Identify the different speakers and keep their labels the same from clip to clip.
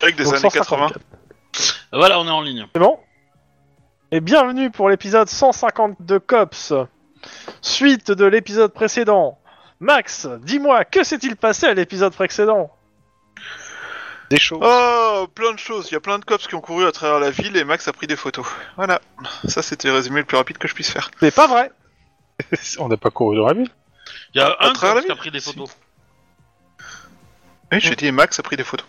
Speaker 1: Avec des
Speaker 2: Donc,
Speaker 1: années 80.
Speaker 2: 154.
Speaker 3: Ah, Voilà, on est en ligne.
Speaker 2: C'est bon Et bienvenue pour l'épisode 150 de Cops. Suite de l'épisode précédent. Max, dis-moi, que s'est-il passé à l'épisode précédent
Speaker 4: Des choses.
Speaker 1: Oh, plein de choses. Il y a plein de cops qui ont couru à travers la ville et Max a pris des photos. Voilà. Ça, c'était le résumé le plus rapide que je puisse faire.
Speaker 2: C'est pas vrai
Speaker 4: On n'a pas couru dans la ville.
Speaker 3: Il y a un
Speaker 1: travers la
Speaker 3: cops qui a
Speaker 1: ville
Speaker 3: pris des photos.
Speaker 4: Mm.
Speaker 1: Oui, j'ai dit Max a pris des photos.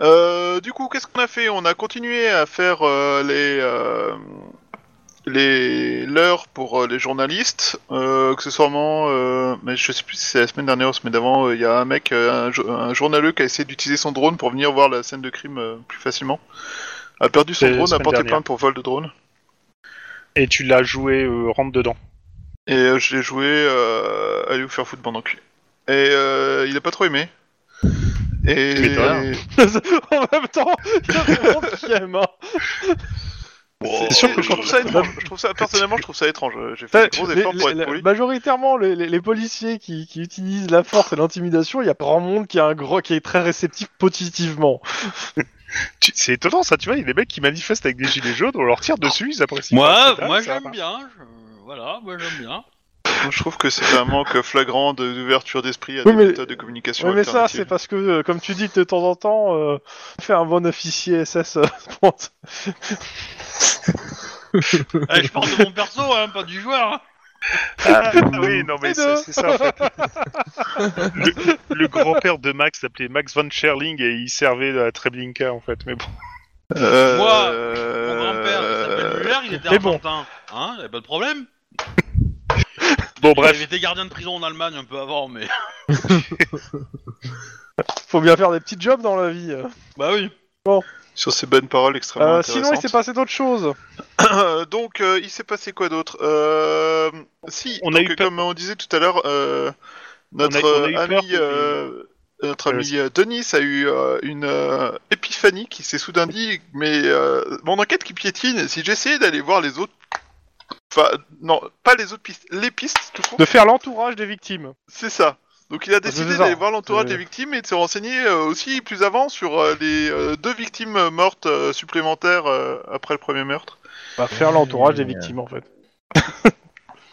Speaker 1: Euh, du coup, qu'est-ce qu'on a fait On a continué à faire euh, les euh, les l'heure pour euh, les journalistes. Euh, accessoirement, euh, mais je sais plus si c'est la semaine dernière ou la semaine d'avant, euh, il y a un mec, euh, un, jo- un journaleux qui a essayé d'utiliser son drone pour venir voir la scène de crime euh, plus facilement. A perdu son
Speaker 4: C'est la
Speaker 1: drone, a
Speaker 4: semaine
Speaker 1: porté
Speaker 4: dernière.
Speaker 1: plainte pour vol de drone.
Speaker 4: Et tu l'as joué euh, rentre dedans.
Speaker 1: Et euh, je l'ai joué euh, Allez vous faire foutre bande d'enculés. Et euh, il a pas trop aimé.
Speaker 4: Tu m'étonnes.
Speaker 1: Et
Speaker 2: En même temps, il y a tout le monde qui aime. hein.
Speaker 1: C'est
Speaker 4: C'est sûr que
Speaker 1: je
Speaker 4: quand-
Speaker 1: trouve ça étrange. Je trouve ça personnellement, je trouve ça étrange. J'ai fait des gros
Speaker 2: Les-
Speaker 1: efforts pour
Speaker 2: les-
Speaker 1: être poli.
Speaker 2: Majoritairement, les, les- les policiers qui, qui utilisent la force et l'intimidation, il y a grand monde qui, a un gros, qui est très réceptif positivement.
Speaker 4: Tu- C'est étonnant ça, tu vois, il y a des mecs qui manifestent avec des gilets jaunes, on leur tire dessus, ils apprécient.
Speaker 3: Moi,
Speaker 4: pas,
Speaker 3: moi
Speaker 4: ça va
Speaker 3: j'aime bien. je- Voilà, moi j'aime bien.
Speaker 1: Moi, Je trouve que c'est un manque flagrant de- d'ouverture d'esprit à
Speaker 2: Oui,
Speaker 1: des
Speaker 2: mais-
Speaker 1: méthodes de communication.
Speaker 2: Ouais, mais ça,
Speaker 1: alternatives.
Speaker 2: c'est parce que, euh, comme tu dis de temps en temps, euh, fait un bon officier SS. euh, bon,
Speaker 3: Eh, je parle de mon perso, hein, pas du joueur. hein.
Speaker 4: Ah, oui, non mais
Speaker 2: Les
Speaker 4: c'est
Speaker 2: deux.
Speaker 4: c'est ça en fait. le le grand-père de Max s'appelait Max Van Scherling et il servait à Treblinka en fait, mais bon.
Speaker 1: Euh,
Speaker 3: Moi, Mon grand-père, il
Speaker 1: euh,
Speaker 3: s'appelle Muller, il était
Speaker 2: mais bon.
Speaker 3: argentin. Hein, il y avait pas de problème.
Speaker 4: Bon
Speaker 3: Il
Speaker 4: bref,
Speaker 3: était gardien de prison en Allemagne un peu avant, mais.
Speaker 2: Faut bien faire des petits jobs dans la vie. euh.
Speaker 3: Bah oui.
Speaker 1: Sur ces bonnes paroles extrêmement
Speaker 2: Euh, sinon, il s'est
Speaker 1: intéressantes.
Speaker 2: passé d'autres choses.
Speaker 1: Donc, euh, il s'est passé quoi d'autre Euh, Si,
Speaker 4: On
Speaker 1: on
Speaker 4: a eu peur-
Speaker 1: comme on disait tout à l'heure, euh, notre
Speaker 4: On
Speaker 1: euh,
Speaker 4: a- on a eu peur
Speaker 1: ami,
Speaker 4: que-
Speaker 1: euh, notre
Speaker 4: Euh,
Speaker 1: ami euh, Denis a eu euh, une euh, épiphanie qui s'est soudain dit Mais euh, mon enquête qui piétine, si j'essayais d'aller voir les autres. Enfin, non, pas les autres pistes, les pistes tout court.
Speaker 2: De faire l'entourage des victimes.
Speaker 1: C'est ça. Donc
Speaker 4: Ah,
Speaker 1: il a
Speaker 2: c'est
Speaker 1: décidé
Speaker 2: ça.
Speaker 1: d'aller voir l'entourage
Speaker 2: C'est-
Speaker 1: des victimes et de se renseigner euh, aussi plus avant sur euh, les euh, deux victimes euh, mortes euh, supplémentaires euh, après le premier meurtre.
Speaker 2: Bah, faire l'entourage des victimes, en fait.
Speaker 1: Euh,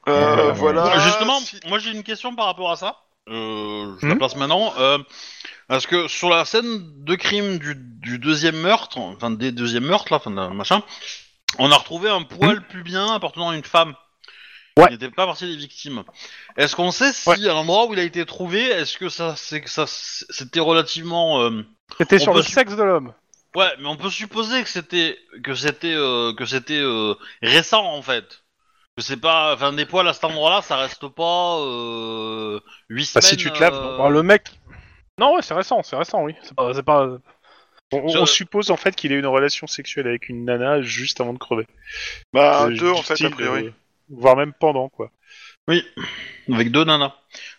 Speaker 5: Euh,
Speaker 4: bah,
Speaker 1: voilà.
Speaker 3: Bah, Justement,
Speaker 1: Si-
Speaker 3: moi j'ai une question par rapport à ça. Euh, je la
Speaker 4: Hmm
Speaker 3: place maintenant. Euh, parce que sur la scène de crime du, du deuxième meurtre, enfin des deuxièmes meurtres, là, enfin d'un machin, on a retrouvé un poil pubien appartenant à une femme.
Speaker 4: Hmm. Ouais.
Speaker 3: Qui n'était pas partie des victimes. Est-ce qu'on sait si
Speaker 4: Ouais.
Speaker 3: à l'endroit où il a été trouvé, est-ce que ça, c'est que ça, c'était relativement euh,
Speaker 2: C'était
Speaker 3: On
Speaker 2: sur
Speaker 3: peut
Speaker 2: le
Speaker 3: su-
Speaker 2: sexe de l'homme.
Speaker 3: Ouais, mais on peut supposer que c'était que c'était euh, que c'était euh, récent en fait. Que c'est pas, enfin des poils à cet endroit-là, ça reste pas euh, 8
Speaker 4: Bah,
Speaker 3: semaines.
Speaker 4: si tu te laves,
Speaker 3: euh,
Speaker 2: Bah, le mec. Non, ouais, c'est récent, c'est récent, oui. C'est pas. c'est pas-
Speaker 4: on, on
Speaker 3: Je-
Speaker 4: suppose en fait qu'il a eu une relation sexuelle avec une nana juste avant de crever.
Speaker 1: Bah,
Speaker 4: Euh,
Speaker 1: deux
Speaker 4: du
Speaker 1: en fait,
Speaker 4: style,
Speaker 1: a priori.
Speaker 4: euh, voire même pendant quoi.
Speaker 3: Oui, avec deux nanas.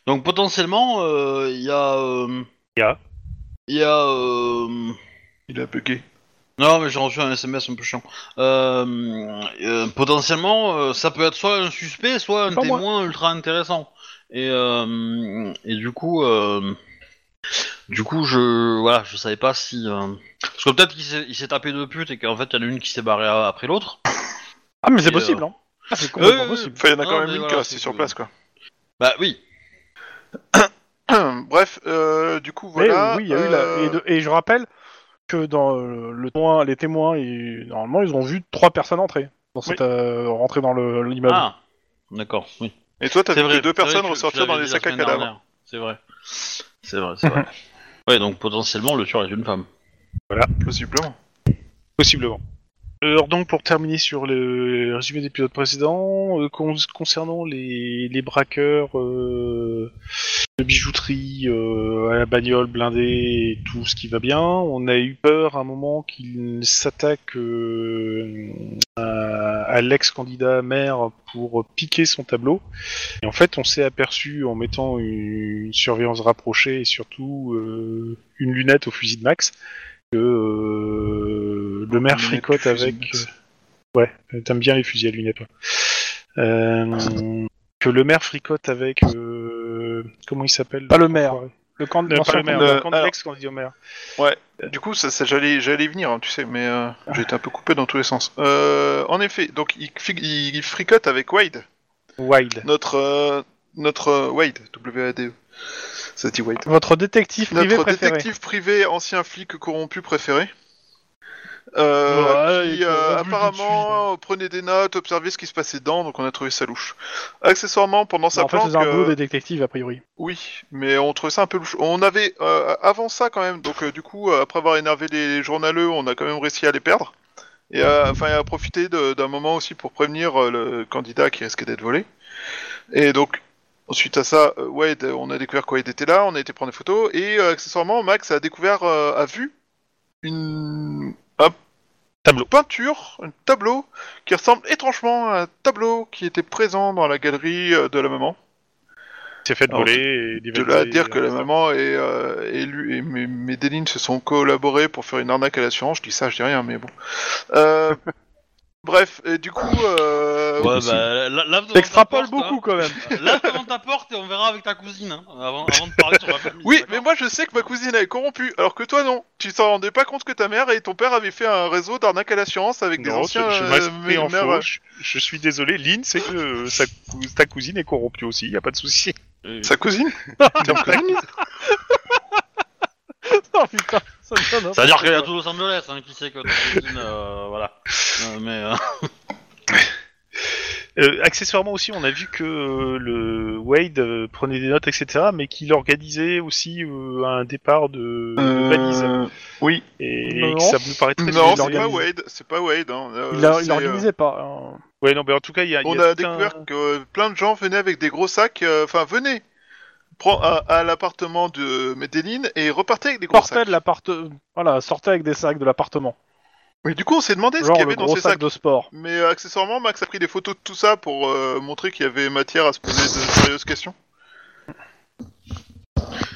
Speaker 3: Donc potentiellement, euh, il y a. euh,
Speaker 4: Il y a.
Speaker 3: Il y a. euh,
Speaker 1: Il a bugué.
Speaker 3: Non, mais j'ai reçu un SMS un peu chiant. Euh, euh, potentiellement, euh, ça peut être soit un suspect, soit un
Speaker 2: Pas moi.
Speaker 3: témoin ultra intéressant. Et, euh, et du coup, euh, du coup, je voilà, je savais pas si euh, parce que peut-être qu'il s'est il s'est tapé deux putes et qu'en fait, il y en a une qui s'est barrée a- après l'autre.
Speaker 2: Ah, mais
Speaker 3: Et,
Speaker 2: c'est possible,
Speaker 3: euh,
Speaker 2: hein. Ah, c'est complètement
Speaker 3: euh,
Speaker 2: possible.
Speaker 1: Enfin, il y en a
Speaker 3: Non,
Speaker 1: quand
Speaker 3: mais
Speaker 1: même une qui
Speaker 3: voilà,
Speaker 1: est restée
Speaker 3: c'est
Speaker 1: sur
Speaker 3: que-
Speaker 1: place, quoi.
Speaker 3: Bah oui.
Speaker 1: Bref, euh, du coup,
Speaker 2: Mais,
Speaker 1: voilà.
Speaker 2: euh, oui, il y a eu la-
Speaker 1: euh,
Speaker 2: et, de- et je rappelle que dans euh, le témoin, les témoins, ils- normalement, ils ont vu trois personnes entrer. Dans cette, euh, rentrer dans le- l'immeuble.
Speaker 3: Ah, d'accord. Oui.
Speaker 1: Et toi, t'as
Speaker 3: C'est
Speaker 1: vu
Speaker 3: vrai.
Speaker 1: que deux
Speaker 3: c'est vrai
Speaker 1: personnes
Speaker 3: que je-
Speaker 1: ressortir
Speaker 3: je
Speaker 1: dans
Speaker 3: l'avais
Speaker 1: les
Speaker 3: dit la
Speaker 1: sacs à
Speaker 3: semaine
Speaker 1: cadavres.
Speaker 3: dernière. C'est vrai. C'est vrai. C'est vrai. ouais, donc potentiellement, le tueur est une femme.
Speaker 1: Possiblement.
Speaker 4: Possiblement. Alors donc pour terminer sur le résumé de l'épisode précédent, euh, con- concernant les, les braqueurs euh, de bijouterie euh, à la bagnole blindée et tout ce qui va bien, on a eu peur à un moment qu'ils s'attaquent euh, à, à l'ex-candidat maire pour piquer son tableau. Et en fait on s'est aperçu en mettant une surveillance rapprochée et surtout euh, une lunette au fusil de Max que euh, le maire
Speaker 1: Lunette,
Speaker 4: fricote
Speaker 1: fusil de
Speaker 4: avec... euh,
Speaker 1: Max.
Speaker 4: Ouais, t'aimes bien les fusils à lunettes. toi. Euh, que le maire fricote avec... euh, comment il s'appelle
Speaker 2: Pas le maire.
Speaker 4: l'enfoiré
Speaker 2: Le camp de
Speaker 4: Le, pas
Speaker 2: l'ancien
Speaker 4: le maire,
Speaker 2: camp de-
Speaker 1: le-
Speaker 4: le complexe qu'on dit au maire.
Speaker 1: Du coup, ça, ça, j'allais, j'allais y venir, hein, tu sais, mais euh, j'ai été un peu coupé dans tous les sens. Euh, en effet, donc il, fi- il- il fricote avec Wade,
Speaker 4: Wild.
Speaker 1: notre euh, notre euh, Wade, W-A-D-E. Ça dit Wade.
Speaker 2: Votre détective privé
Speaker 1: notre
Speaker 2: préféré.
Speaker 1: détective privé, ancien flic corrompu préféré. Euh,
Speaker 2: Ouais,
Speaker 1: qui
Speaker 2: il était
Speaker 1: euh,
Speaker 2: revenu
Speaker 1: apparemment prenait des notes, observait ce qui se passait dedans, donc on a trouvé ça louche. Accessoirement, pendant sa
Speaker 2: Bah, en fait,
Speaker 1: planque,
Speaker 2: c'est un boulot
Speaker 1: euh,
Speaker 2: de détective, a priori.
Speaker 1: oui, mais on trouvait ça un peu louche. On avait euh, avant ça quand même, donc euh, du coup, euh, après avoir énervé les journaleux, on a quand même réussi à les perdre. Et euh, enfin, à profiter de- d'un moment aussi pour prévenir euh, le candidat qui risquait d'être volé. Et donc, ensuite à ça, euh, Wade, euh, on a découvert quoi il était là, on a été prendre des photos, et euh, accessoirement, Max a découvert, euh, a vu une un
Speaker 4: Tableau.
Speaker 1: peinture, un tableau qui ressemble étrangement à un tableau qui était présent dans la galerie euh, de la maman
Speaker 4: s'est fait
Speaker 1: Alors,
Speaker 4: voler et
Speaker 1: de là à dire que la maman et, euh, et lui et mes, mes Deline se sont collaborés pour faire une arnaque à l'assurance, je dis ça, je dis rien, mais bon. Euh, bref, et du coup, euh,
Speaker 3: Ouais, bah, la- lave devant ta
Speaker 2: T'extrapoles
Speaker 3: porte,
Speaker 2: beaucoup, quand même.
Speaker 3: hein. Lave devant ta porte et on verra avec ta cousine, hein, avant, avant de parler sur la famille.
Speaker 1: oui,
Speaker 3: d'accord
Speaker 1: mais moi je sais que ma cousine elle est corrompue, alors que toi non, tu t'en rendais pas compte que ta mère et ton père avaient fait un réseau d'arnaque à l'assurance avec des
Speaker 4: Non,
Speaker 1: anciens.
Speaker 4: je,
Speaker 1: euh,
Speaker 4: m'inscris en
Speaker 1: mères-
Speaker 4: faux. Je, je suis désolé, Lynn, c'est que euh, sa cou- ta cousine est corrompue aussi, y a pas de souci.
Speaker 3: Et-
Speaker 1: Sa cousine euh,
Speaker 2: oh putain, ça me donne un-
Speaker 3: C'est-à-dire qu'elle est à tout Los Angeles, hein, qui sait que ta cousine, euh, voilà. Euh, mais, euh,
Speaker 4: Euh, accessoirement aussi, on a vu que euh, le Wade euh, prenait des notes, etc., mais qu'il organisait aussi euh, un départ de, de balise.
Speaker 1: oui.
Speaker 4: Et,
Speaker 2: Non.
Speaker 4: que ça me paraît très
Speaker 1: Non,
Speaker 4: bien
Speaker 1: Euh, c'est pas
Speaker 4: organisé.
Speaker 1: Wade, c'est pas Wade. hein, euh,
Speaker 2: Il a-
Speaker 1: c'est,
Speaker 2: il
Speaker 1: euh,
Speaker 2: l'organisait pas. hein.
Speaker 4: Ouais, non, mais en tout cas, il y
Speaker 2: Ah,
Speaker 4: a. il
Speaker 1: On
Speaker 4: y a
Speaker 1: a
Speaker 4: tout un-
Speaker 1: découvert que euh, plein de gens venaient avec des gros sacs, euh, enfin venaient prend- à, à l'appartement de Medellin et repartaient avec des gros
Speaker 2: Sortait
Speaker 1: sacs.
Speaker 2: de l'appart... Voilà, sortait avec des sacs de l'appartement.
Speaker 1: Mais du coup, on s'est demandé ce
Speaker 2: Genre
Speaker 1: qu'il y
Speaker 2: le
Speaker 1: avait dans
Speaker 2: gros
Speaker 1: ces
Speaker 2: sac
Speaker 1: sacs.
Speaker 2: de sport.
Speaker 1: Mais euh, accessoirement, Max a pris des photos de tout ça pour euh, montrer qu'il y avait matière à se poser de sérieuses questions.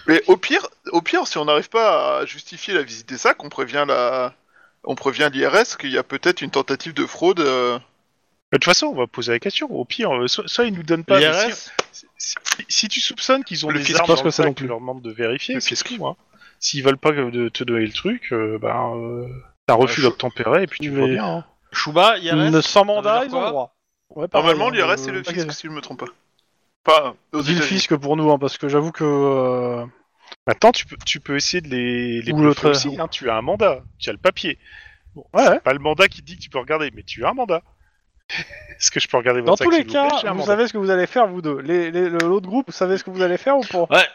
Speaker 1: Mais au pire, au pire, si on n'arrive pas à justifier la visite des sacs, on prévient la, on prévient l'IRS qu'il y a peut-être une tentative de fraude. euh,
Speaker 4: Bah, De toute façon, on va poser la question. Au pire, euh, soit, soit ils nous donnent pas. mais si-
Speaker 3: l'IRS,
Speaker 4: si, si tu soupçonnes qu'ils ont
Speaker 1: Le
Speaker 4: des
Speaker 1: fisc
Speaker 4: armes
Speaker 2: pense
Speaker 4: dans
Speaker 2: que
Speaker 4: le
Speaker 2: ça
Speaker 4: sac,
Speaker 2: non plus.
Speaker 4: tu leur demande de vérifier,
Speaker 1: Le
Speaker 4: c'est
Speaker 1: fisc.
Speaker 4: tout. Hein. S'ils veulent pas que de te donner le truc, euh, ben, euh, t'as refus
Speaker 1: je-
Speaker 4: d'obtempérer et puis tu
Speaker 2: Mais-
Speaker 4: vois bien. hein.
Speaker 3: Chouba, IRS.
Speaker 2: Ne- Sans
Speaker 3: Ça
Speaker 2: mandat,
Speaker 3: veut dire
Speaker 2: ils ont
Speaker 3: quoi
Speaker 2: le droit. Ouais, pareil,
Speaker 1: Normalement,
Speaker 2: hein,
Speaker 1: l'IRS c'est le
Speaker 2: ok.
Speaker 1: fisc, si je me trompe pas. Pas aux
Speaker 2: Dis le
Speaker 1: États-Unis.
Speaker 2: fisc pour nous, hein, parce que j'avoue que. euh,
Speaker 4: Maintenant, tu peux, tu peux essayer de les, les
Speaker 2: Ou
Speaker 4: bluffer
Speaker 2: l'autre-
Speaker 4: aussi. hein. Tu as un mandat, tu as le papier. Bon,
Speaker 2: Ouais,
Speaker 4: c'est
Speaker 2: ouais.
Speaker 4: Pas le mandat qui te dit que tu peux regarder, mais tu as un mandat. Est-ce que je peux regarder
Speaker 2: Dans
Speaker 4: votre
Speaker 2: tous
Speaker 4: sac,
Speaker 2: les
Speaker 4: s'il vous plaît
Speaker 2: cas,
Speaker 4: J'ai un
Speaker 2: vous
Speaker 4: mandat.
Speaker 2: savez ce que vous allez faire, vous deux. Les- les- le- L'autre groupe, vous savez ce que vous allez faire ou pas
Speaker 3: Ouais.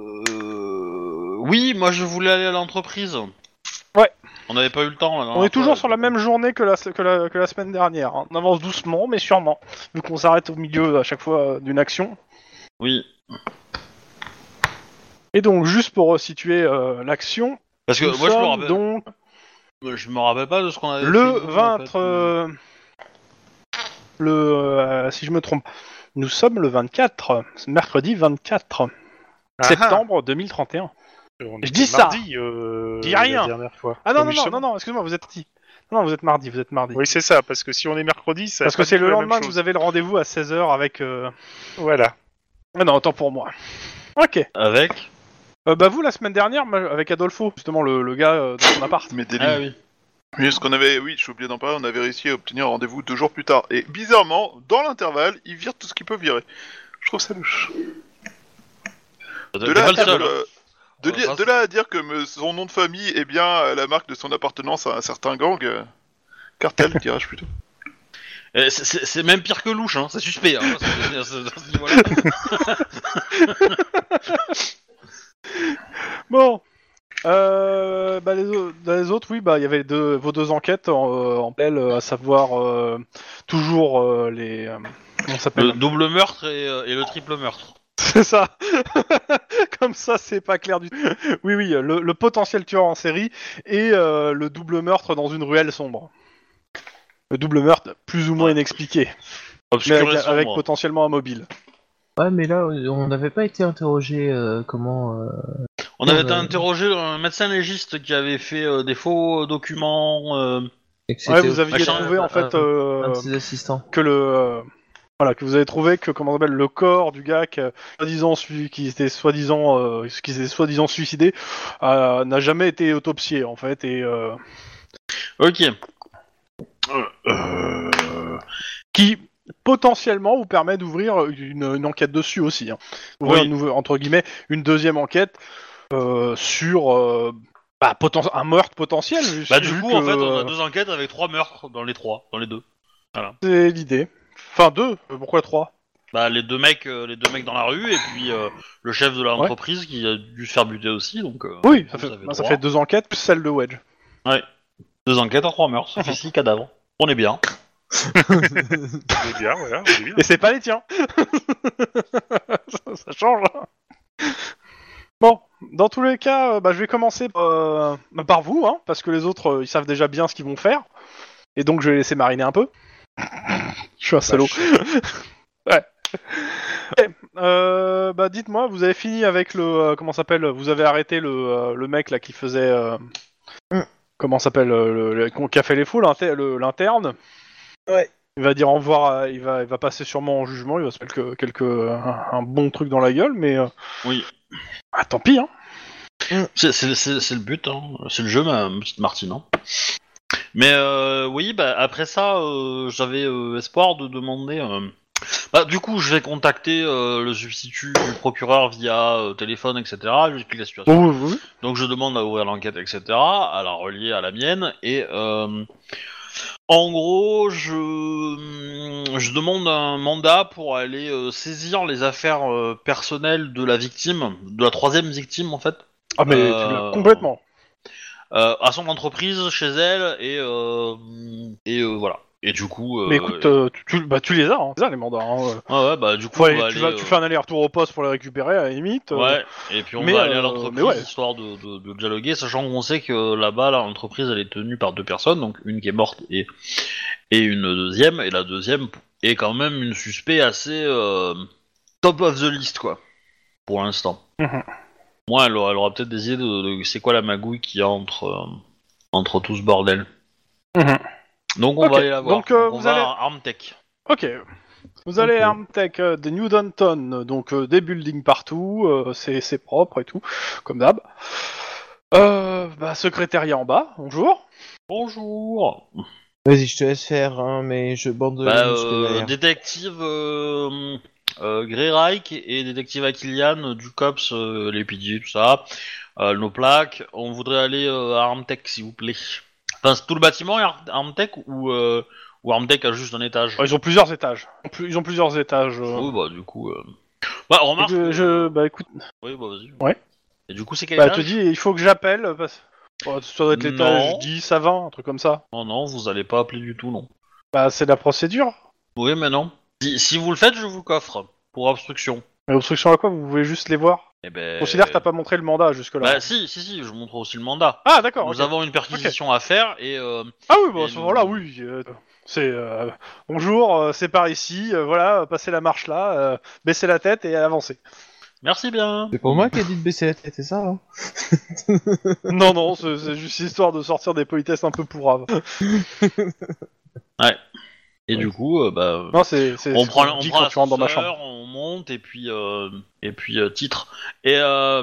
Speaker 3: Euh... Oui, moi je voulais aller à l'entreprise.
Speaker 2: Ouais.
Speaker 3: On n'avait pas eu le temps. là,
Speaker 2: On est toujours
Speaker 3: fois.
Speaker 2: sur la même journée que la, que la, que la semaine dernière. hein. On avance doucement, mais sûrement. Vu qu'on s'arrête au milieu à chaque fois euh, d'une action.
Speaker 3: Oui.
Speaker 2: Et donc, juste pour situer euh, l'action,
Speaker 3: Parce que
Speaker 2: nous
Speaker 3: moi je me,
Speaker 2: sommes
Speaker 3: rappelle...
Speaker 2: donc
Speaker 3: je me rappelle pas de ce qu'on avait
Speaker 2: le
Speaker 3: fait, Euh, en
Speaker 2: 20...
Speaker 3: fait.
Speaker 2: euh, le, euh, si je me trompe, nous sommes le 24, c'est mercredi 24
Speaker 4: Ah,
Speaker 2: septembre 2031.
Speaker 4: ah, on
Speaker 2: Je
Speaker 4: était
Speaker 2: dis ça.
Speaker 4: mardi, euh,
Speaker 2: Dis rien.
Speaker 4: La dernière fois.
Speaker 2: Ah non, non,
Speaker 4: Donc,
Speaker 2: non,
Speaker 4: justement.
Speaker 2: non, non, excuse-moi, vous êtes mardi. Non, non, vous êtes mardi, vous êtes mardi.
Speaker 4: Oui, c'est ça, parce que si on est mercredi, ça.
Speaker 2: Parce
Speaker 4: va
Speaker 2: que
Speaker 4: pas
Speaker 2: c'est
Speaker 4: du tout
Speaker 2: le
Speaker 4: la
Speaker 2: lendemain
Speaker 4: même
Speaker 2: que
Speaker 4: chose.
Speaker 2: vous avez le rendez-vous à 16h avec... euh,
Speaker 4: Voilà.
Speaker 2: Ah non, autant pour moi. Ok.
Speaker 3: Avec
Speaker 2: Euh, bah vous, la semaine dernière, moi, avec Adolfo, justement, le, le gars euh, dans son appart.
Speaker 1: Mais
Speaker 3: Ah oui.
Speaker 1: Oui, ce qu'on avait, oui, j'ai oublié d'en parler, on avait réussi à obtenir un rendez-vous deux jours plus tard. Et bizarrement, dans l'intervalle, ils virent tout ce qu'ils peuvent virer. Je trouve ça louche. De
Speaker 3: T'es
Speaker 1: là,
Speaker 3: pas
Speaker 1: à
Speaker 3: le
Speaker 1: dire,
Speaker 3: seul. hein.
Speaker 1: euh, de,
Speaker 3: Ouais,
Speaker 1: li-
Speaker 3: ça,
Speaker 1: de là à dire que me- son nom de famille est bien euh, la marque de son appartenance à un certain gang, euh, cartel, dirais-je plutôt.
Speaker 3: Eh, c'est- C'est c'est même pire que louche, hein. c'est suspect. Hein, parce que, euh, ce- ce niveau-là.
Speaker 2: Bon. Euh, bah les, au- dans les autres, oui, bah il y avait deux, vos deux enquêtes en, euh, en pelle, euh, à savoir euh, toujours euh, les. euh, comment ça s'appelle
Speaker 3: le double meurtre et, euh, et le triple meurtre.
Speaker 2: C'est ça. Comme ça, c'est pas clair du tout. Oui, oui, euh, le, le potentiel tueur en série et euh, le double meurtre dans une ruelle sombre. Le double meurtre plus ou moins inexpliqué, mais
Speaker 3: Obscur
Speaker 2: avec,
Speaker 3: et sombre.
Speaker 2: avec potentiellement un mobile.
Speaker 5: Ouais, mais là, on n'avait pas été interrogé euh, comment. euh,
Speaker 3: On avait
Speaker 5: Ouais.
Speaker 3: interrogé un médecin légiste qui avait fait euh, des faux documents. euh,
Speaker 5: et que
Speaker 2: Ouais,
Speaker 5: c'était
Speaker 2: vous aviez
Speaker 3: machin, euh,
Speaker 2: trouvé en
Speaker 5: un-
Speaker 2: fait
Speaker 5: un-
Speaker 2: euh,
Speaker 5: un de ses assistants.
Speaker 2: que le euh, Voilà, que vous avez trouvé que comment ça s'appelle le corps du gars qui, euh, soi-disant sui- qui était soi-disant euh, qui s'est soi-disant suicidé euh, n'a jamais été autopsié en fait et euh,
Speaker 3: Ok.
Speaker 2: qui potentiellement vous permet d'ouvrir une, une enquête dessus aussi. Hein. Ouvrir
Speaker 3: Oui.
Speaker 2: une nouve- entre guillemets une deuxième enquête euh, sur euh, bah, poten- un meurtre potentiel. vu-
Speaker 3: Bah du
Speaker 2: vu
Speaker 3: coup,
Speaker 2: que,
Speaker 3: en fait, on a
Speaker 2: euh,
Speaker 3: deux enquêtes avec trois meurtres dans les trois, dans les deux.
Speaker 2: C'est l'idée. Enfin deux. euh, Pourquoi trois
Speaker 3: Bah les deux mecs, euh, les deux mecs dans la rue et puis euh, le chef de l'entreprise qui a dû se faire buter aussi, donc. euh,
Speaker 2: Oui, ça
Speaker 3: donc
Speaker 2: fait, bah, ça
Speaker 3: trois.
Speaker 2: fait deux enquêtes plus celle de Wedge.
Speaker 3: deux enquêtes à trois meurtres. Ça fait six cadavres. On est bien.
Speaker 4: C'est bien, voilà, c'est bien.
Speaker 2: Et c'est pas les tiens. ça, ça change. hein. Bon, dans tous les cas, euh, bah, je vais commencer euh, bah, par vous, hein, parce que les autres, euh, ils savent déjà bien ce qu'ils vont faire. Et donc, je vais laisser mariner un peu. je suis un salaud. ouais. Ok, euh, bah, dites-moi, vous avez fini avec le... euh, comment ça s'appelle Vous avez arrêté le, euh, le mec là qui faisait... euh, comment ça s'appelle euh, le, le- Qui a fait les fous, l'inter- le- l'interne il va dire au revoir, à- il, va, il va passer sûrement en jugement, il va se faire quelques, quelques- un, un bon truc dans la gueule, mais. euh,
Speaker 3: Oui.
Speaker 2: Ah, tant pis, hein.
Speaker 3: C'est c'est- c'est- c'est le but, hein. c'est le jeu, ma ma petite Martine. hein. Mais euh, oui, bah, après ça, euh, j'avais euh, espoir de demander. euh, Bah, du coup, je vais contacter euh, le substitut du procureur via euh, téléphone, etc. Je lui explique la situation.
Speaker 2: Oui, oui, oui.
Speaker 3: Donc je demande à ouvrir l'enquête, etc., à la relier à la mienne, et euh, en gros, je, je demande un mandat pour aller euh, saisir les affaires euh, personnelles de la victime, de la troisième victime en fait,
Speaker 2: Ah, mais
Speaker 3: Euh,
Speaker 2: tu l'as complètement.
Speaker 3: euh, à son entreprise, chez elle, et, euh, et euh, voilà. Et du coup... euh,
Speaker 2: mais écoute, euh, tu, tu- bah, tu les as, hein, tu les as, les mandats. hein, euh.
Speaker 3: ouais, ouais, bah, du coup,
Speaker 2: Faut
Speaker 3: on
Speaker 2: aller-
Speaker 3: va
Speaker 2: tu,
Speaker 3: aller,
Speaker 2: vas-
Speaker 3: euh,
Speaker 2: tu fais un aller-retour au poste pour les récupérer, à la limite. euh,
Speaker 3: Ouais, et puis on
Speaker 2: mais,
Speaker 3: va aller
Speaker 2: euh,
Speaker 3: à l'entreprise
Speaker 2: mais ouais.
Speaker 3: histoire de, de- de dialoguer, sachant qu'on sait que là-bas, là, l'entreprise elle est tenue par deux personnes, donc une qui est morte et, et une deuxième, et la deuxième est quand même une suspect assez euh, top of the list, quoi, pour l'instant.
Speaker 2: Mhm.
Speaker 3: Moi, elle aura, elle aura peut-être des idées de, de c'est quoi la magouille qu'il y a entre, euh, entre tout ce bordel.
Speaker 2: Mhm.
Speaker 3: Donc on
Speaker 2: Ok,
Speaker 3: va aller la voir.
Speaker 2: donc, euh,
Speaker 3: on
Speaker 2: vous
Speaker 3: va
Speaker 2: allez-
Speaker 3: à Armtech.
Speaker 2: Ok. Vous allez à Armtech euh, des New Downton, donc euh, des buildings partout, euh, c'est c'est propre et tout, comme d'hab. Euh, bah, secrétariat en bas, bonjour.
Speaker 3: Bonjour
Speaker 5: Vas-y, je te laisse faire, hein, mais je bande
Speaker 3: Bah,
Speaker 5: les
Speaker 3: euh,
Speaker 5: muscles derrière.
Speaker 3: détective euh, euh, Grey Reich et détective Aquilian euh, du COPS, euh, les PJ, tout ça, euh, nos plaques. On voudrait aller euh, à Armtech, s'il vous plaît. Enfin, c'est tout le bâtiment est Ar- Armtech ou, euh, ou Armtech a juste un étage
Speaker 2: Oh, ils ont plusieurs étages. Ils ont plusieurs étages. euh.
Speaker 3: Oui, bah, du coup. euh, Bah, remarque.
Speaker 2: Je- je, bah, écoute,
Speaker 3: Oui, bah, vas-y.
Speaker 2: Ouais.
Speaker 3: Et du coup, c'est quel
Speaker 2: Bah, elle
Speaker 3: étage
Speaker 2: te dit, il faut que j'appelle. euh, Parce... Bon, ça doit être l'étage
Speaker 3: Non.
Speaker 2: 10 à 20, un truc comme ça.
Speaker 3: Non, Oh non, vous allez pas appeler du tout, non.
Speaker 2: Bah, c'est la procédure.
Speaker 3: Oui, mais non. Si, si vous le faites, je vous coffre pour obstruction.
Speaker 2: Mais obstruction à quoi Vous pouvez juste les voir.
Speaker 3: Eh ben.
Speaker 2: Considère que t'as pas montré le mandat jusque-là.
Speaker 3: Bah, si, si, si, je montre aussi le mandat.
Speaker 2: ah, d'accord.
Speaker 3: Nous
Speaker 2: ok.
Speaker 3: avons une perquisition à faire et. euh,
Speaker 2: Ah, oui, bah, à
Speaker 3: Et
Speaker 2: ce
Speaker 3: nous-
Speaker 2: moment-là, oui. euh, c'est euh, bonjour, euh, c'est par ici. euh, voilà, euh, passez la marche là, euh, baissez la tête et avancez.
Speaker 3: Merci bien.
Speaker 5: C'est pour moi qui ai dit de baisser la tête, c'est ça hein
Speaker 2: non, non, c'est c'est juste histoire de sortir des politesses un peu pourraves.
Speaker 3: Et du coup, euh, bah,
Speaker 2: Non, c'est. c'est
Speaker 3: on
Speaker 2: ce
Speaker 3: prend,
Speaker 2: qu'on
Speaker 3: on
Speaker 2: dit
Speaker 3: prend
Speaker 2: quand tu rentres dans ma chambre.
Speaker 3: l'ascenseur, on monte et puis euh, et puis euh, titre et euh,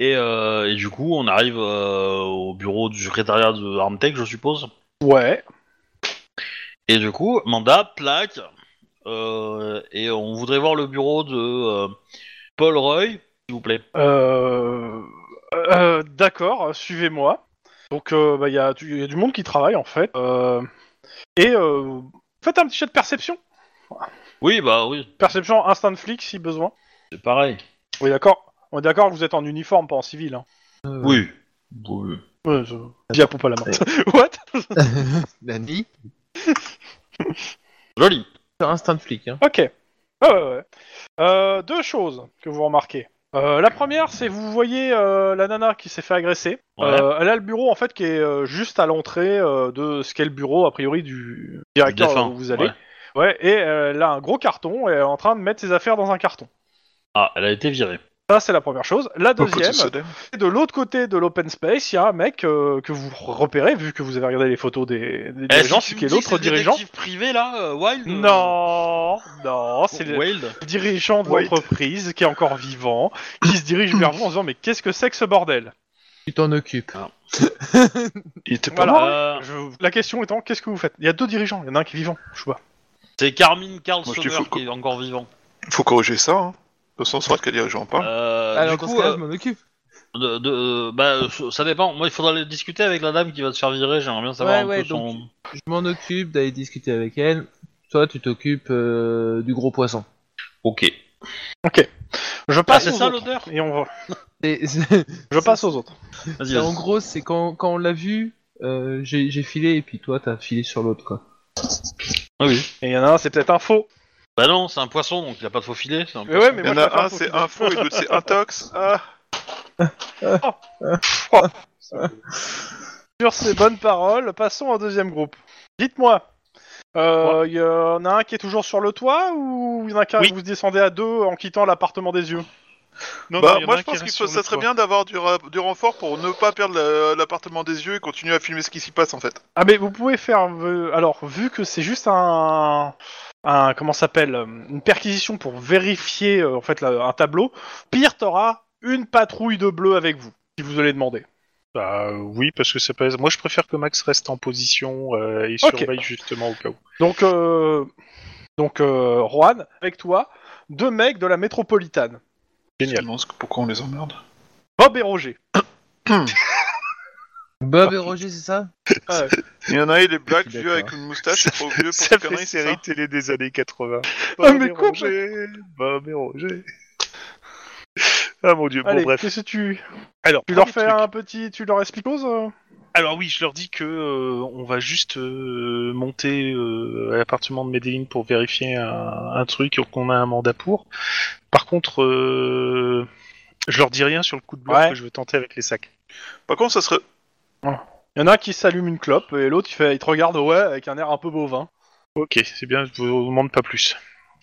Speaker 3: et, euh, et du coup, on arrive euh, au bureau du secrétariat de Armtech, je suppose.
Speaker 2: Ouais.
Speaker 3: Et du coup, mandat, plaque euh, et on voudrait voir le bureau de euh, Paul Roy, s'il vous plaît.
Speaker 2: Euh, euh, D'accord, euh, suivez-moi. Donc, il euh, bah, il y, a du- il y a du monde qui travaille en fait. Euh, et euh, faites un petit jet de perception.
Speaker 3: Oui, bah oui,
Speaker 2: Perception instinct de flic si besoin.
Speaker 3: c'est pareil.
Speaker 2: Oui, d'accord. On est d'accord que vous êtes en uniforme, pas en civil. Hein.
Speaker 3: Oui. Euh, Oui.
Speaker 2: Ouais, je- Diapo pas la main. What
Speaker 5: Dandy
Speaker 3: Joli.
Speaker 5: Sur instinct de flic, hein.
Speaker 2: Ok. Ah ouais, ouais. Euh, deux choses que vous remarquez. Euh, la première, c'est vous voyez euh, la nana qui s'est fait agresser.
Speaker 3: Ouais.
Speaker 2: Euh, elle a le bureau en fait qui est euh, juste à l'entrée euh, de ce qu'est le bureau a priori du directeur
Speaker 3: défunt,
Speaker 2: où vous allez.
Speaker 3: ouais.
Speaker 2: Ouais, et euh, elle a un gros carton et elle est en train de mettre ses affaires dans un carton.
Speaker 3: Ah, elle a été virée.
Speaker 2: Ça, c'est la première chose. La
Speaker 1: Au côté
Speaker 2: deuxième,
Speaker 1: solaire.
Speaker 2: Et de l'autre côté de l'open space, il y a un mec euh, que vous repérez, vu que vous avez regardé les photos des, des
Speaker 3: Eh, si
Speaker 2: dirigeants,
Speaker 3: tu me
Speaker 2: qui est
Speaker 3: dis que
Speaker 2: l'autre
Speaker 3: c'est le
Speaker 2: dirigeant.
Speaker 3: détective privé là, euh, Wild euh,
Speaker 2: Non, non, c'est le
Speaker 3: Wild.
Speaker 2: dirigeant de
Speaker 1: Wait.
Speaker 2: l'entreprise qui est encore vivant, qui se dirige vers vous en disant Mais qu'est-ce que c'est que ce bordel
Speaker 5: Tu t'en occupes.
Speaker 1: Il était pas
Speaker 2: Voilà.
Speaker 1: mort.
Speaker 3: Euh,
Speaker 2: Je- La question étant Qu'est-ce que vous faites Il y a deux dirigeants, il y en a un qui est vivant, je vois.
Speaker 3: C'est Carmine Karl
Speaker 1: Moi, je
Speaker 3: Sommer
Speaker 1: dis faut-
Speaker 3: qui est encore vivant.
Speaker 1: Faut corriger ça, hein. De sens, soit qu'elle dirigeant pas.
Speaker 3: Euh,
Speaker 5: Alors,
Speaker 3: du
Speaker 5: dans
Speaker 3: coup,
Speaker 5: ce cas
Speaker 3: euh,
Speaker 5: je m'en occupe.
Speaker 3: de, de- euh, bah, euh, ça dépend. Moi, il faudra aller discuter avec la dame qui va te faire virer. J'aimerais bien savoir
Speaker 5: Ouais,
Speaker 3: un
Speaker 5: ouais,
Speaker 3: peu son.
Speaker 5: Je m'en occupe d'aller discuter avec elle. Toi, tu t'occupes euh, du gros poisson.
Speaker 3: Ok.
Speaker 2: Je
Speaker 3: Ah,
Speaker 2: passe
Speaker 3: c'est
Speaker 2: aux
Speaker 3: ça
Speaker 2: autres.
Speaker 3: l'odeur
Speaker 2: Et on va.
Speaker 5: Et c'est-
Speaker 2: Je passe aux autres.
Speaker 3: Vas-y,
Speaker 5: c'est- en
Speaker 3: vas-y.
Speaker 5: gros, c'est quand, quand on l'a vu, euh, j'ai j'ai filé et puis toi, t'as filé sur l'autre, quoi.
Speaker 3: Ah oui.
Speaker 2: Et il y en a un, c'est peut-être un faux.
Speaker 3: Bah non, c'est un poisson donc il a pas de faux filet. c'est un
Speaker 2: Mais
Speaker 3: poisson.
Speaker 2: ouais, mais
Speaker 1: Il y
Speaker 2: moi,
Speaker 1: en
Speaker 2: je préfère
Speaker 1: a un,
Speaker 2: faux
Speaker 1: c'est
Speaker 2: que-
Speaker 1: info et l'autre c'est intox. Ah,
Speaker 2: Sur ces bonnes paroles, passons au deuxième groupe. Dites-moi, euh, il y en a un qui est toujours sur le toit ou il y en a qu'un
Speaker 4: Oui.
Speaker 2: vous descendez à deux en quittant l'appartement des yeux
Speaker 1: bah,
Speaker 4: Non, non, il y en a
Speaker 1: moi
Speaker 4: un
Speaker 1: je
Speaker 4: qui
Speaker 1: pense
Speaker 4: reste
Speaker 1: que
Speaker 4: sur
Speaker 1: ça
Speaker 4: le
Speaker 1: serait
Speaker 4: toit.
Speaker 1: bien d'avoir du, ra- du renfort pour ne pas perdre la- l'appartement des yeux et continuer à filmer ce qui s'y passe en fait.
Speaker 2: Ah mais vous pouvez faire... euh, alors, vu que c'est juste un... un comment ça s'appelle euh, Une perquisition pour vérifier euh, en fait la- un tableau, pire, t'auras une patrouille de bleu avec vous, si vous allez demander.
Speaker 4: Bah euh, oui, parce que ça pèse. Moi, je préfère que Max reste en position euh, et
Speaker 2: Ok.
Speaker 4: surveille justement au cas où.
Speaker 2: Donc, euh, donc euh, Juan, avec toi, deux mecs de la métropolitane,
Speaker 1: Je me demande ce- pourquoi on les emmerde.
Speaker 2: Bob et Roger.
Speaker 5: Bob et Roger, c'est ça
Speaker 2: Euh,
Speaker 1: Il y en a, il est black,
Speaker 5: Je suis
Speaker 1: vieux avec une moustache, c'est trop vieux pour
Speaker 4: Ça
Speaker 1: ce
Speaker 4: fait
Speaker 1: connerie, c'est
Speaker 4: série
Speaker 1: ça
Speaker 4: télé des années 80.
Speaker 2: Ah, mais
Speaker 4: Bob et Roger, Bob et Roger. Ah mon dieu, bon
Speaker 2: Allez,
Speaker 4: bref.
Speaker 2: qu'est-ce que tu...
Speaker 4: Alors,
Speaker 2: Tu leur
Speaker 4: premier
Speaker 2: fais hein
Speaker 4: truc.
Speaker 2: un petit, tu leur expliques chose euh
Speaker 4: Alors oui, je leur dis que euh, on va juste euh, monter euh, à l'appartement de Medellin pour vérifier un, un truc et qu'on a un mandat pour. Par contre, euh, je leur dis rien sur le coup de bluff
Speaker 2: Ouais.
Speaker 4: que je veux tenter avec les sacs.
Speaker 1: Par contre, ça serait.
Speaker 2: Il y en a un qui s'allume une clope et l'autre il, fait- il te regarde ouais avec un air un peu bovin.
Speaker 4: Ok, c'est bien, je vous demande pas plus.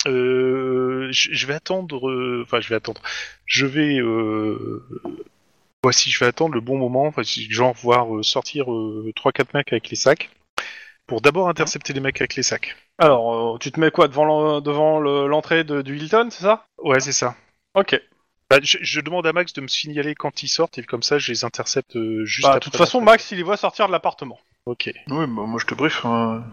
Speaker 4: Euh, je je vais attendre. euh, Enfin, je vais attendre. Je vais. Euh, voici, je vais attendre le bon moment. Enfin, si- genre, voir euh, sortir euh, 3-4 mecs avec les sacs. Pour d'abord intercepter les mecs avec les sacs.
Speaker 2: Alors euh, tu te mets quoi devant l'en- devant le- l'entrée de- du Hilton, c'est ça
Speaker 4: Ouais, c'est ça.
Speaker 2: Ok.
Speaker 4: Bah, je, je demande à Max de me signaler quand ils sortent et comme ça, je les intercepte euh, juste
Speaker 2: Bah, de
Speaker 4: après
Speaker 2: toute façon
Speaker 4: l'entrée.
Speaker 2: Max il les voit sortir de l'appartement.
Speaker 4: Ok,
Speaker 1: Oui, bah, moi je te brief. hein.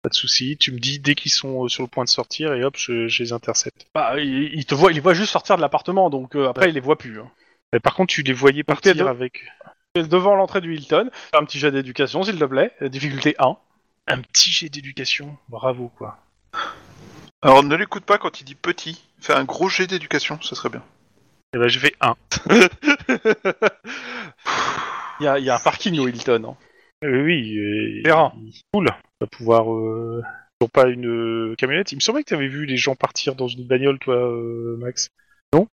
Speaker 4: pas de souci. Tu me dis dès qu'ils sont euh, sur le point de sortir et hop, je, je les intercepte.
Speaker 2: Bah il, il te voit, il les voit juste sortir de l'appartement donc euh, après il les voit plus. hein.
Speaker 4: Mais par contre, tu les voyais
Speaker 2: t'es
Speaker 4: partir
Speaker 2: deux.
Speaker 4: avec
Speaker 2: Et Devant l'entrée du Hilton, fais un petit jet d'éducation s'il te plaît, euh, difficulté 1.
Speaker 4: un petit jet d'éducation. Bravo, quoi.
Speaker 1: Alors ne l'écoute pas quand il dit petit. Fais un gros jet d'éducation, ça serait bien.
Speaker 4: Eh ben, j'ai fait 1.
Speaker 2: Il y a, il y a un parking au Hilton. hein.
Speaker 4: oui, euh,
Speaker 2: Terrain.
Speaker 4: cool. On va pouvoir. Euh... ils ont pas une euh, camionnette. Il me semblait que t'avais vu les gens partir dans une bagnole, toi, euh, Max.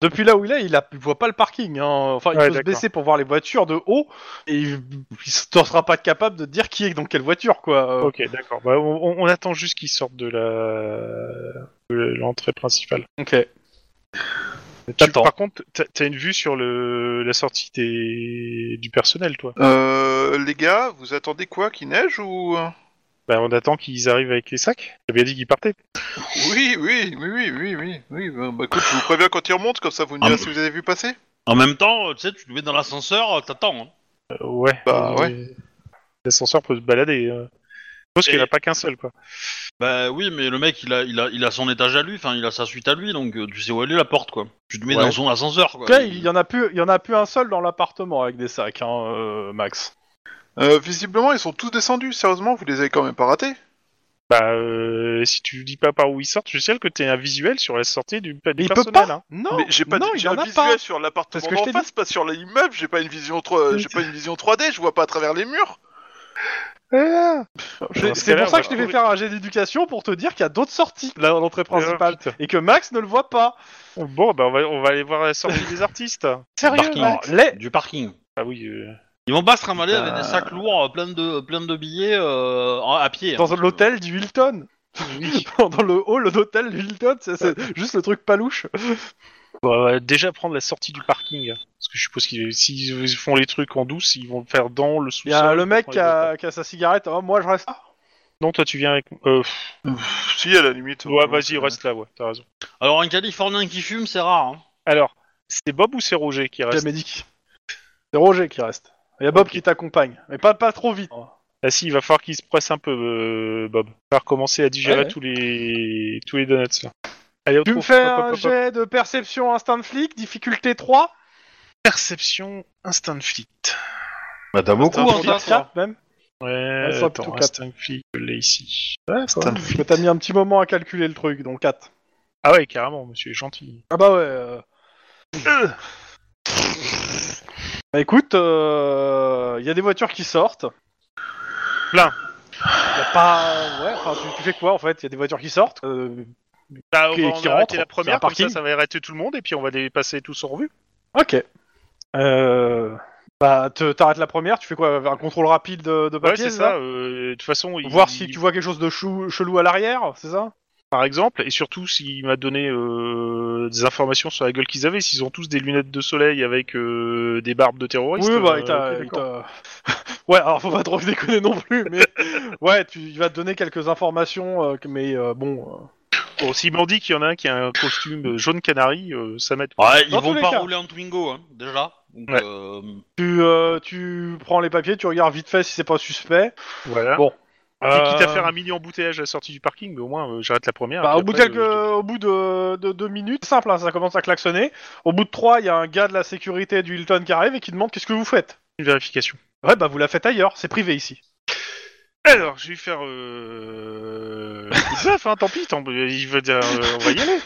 Speaker 2: Depuis là où il est, il, a, il voit pas le parking. hein. Enfin, il
Speaker 4: Ouais,
Speaker 2: peut se
Speaker 4: d'accord.
Speaker 2: baisser pour voir les voitures de haut et il, il sera pas capable de dire qui est dans quelle voiture quoi. Euh,
Speaker 4: Ok, d'accord. Bah, on, on- on attend juste qu'ils sortent de la de l'entrée principale.
Speaker 2: Ok.
Speaker 4: Tu-
Speaker 2: T'attends.
Speaker 4: par contre, t'as- t'as une vue sur le la sortie des... du personnel, toi.
Speaker 1: Euh, les gars, vous attendez quoi Qu'il neige ou. euh
Speaker 4: Bah, on attend qu'ils arrivent avec les sacs. T'as bien dit qu'ils partaient.
Speaker 1: Oui, oui, oui, oui, oui, oui. oui. Bah, bah, écoute, je vous préviens quand il remonte, comme ça vous me
Speaker 3: Ah,
Speaker 1: direz
Speaker 3: mais-
Speaker 1: si vous avez vu passer.
Speaker 3: En même temps, euh, tu sais, tu te mets dans l'ascenseur, euh, t'attends. hein.
Speaker 4: Euh, ouais.
Speaker 1: Bah,
Speaker 4: Mais-
Speaker 1: ouais.
Speaker 4: L'ascenseur peut se balader. euh. Je pense
Speaker 3: Et-
Speaker 4: qu'il n'y en a pas qu'un seul, quoi.
Speaker 3: Bah oui, mais le mec, il a, il a, il a son étage à lui, enfin, il a sa suite à lui, donc euh, tu sais où elle est la porte, quoi. Tu te mets
Speaker 2: Ouais.
Speaker 3: dans son ascenseur, quoi.
Speaker 2: Ok, il y en a plus, il y en a plus un seul dans l'appartement avec des sacs, hein, euh, Max.
Speaker 1: Euh, visiblement, ils sont tous descendus. Sérieusement, vous les avez quand même pas ratés.
Speaker 4: Bah, euh, si tu dis pas par où ils sortent, je sais que t'es un visuel sur la sortie du, du
Speaker 2: il
Speaker 4: personnel.
Speaker 2: peut pas.
Speaker 4: hein.
Speaker 2: Non,
Speaker 1: Mais j'ai pas
Speaker 2: Oh, non,
Speaker 1: de-
Speaker 2: il
Speaker 1: j'ai un
Speaker 2: en a
Speaker 1: visuel
Speaker 2: pas.
Speaker 1: sur
Speaker 2: C'est
Speaker 1: l'appartement
Speaker 2: ce que je
Speaker 1: d'en
Speaker 2: t'ai
Speaker 1: face, pas sur l'immeuble. J'ai pas une vision 3, j'ai pas une vision 3D. Je vois pas à travers les murs. Eh, ah.
Speaker 2: J'ai-
Speaker 4: Dans ce
Speaker 2: C'est
Speaker 4: cas-là,
Speaker 2: pour ça que je
Speaker 4: on
Speaker 2: t'ai fait
Speaker 4: va courir.
Speaker 2: faire un jet d'éducation pour te dire qu'il y a d'autres sorties là dans l'entrée principale et que Max ne le voit pas.
Speaker 4: Bon, bah, on va, on va aller voir la sortie des artistes.
Speaker 2: Sérieux,
Speaker 3: parking.
Speaker 2: Max Les-
Speaker 3: Du parking.
Speaker 4: Ah oui. euh,
Speaker 3: Ils vont pas se ramader
Speaker 1: Putain.
Speaker 3: euh, avec des sacs lourds euh, pleins de, pleins de billets euh, à pied.
Speaker 2: dans
Speaker 3: hein.
Speaker 2: l'hôtel du Hilton.
Speaker 4: Oui.
Speaker 2: Dans le hall d'hôtel du Hilton, c'est- c'est juste le truc palouche.
Speaker 4: Bah, déjà prendre la sortie du parking. hein, Parce que je suppose qu'ils s'ils font les trucs en douce, ils vont le faire dans le
Speaker 2: Il
Speaker 4: sous-sol.
Speaker 2: y a le mec
Speaker 4: Ils
Speaker 2: qui a, qui a sa cigarette, oh, moi je reste.
Speaker 4: Non, toi tu viens avec. Euh, pff,
Speaker 1: Si, à la limite.
Speaker 4: ouais,
Speaker 1: on-
Speaker 4: vas-y, reste là, ouais, t'as raison.
Speaker 3: Alors, un Euh, Californien qui fume, c'est rare. Hein.
Speaker 4: Alors, c'est Bob ou c'est Roger qui
Speaker 2: C'est
Speaker 4: reste
Speaker 2: Médic. C'est Roger qui reste. Il y a Bob qui t'accompagne, mais pas, pas trop vite.
Speaker 4: Ah si, il va falloir qu'il se presse un peu, euh, Bob. Il va falloir commencer à digérer
Speaker 2: Ouais, ouais.
Speaker 4: tous les tous les donuts là. Allez, on
Speaker 2: Tu me
Speaker 4: trouve-
Speaker 2: fais
Speaker 4: hop, hop,
Speaker 2: un
Speaker 4: hop, hop.
Speaker 2: jet de perception instinct de flic, difficulté 3
Speaker 4: Perception instinct fleet.
Speaker 3: Bah, t'as beaucoup,
Speaker 1: Attends,
Speaker 3: hein, ça, toi.
Speaker 2: même.
Speaker 4: Ouais,
Speaker 2: Ouais, ça,
Speaker 4: attends,
Speaker 2: plutôt
Speaker 4: instinct fleet, je l'ai ici.
Speaker 1: Instinct de
Speaker 2: Mais t'as mis un petit moment à calculer le truc, donc 4.
Speaker 4: Ah ouais, carrément, monsieur est gentil.
Speaker 2: Ah bah ouais. euh. Bah écoute, il y a des voitures qui sortent.
Speaker 4: Plein.
Speaker 2: Y a pas. Ouais, enfin, tu, tu fais quoi en fait Il y a des voitures qui sortent. euh,
Speaker 4: Bah,
Speaker 2: Qui-
Speaker 4: on va
Speaker 2: qui
Speaker 4: en arrêter
Speaker 2: rentre,
Speaker 4: la
Speaker 2: c'est un
Speaker 4: première, comme ça,
Speaker 2: parking.
Speaker 4: ça va arrêter tout le monde, et puis on va les passer tous en revue.
Speaker 2: Ok. Euh, Bah, te- t'arrêtes la première, tu fais quoi Un contrôle rapide de, de
Speaker 4: Ouais,
Speaker 2: papier
Speaker 4: c'est ça. euh, De toute façon, il-
Speaker 2: Voir si tu vois quelque chose de chou- chelou à l'arrière, c'est ça
Speaker 4: par exemple, et surtout s'il m'a donné euh, des informations sur la gueule qu'ils avaient, s'ils ont tous des lunettes de soleil avec euh, des barbes de terroristes.
Speaker 2: Oui, bah,
Speaker 4: euh,
Speaker 2: il t'a-
Speaker 4: ok,
Speaker 2: il
Speaker 4: d'accord.
Speaker 2: t'a- ouais, alors faut pas trop déconner non plus, mais ouais, tu, il va te donner quelques informations, euh, que- mais euh, bon. euh.
Speaker 4: Bon, s'ils m'ont dit qu'il y en a un qui a un costume euh, jaune canari, euh, ça m'aide.
Speaker 3: Ouais,
Speaker 2: Dans
Speaker 3: ils
Speaker 2: tous
Speaker 3: vont
Speaker 2: les
Speaker 3: pas
Speaker 2: cas.
Speaker 3: rouler en Twingo, hein, déjà. Donc,
Speaker 4: Ouais.
Speaker 3: euh,
Speaker 2: Tu, euh, tu prends les papiers, tu regardes vite fait si c'est pas suspect.
Speaker 4: Voilà.
Speaker 2: Bon.
Speaker 4: Et quitte à
Speaker 2: Euh,
Speaker 4: faire un mini embouteillage à la sortie du parking, mais au moins euh, j'arrête la première.
Speaker 2: bah,
Speaker 4: et
Speaker 2: au
Speaker 4: puis
Speaker 2: bout de
Speaker 4: après,
Speaker 2: quelques,
Speaker 4: euh,
Speaker 2: au bout de, de deux minutes, simple, hein, ça commence à klaxonner. Au bout de trois, il y a un gars de la sécurité du Hilton qui arrive et qui demande qu'est-ce que vous faites.
Speaker 4: je- une vérification.
Speaker 2: Ouais, bah vous la faites ailleurs, c'est privé ici.
Speaker 4: Alors, je vais faire. Euh... coup de bœuf, hein, tant pis, tant... il veut dire, euh, on va y aller.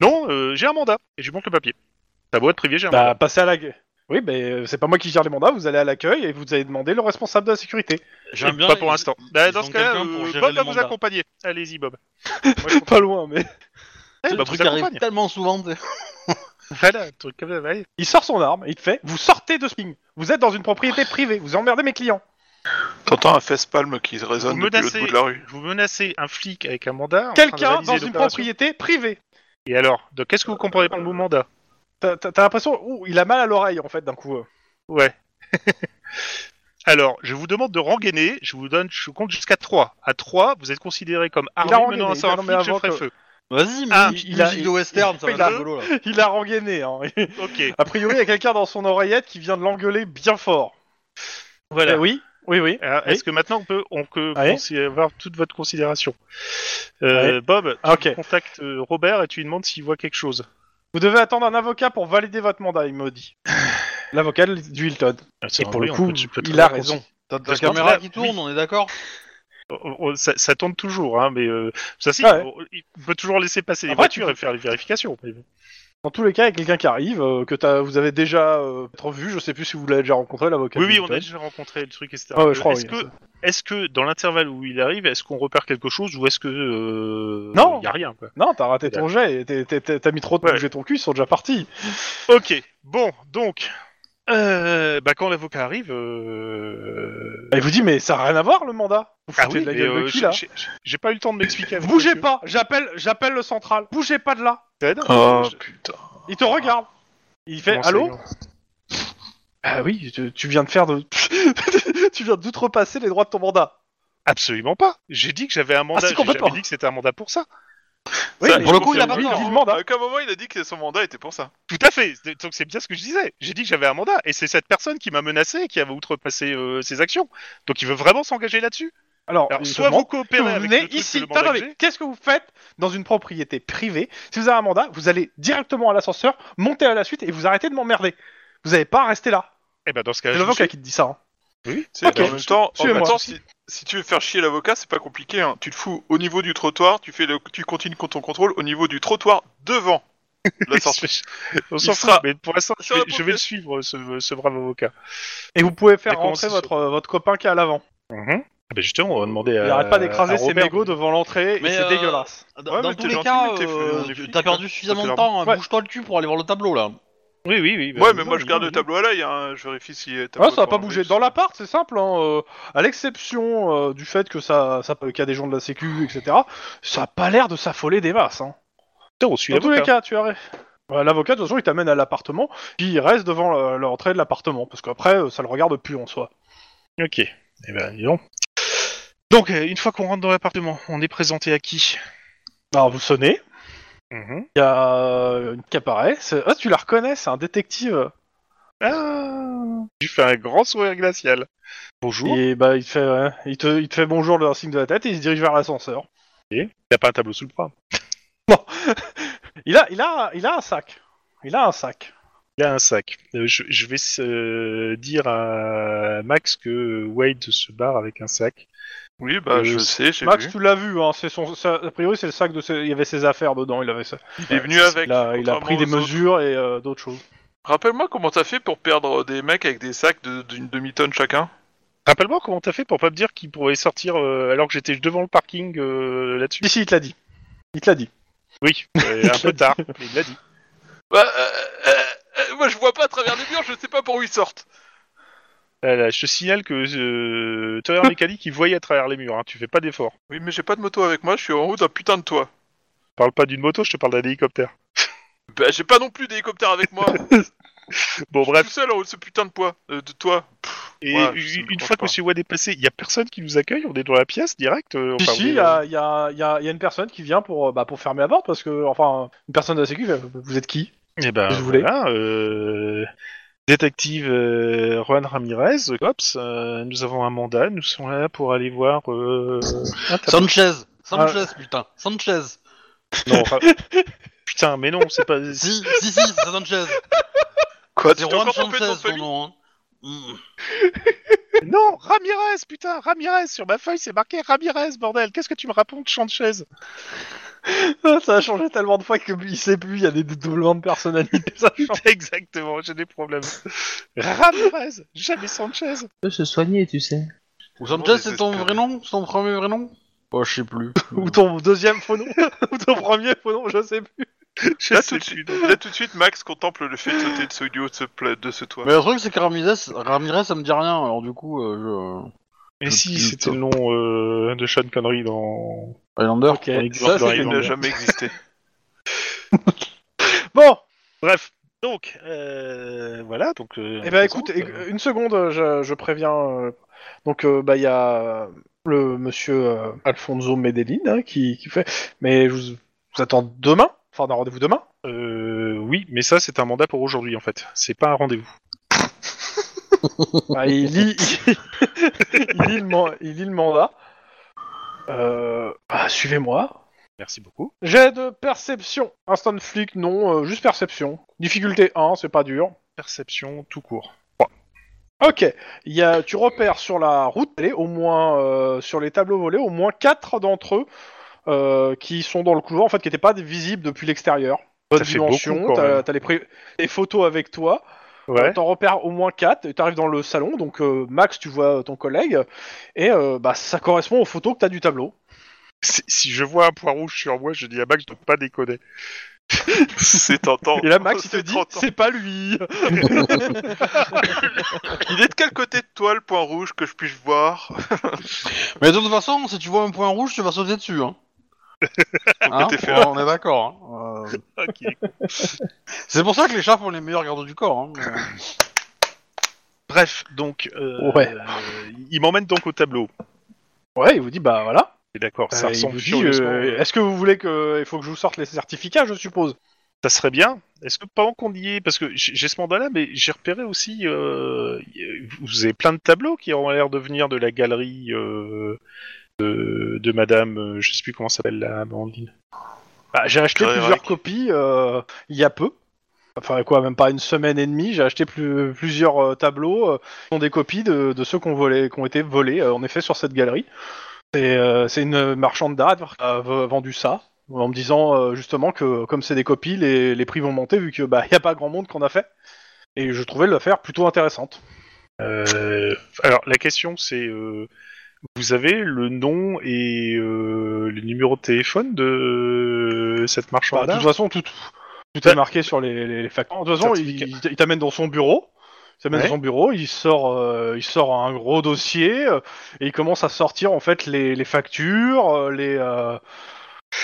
Speaker 4: Non, euh, j'ai un mandat, et je lui montre le papier. Ta boîte privée, j'ai un
Speaker 2: Bah
Speaker 4: mandat.
Speaker 2: passez à la. Oui, mais euh, c'est pas moi qui gère les mandats. Vous allez à l'accueil et vous allez demander le responsable de la sécurité.
Speaker 3: J'aime bien.
Speaker 4: Pas
Speaker 3: les-
Speaker 4: pour l'instant. Bah,
Speaker 3: ils
Speaker 4: dans
Speaker 3: ont
Speaker 4: ce cas-là,
Speaker 3: quelqu'un pour
Speaker 4: euh,
Speaker 3: gérer
Speaker 4: Bob
Speaker 3: les
Speaker 4: va vous
Speaker 3: mandats.
Speaker 4: accompagner. Allez-y, Bob.
Speaker 2: pas loin, mais
Speaker 4: Eh,
Speaker 3: Le
Speaker 4: bah,
Speaker 3: truc
Speaker 4: vous
Speaker 3: arrive
Speaker 4: accompagne.
Speaker 3: tellement souvent. t'es-
Speaker 4: Voilà, un truc comme ça, bah, allez.
Speaker 2: Il sort son arme et il te fait Vous sortez de Sping Vous êtes dans une propriété privée, vous emmerdez mes clients
Speaker 1: T'entends un fesse-palme qui résonne
Speaker 4: Vous
Speaker 1: depuis l'autre
Speaker 4: menacez.
Speaker 1: bout de la rue.
Speaker 4: Vous menacez un flic avec un mandat. en train de
Speaker 2: Quelqu'un
Speaker 4: réaliser
Speaker 2: dans
Speaker 4: une
Speaker 2: une
Speaker 4: opération.
Speaker 2: propriété privée
Speaker 4: Et alors Donc, Qu'est-ce que vous comprenez par le mot mandat
Speaker 2: T'as t'as- t'as l'impression, ouh, il a mal à l'oreille en fait d'un coup. euh.
Speaker 4: Ouais. Alors, je vous demande de rengainer, je vous donne, je vous compte jusqu'à 3. À 3, vous êtes considéré comme armé
Speaker 2: rengainer,
Speaker 4: menant à
Speaker 2: il
Speaker 4: sort
Speaker 2: a-
Speaker 4: un
Speaker 2: non,
Speaker 4: flic,
Speaker 2: mais
Speaker 4: je
Speaker 2: avant
Speaker 4: ferai
Speaker 2: que-
Speaker 4: feu.
Speaker 3: Vas-y, mais
Speaker 4: Ah,
Speaker 3: une petite
Speaker 2: il a-
Speaker 3: musique de western, ça va
Speaker 2: il a-
Speaker 3: être rigolo, là.
Speaker 2: Il a rengainé. Hein.
Speaker 4: Ok,
Speaker 2: a priori, il y a quelqu'un dans son oreillette qui vient de l'engueuler bien fort.
Speaker 4: voilà.
Speaker 2: Eh oui, oui, oui. Ah
Speaker 4: Alors, Est-ce que maintenant on peut, on peut
Speaker 2: Ouais.
Speaker 4: consi- avoir toute votre considération Euh, Bob,
Speaker 2: Ah, ok.
Speaker 4: tu contactes euh, Robert et tu lui demandes s'il voit quelque chose.
Speaker 2: Vous devez attendre un avocat pour valider votre mandat, il me dit. L'avocat du Hilton.
Speaker 4: Et pour
Speaker 2: oui,
Speaker 4: le
Speaker 2: Ah, on
Speaker 4: coup,
Speaker 2: peut- tu peux très
Speaker 4: il a
Speaker 2: bien
Speaker 4: raison.
Speaker 3: T'as
Speaker 4: Parce
Speaker 3: ta
Speaker 4: que là,
Speaker 3: caméra qui
Speaker 4: oui.
Speaker 3: tourne, on est d'accord
Speaker 4: On- on- Oh, ça, ça tourne toujours, hein, mais euh, ça, si,
Speaker 2: Ah ouais. Ah,
Speaker 4: on- il peut toujours laisser passer les
Speaker 2: Après,
Speaker 4: voitures et faire les vérifications. mais bon.
Speaker 2: Dans tous les cas, il y a quelqu'un qui arrive, euh, que t'as- vous avez déjà euh, peut-être vu, je sais plus si vous l'avez déjà rencontré, l'avocat.
Speaker 4: Oui,
Speaker 2: du
Speaker 4: oui, on
Speaker 2: Hilton.
Speaker 4: a déjà rencontré le truc, etc. Euh,
Speaker 2: Ah ouais, je crois,
Speaker 4: Est-ce
Speaker 2: oui,
Speaker 4: que, est-ce que dans l'intervalle où il arrive, est-ce qu'on repère quelque chose ou est-ce que euh,
Speaker 2: Non.
Speaker 4: il y a rien quoi.
Speaker 2: Non, t'as raté ton jet, et t'es- t'es- t'es- t'as mis trop de
Speaker 4: Ouais.
Speaker 2: bouger ton cul, ils sont déjà partis.
Speaker 4: Ok, bon, donc, euh, bah quand l'avocat arrive, euh...
Speaker 2: Bah, Il vous dit, mais ça n'a rien à voir le mandat. Vous foutez de la
Speaker 4: mais,
Speaker 2: gueule de
Speaker 4: euh,
Speaker 2: cul,
Speaker 4: j'ai-
Speaker 2: là.
Speaker 4: j'ai- j'ai pas eu le temps de m'expliquer. avec
Speaker 2: Bougez
Speaker 4: monsieur.
Speaker 2: pas, j'appelle j'appelle le central. Bougez pas de là.
Speaker 4: Ouais, non,
Speaker 1: Oh
Speaker 4: je-
Speaker 1: putain.
Speaker 2: Il te regarde. Il fait
Speaker 4: Comment ça,
Speaker 2: Allô
Speaker 4: non
Speaker 2: Ah oui, tu, tu viens de faire de. tu viens d'outrepasser les droits de ton mandat.
Speaker 4: Absolument pas. J'ai dit que j'avais un mandat.
Speaker 2: Ah, si,
Speaker 4: j'ai
Speaker 2: complètement.
Speaker 4: jamais dit que c'était un mandat pour ça.
Speaker 2: Oui,
Speaker 1: Ça,
Speaker 2: mais
Speaker 1: pour
Speaker 3: le coup, il a
Speaker 2: lui,
Speaker 3: pas tort.
Speaker 2: dit le mandat.
Speaker 1: À aucun Euh, moment, il a dit que son mandat était pour ça.
Speaker 4: Tout à fait. C'est- Donc c'est bien ce que je disais. J'ai dit que j'avais un mandat et c'est cette personne qui m'a menacé et qui avait outrepassé euh, ses actions. Donc il veut vraiment s'engager là-dessus.
Speaker 2: Alors,
Speaker 4: Alors
Speaker 2: il te
Speaker 4: soit vous
Speaker 2: demande que
Speaker 4: coopérez
Speaker 2: vous
Speaker 4: avec
Speaker 2: venez
Speaker 4: le truc que
Speaker 2: ici.
Speaker 4: le mandat
Speaker 2: Attendez,
Speaker 4: que j'ai,
Speaker 2: qu'est-ce que vous faites dans une propriété privée Si vous avez un mandat, vous allez directement à l'ascenseur, montez à la suite et vous arrêtez de m'emmerder. Vous n'avez pas à rester là.
Speaker 4: Eh ben dans ce
Speaker 2: C'est
Speaker 4: cas-là, je vous
Speaker 2: l'avocat
Speaker 4: suis.
Speaker 2: qui te dit ça. hein.
Speaker 1: Tu sais,
Speaker 2: Ok,
Speaker 1: en même temps, en
Speaker 2: suivez-moi.
Speaker 1: même temps, si, si tu veux faire chier l'avocat, c'est pas compliqué. hein. Tu te fous au niveau du trottoir, tu fais le, tu continues ton contrôle au niveau du trottoir devant la sortie.
Speaker 4: On s'en
Speaker 1: Il sera-
Speaker 4: fout, mais pour l'instant, je
Speaker 1: sur la
Speaker 4: vais, je vais le suivre, ce, ce brave avocat.
Speaker 2: Et vous pouvez faire
Speaker 4: Mais comment
Speaker 2: rentrer
Speaker 4: c'est
Speaker 2: votre, euh, votre copain qui est à l'avant.
Speaker 4: Ah bah justement, on va demander à.
Speaker 2: Il arrête pas d'écraser
Speaker 4: à
Speaker 2: ses
Speaker 4: Robert.
Speaker 2: mégots devant l'entrée et
Speaker 3: Mais,
Speaker 2: c'est
Speaker 3: euh,
Speaker 2: dégueulasse.
Speaker 3: Dans,
Speaker 1: Ouais,
Speaker 3: dans
Speaker 1: mais
Speaker 3: tous
Speaker 1: t'es
Speaker 3: les
Speaker 1: gentil,
Speaker 3: cas,
Speaker 1: mais t'es-
Speaker 3: euh,
Speaker 1: t'es flic,
Speaker 3: t'as
Speaker 1: quoi.
Speaker 3: perdu suffisamment de
Speaker 1: Clairement.
Speaker 3: temps, hein.
Speaker 2: Ouais.
Speaker 3: bouge-toi le cul pour aller voir le tableau là.
Speaker 4: Oui, oui, oui. bah,
Speaker 1: ouais, mais
Speaker 4: non,
Speaker 1: moi je
Speaker 4: non,
Speaker 1: garde
Speaker 4: non.
Speaker 1: le tableau à l'œil, hein. je vérifie si. euh,
Speaker 2: Ah,
Speaker 1: tableau est
Speaker 2: ça n'a pas
Speaker 1: enlevé,
Speaker 2: bougé.
Speaker 1: si-
Speaker 2: Dans l'appart, c'est simple, hein, euh, à l'exception euh, du fait que ça, ça qu'il y a des gens de la Sécu, etc. Ça n'a pas l'air de s'affoler des masses. Hein.
Speaker 4: Putain, on suit
Speaker 2: Dans tous les
Speaker 4: l'avocat.
Speaker 2: cas, tu as ra- Ouais, L'avocat, de toute façon, il t'amène à l'appartement, puis il reste devant euh, l'entrée de l'appartement, parce qu'après, euh, ça le regarde plus en soi.
Speaker 4: Ok. Eh ben, dis donc. Donc, euh, une fois qu'on rentre dans l'appartement, on est présenté à qui
Speaker 2: Alors, vous sonnez, il y a euh, une qui apparaît. c'est- Ah, tu la reconnais, c'est un détective.
Speaker 4: Ah Tu fais un grand sourire glacial. Bonjour.
Speaker 2: Et bah, il te fait, ouais, il te, il te fait bonjour d'un signe de la tête et il se dirige vers l'ascenseur.
Speaker 4: T'as pas un tableau sous le bras
Speaker 2: Il a, il, a, il a un sac. Il a un sac.
Speaker 4: Il a un sac. Euh, je, je vais euh, dire à Max que Wade se barre avec un sac.
Speaker 1: Oui, bah
Speaker 4: Euh,
Speaker 1: je sais, j'ai
Speaker 2: Max,
Speaker 1: vu.
Speaker 2: tu l'as vu, hein, c'est son, ça- a priori, c'est le sac de ses- il y avait ses affaires dedans, il avait ça.
Speaker 1: Il est venu avec.
Speaker 2: Il a, il a
Speaker 1: contrairement
Speaker 2: pris des
Speaker 1: aux autres.
Speaker 2: mesures et euh, d'autres choses.
Speaker 1: Rappelle-moi comment t'as fait pour perdre des mecs avec des sacs de- d'une demi-tonne chacun
Speaker 4: Rappelle-moi comment t'as fait pour pas me dire qu'il pourrait sortir euh, alors que j'étais devant le parking euh, là-dessus.
Speaker 2: Ici, il te l'a dit. Il te l'a dit.
Speaker 4: Oui, euh, un peu tard, mais il l'a dit.
Speaker 1: Bah, euh, euh, euh, moi je vois pas à travers les murs, je sais pas pour où ils sortent.
Speaker 4: Là, là, je te signale que euh, Tyler Mekali qui voyait à travers les murs, hein, tu fais pas d'effort.
Speaker 1: Oui, mais j'ai pas de moto avec moi, je suis en haut d'un putain de toit.
Speaker 4: Je parle pas d'une moto, je te parle d'un hélicoptère.
Speaker 1: Bah, j'ai pas non plus d'hélicoptère avec moi.
Speaker 4: Bon
Speaker 1: Je suis
Speaker 4: bref,
Speaker 1: tout seul en haut de ce putain de, poids, euh, de toit.
Speaker 4: et
Speaker 1: Ouais,
Speaker 4: une-
Speaker 1: ça me
Speaker 4: une
Speaker 1: dérange
Speaker 4: fois que
Speaker 1: pas.
Speaker 4: Monsieur Wade est passé, il y a personne qui nous accueille, on est dans la pièce direct. euh,
Speaker 2: Si,
Speaker 4: enfin,
Speaker 2: si,
Speaker 4: on est-
Speaker 2: il y a, il y a- il y a- il y a une personne qui vient pour, euh, bah, pour fermer la porte parce que, enfin, une personne de la sécu, elle, vous êtes qui
Speaker 4: Eh ben,
Speaker 2: Je voulais.
Speaker 4: voilà, euh, détective euh, Juan Ramirez, euh, cops, euh, nous avons un mandat, nous sommes là pour aller voir. euh,
Speaker 2: Ah,
Speaker 4: un tableau.
Speaker 3: Sanchez Sanchez, putain Sanchez
Speaker 4: Non, enfin, putain, mais non, c'est pas.
Speaker 3: Si, si, si, c'est Sanchez
Speaker 1: Quoi
Speaker 3: C'est
Speaker 1: t'es
Speaker 3: Juan
Speaker 1: encore trompé de
Speaker 3: Sanchez
Speaker 1: nom de
Speaker 3: son
Speaker 1: famille
Speaker 3: nom, hein. Mm.
Speaker 4: Non, Ramirez, putain, Ramirez, sur ma feuille c'est marqué Ramirez, bordel, qu'est-ce que tu me racontes, Sanchez
Speaker 2: Ça a changé tellement de fois qu'il sait plus, il y a des doublements de personnalité. Ça change.
Speaker 4: Exactement, j'ai des problèmes. Ramirez, jamais Sanchez.
Speaker 5: On peut se soigner, tu sais.
Speaker 3: Ou
Speaker 1: Vraiment
Speaker 3: Sanchez, c'est ton
Speaker 1: désespéré.
Speaker 3: vrai nom C'est ton premier vrai nom Oh, je sais plus.
Speaker 2: Ou ton deuxième faux nom, ou ton premier faux nom, je sais plus.
Speaker 4: Je
Speaker 1: Là
Speaker 4: sais
Speaker 1: tout, de
Speaker 4: plus.
Speaker 1: suite, là, tout de suite, Max contemple le fait de sauter de ce, du haut de ce, pla- de ce toit.
Speaker 3: Mais le truc, c'est que Ramirez, Ramirez, ça me dit rien, alors du coup, euh,
Speaker 4: Mais
Speaker 3: Le
Speaker 4: si,
Speaker 3: plus
Speaker 4: c'était
Speaker 3: tôt.
Speaker 4: le nom euh, de Sean Connery dans.
Speaker 3: je... Highlander
Speaker 2: Ok,
Speaker 4: exemple,
Speaker 2: ça c'est
Speaker 1: Il
Speaker 4: non,
Speaker 1: n'a
Speaker 2: une...
Speaker 1: jamais existé.
Speaker 2: Bon,
Speaker 4: Bref, donc, euh, voilà, donc. euh,
Speaker 2: Eh
Speaker 4: on
Speaker 2: ben écoute,
Speaker 4: présente,
Speaker 2: éc-
Speaker 4: euh,
Speaker 2: une seconde, je, je préviens. euh, Donc euh, bah il y a euh, le monsieur euh, Alfonso Medellin hein, qui, qui fait. Mais je vous, vous attends demain. Enfin, on a rendez-vous demain.
Speaker 4: Euh, oui, mais ça, c'est un mandat pour aujourd'hui, en fait. C'est pas un rendez-vous.
Speaker 2: Bah, il lit, il, lit le, man- il lit le mandat. Euh, bah, suivez-moi.
Speaker 4: Merci beaucoup.
Speaker 2: J'ai de perception. Instant flic, non, euh, juste perception. Difficulté 1, c'est pas dur.
Speaker 4: Perception tout court.
Speaker 2: Ok, il y a, tu repères sur la route, allez, au moins euh, sur les tableaux volés, au moins quatre d'entre eux euh, qui sont dans le couloir, en fait, qui n'étaient pas visibles depuis l'extérieur. Bonne
Speaker 4: Ça fait
Speaker 2: dimension,
Speaker 4: beaucoup, quand
Speaker 2: t'as
Speaker 4: même.
Speaker 2: t'as les, pré- les photos avec toi,
Speaker 4: Ouais.
Speaker 2: t'en repères au moins quatre, et t'arrives dans le salon, donc euh, Max, tu vois ton collègue, et euh, bah, ça correspond aux photos que t'as du tableau.
Speaker 4: Si, si je vois un point rouge sur moi, je dis à Max de pas déconner.
Speaker 1: C'est tentant.
Speaker 2: Et là,
Speaker 4: Oh,
Speaker 2: Max, il te
Speaker 1: C'est
Speaker 2: dit,
Speaker 1: tentant.
Speaker 2: c'est pas lui
Speaker 1: Il est de quel côté de toi le point rouge que je puisse voir
Speaker 3: Mais de toute façon, si tu vois un point rouge, tu vas sauter dessus, hein. Hein
Speaker 1: t'es fait
Speaker 3: Ouais, on est d'accord. hein. Euh,
Speaker 4: Ok.
Speaker 3: C'est pour ça que les chats font les meilleurs gardes du corps. Hein. Euh,
Speaker 4: Bref, donc. euh,
Speaker 2: Ouais.
Speaker 4: euh, il m'emmène donc au tableau.
Speaker 2: Ouais, il vous dit, bah voilà.
Speaker 4: Et D'accord, ça
Speaker 2: Euh, il
Speaker 4: ressemble
Speaker 2: vous dit,
Speaker 4: furieusement.
Speaker 2: euh, est-ce que vous voulez que... Il faut que je vous sorte les certificats, je suppose
Speaker 4: Ça serait bien. Est-ce que pendant qu'on y est, parce que j'ai j'ai ce mandat-là, mais j'ai repéré aussi, euh, y- vous avez plein de tableaux qui ont l'air de venir de la galerie euh, de, de Madame, euh, je sais plus comment ça s'appelle la Amandine.
Speaker 2: Bah, j'ai acheté
Speaker 1: Ouais,
Speaker 2: plusieurs
Speaker 1: ouais.
Speaker 2: copies euh, il y a peu. Enfin, quoi, même pas une semaine et demie, j'ai acheté plus- plusieurs euh, tableaux euh, qui sont des copies de, de ceux qu'on volait, qui ont été volés, euh, en effet, sur cette galerie. C'est euh, c'est une marchande d'art qui a v- vendu ça, en me disant euh, justement que, comme c'est des copies, les, les prix vont monter vu qu'il bah, n'y a pas grand monde qu'on a fait. Et je trouvais l'affaire plutôt intéressante.
Speaker 4: Euh, alors la question c'est, euh, vous avez le nom et euh, le numéro de téléphone de euh, cette
Speaker 2: Bah,
Speaker 4: marchande
Speaker 2: de toute façon, tout, Tout est marqué sur les, les, les factures. De toute façon, il,
Speaker 4: Certificat.
Speaker 2: il t'amène dans son bureau. Il t'amène
Speaker 4: Ouais.
Speaker 2: dans son bureau, il sort, euh, il sort un gros dossier euh, et il commence à sortir en fait les, les factures, euh, les. euh,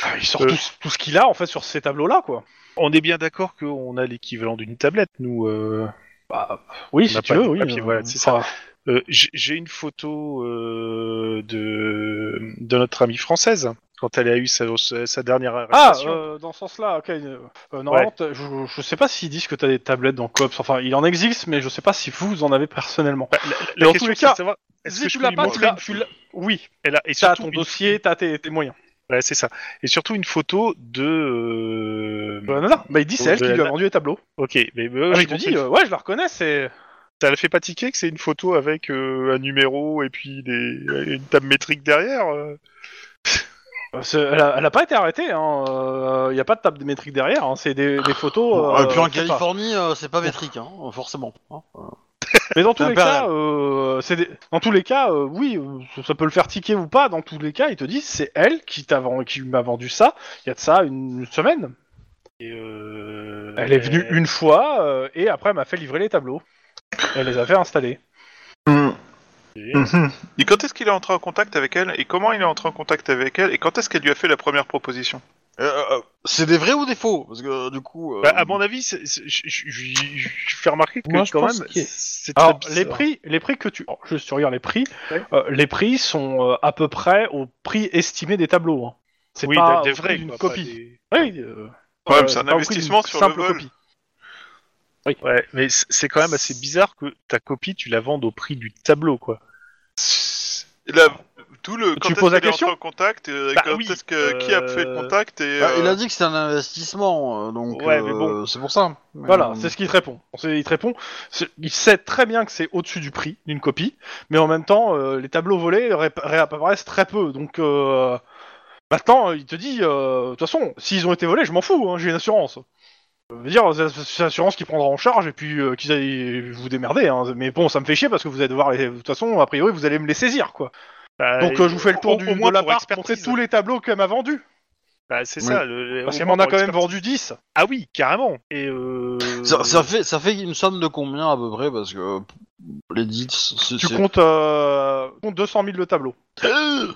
Speaker 2: ah, Il sort
Speaker 4: Euh.
Speaker 2: tout, ce- tout ce qu'il a en fait sur ces tableaux-là, quoi.
Speaker 4: On est bien d'accord qu'on a l'équivalent d'une tablette, nous. euh.
Speaker 2: Bah, oui, si
Speaker 4: n'a
Speaker 2: tu
Speaker 4: pas
Speaker 2: veux,
Speaker 4: de
Speaker 2: oui.
Speaker 4: papier,
Speaker 2: euh,
Speaker 4: voilà, c'est
Speaker 2: enfin,
Speaker 4: Euh, J'ai j'ai une photo euh, de, de notre amie française quand elle a eu sa, sa dernière
Speaker 2: Ah,
Speaker 4: arrestation.
Speaker 2: euh, dans ce sens-là, ok. euh, euh, non,
Speaker 4: Ouais.
Speaker 2: t'as- je, je sais pas s'ils disent que t'as des tablettes dans Cops. Enfin, il en existe, mais je sais pas si vous en avez personnellement.
Speaker 4: Bah,
Speaker 2: mais
Speaker 4: la,
Speaker 2: en
Speaker 4: la
Speaker 2: tous
Speaker 4: question,
Speaker 2: les
Speaker 4: c'est de
Speaker 2: cas,
Speaker 4: savoir, est-ce
Speaker 2: si
Speaker 4: que je
Speaker 2: tu
Speaker 4: peux
Speaker 2: l'as
Speaker 4: lui
Speaker 2: pas, tu
Speaker 4: montrer
Speaker 2: l'as.
Speaker 4: une-
Speaker 2: tu l'as- Oui,
Speaker 4: Elle a- et
Speaker 2: t'as
Speaker 4: surtout
Speaker 2: ton
Speaker 4: une-
Speaker 2: dossier, t'as tes, tes moyens.
Speaker 4: Ouais, c'est ça. Et surtout une photo de. euh,
Speaker 2: Bah, nana. bah, il dit c'est
Speaker 4: Oh,
Speaker 2: elle qui lui a
Speaker 4: nana.
Speaker 2: vendu les tableaux.
Speaker 4: Ok, mais
Speaker 2: Ah,
Speaker 4: euh,
Speaker 2: mais
Speaker 4: j'ai
Speaker 2: il te
Speaker 4: montré
Speaker 2: dit,
Speaker 4: une-
Speaker 2: euh, ouais, je la reconnais, c'est.
Speaker 4: ça la fait pas tiquer que c'est une photo avec euh, un numéro et puis des... une table métrique derrière. euh.
Speaker 2: Euh, c'est- Elle a, elle a pas été arrêtée, hein. Il n'y a pas de table de métrique derrière, hein. c'est des, des photos.
Speaker 3: Euh,
Speaker 2: euh,
Speaker 3: puis en
Speaker 2: je sais pas.
Speaker 3: Californie, euh, c'est pas métrique, hein, forcément. hein.
Speaker 2: Mais dans tous les
Speaker 3: Impérial.
Speaker 2: cas, euh, c'est des- dans tous les cas, euh, oui, euh, ça- ça peut le faire tiquer ou pas. Dans tous les cas, il te dit c'est elle qui t'a vend- qui m'a vendu ça. Il y a de ça une semaine.
Speaker 4: Et, euh,
Speaker 2: Elle est venue une fois euh, et après elle m'a fait livrer les tableaux. Elle les a fait installer.
Speaker 1: Et quand est-ce qu'il est entré en contact avec elle Et comment il est entré en contact avec elle Et quand est-ce qu'elle lui a fait la première proposition
Speaker 3: Euh, euh, c'est des vrais ou des faux Parce que euh, du coup. euh,
Speaker 4: Bah, à mon avis, c'est- c'est- je- je je- je- je fais remarquer que
Speaker 5: Moi, je
Speaker 4: quand
Speaker 5: pense
Speaker 4: même,
Speaker 5: qu'il y a-
Speaker 4: c'est très
Speaker 2: Alors les
Speaker 4: bizarre.
Speaker 2: prix, les prix que tu, oh, je suis les prix,
Speaker 4: Ouais.
Speaker 2: euh, les prix sont euh, à peu près au prix estimé des tableaux. hein. C'est
Speaker 4: Oui,
Speaker 2: pas
Speaker 4: des,
Speaker 2: au
Speaker 4: des vrais,
Speaker 2: prix d'une
Speaker 4: quoi, pas
Speaker 2: copie.
Speaker 4: des-
Speaker 2: Oui, euh,
Speaker 1: Ouais, mais
Speaker 2: euh,
Speaker 1: c'est un
Speaker 2: pas au prix
Speaker 1: investissement
Speaker 2: d'une
Speaker 1: sur
Speaker 2: simple
Speaker 1: le vol.
Speaker 2: copie.
Speaker 4: Ouais, mais c- c'est quand même assez bizarre que ta copie, tu la vendes au prix du tableau, quoi.
Speaker 1: Il a- tout le quand
Speaker 2: Tu
Speaker 1: est-ce
Speaker 2: poses la
Speaker 1: qu'il est
Speaker 2: question
Speaker 1: entré en contact et
Speaker 4: Bah
Speaker 1: quand
Speaker 4: oui,
Speaker 1: est-ce que qui a fait le
Speaker 4: euh,
Speaker 1: contact et
Speaker 3: bah, Il
Speaker 1: euh,
Speaker 3: a dit que c'est un investissement, euh, donc
Speaker 4: Ouais,
Speaker 3: euh,
Speaker 4: mais bon.
Speaker 3: c'est pour ça. Mais,
Speaker 2: Voilà,
Speaker 3: euh,
Speaker 2: c'est ce qu'il te répond. C'est- Il te répond, c'est- il sait très bien que c'est au-dessus du prix d'une copie, mais en même temps, euh, les tableaux volés ré- réapparaissent très peu. Donc euh, maintenant, il te dit, euh, de toute façon, s'ils ont été volés, je m'en fous, hein, j'ai une assurance. Je veux dire, c'est c'est l'assurance qui prendra en charge et puis euh, qu'ils aillent vous démerder. hein. Mais bon, ça me fait chier parce que vous allez devoir, les... de toute façon, a priori, vous allez me les saisir, quoi.
Speaker 4: Bah,
Speaker 2: Donc euh, je vous fais le tour
Speaker 4: au-
Speaker 2: du,
Speaker 4: au moins
Speaker 2: de la
Speaker 4: pour
Speaker 2: part,
Speaker 4: expertise. hein.
Speaker 2: montrer tous les tableaux qu'elle m'a vendus.
Speaker 4: Bah, c'est
Speaker 3: Oui.
Speaker 4: ça. le- le-
Speaker 2: Parce
Speaker 4: au
Speaker 2: qu'elle
Speaker 4: moins
Speaker 2: m'en a
Speaker 4: pour
Speaker 2: quand même
Speaker 4: expertise.
Speaker 2: vendu 10.
Speaker 4: Ah oui, carrément. Et euh...
Speaker 3: Ça, ça fait, ça fait une somme de combien à peu près Parce que euh, les dits, c'est.
Speaker 2: Tu
Speaker 3: c'est-
Speaker 2: comptes, euh, comptes 200 000 le tableau.
Speaker 3: Euh,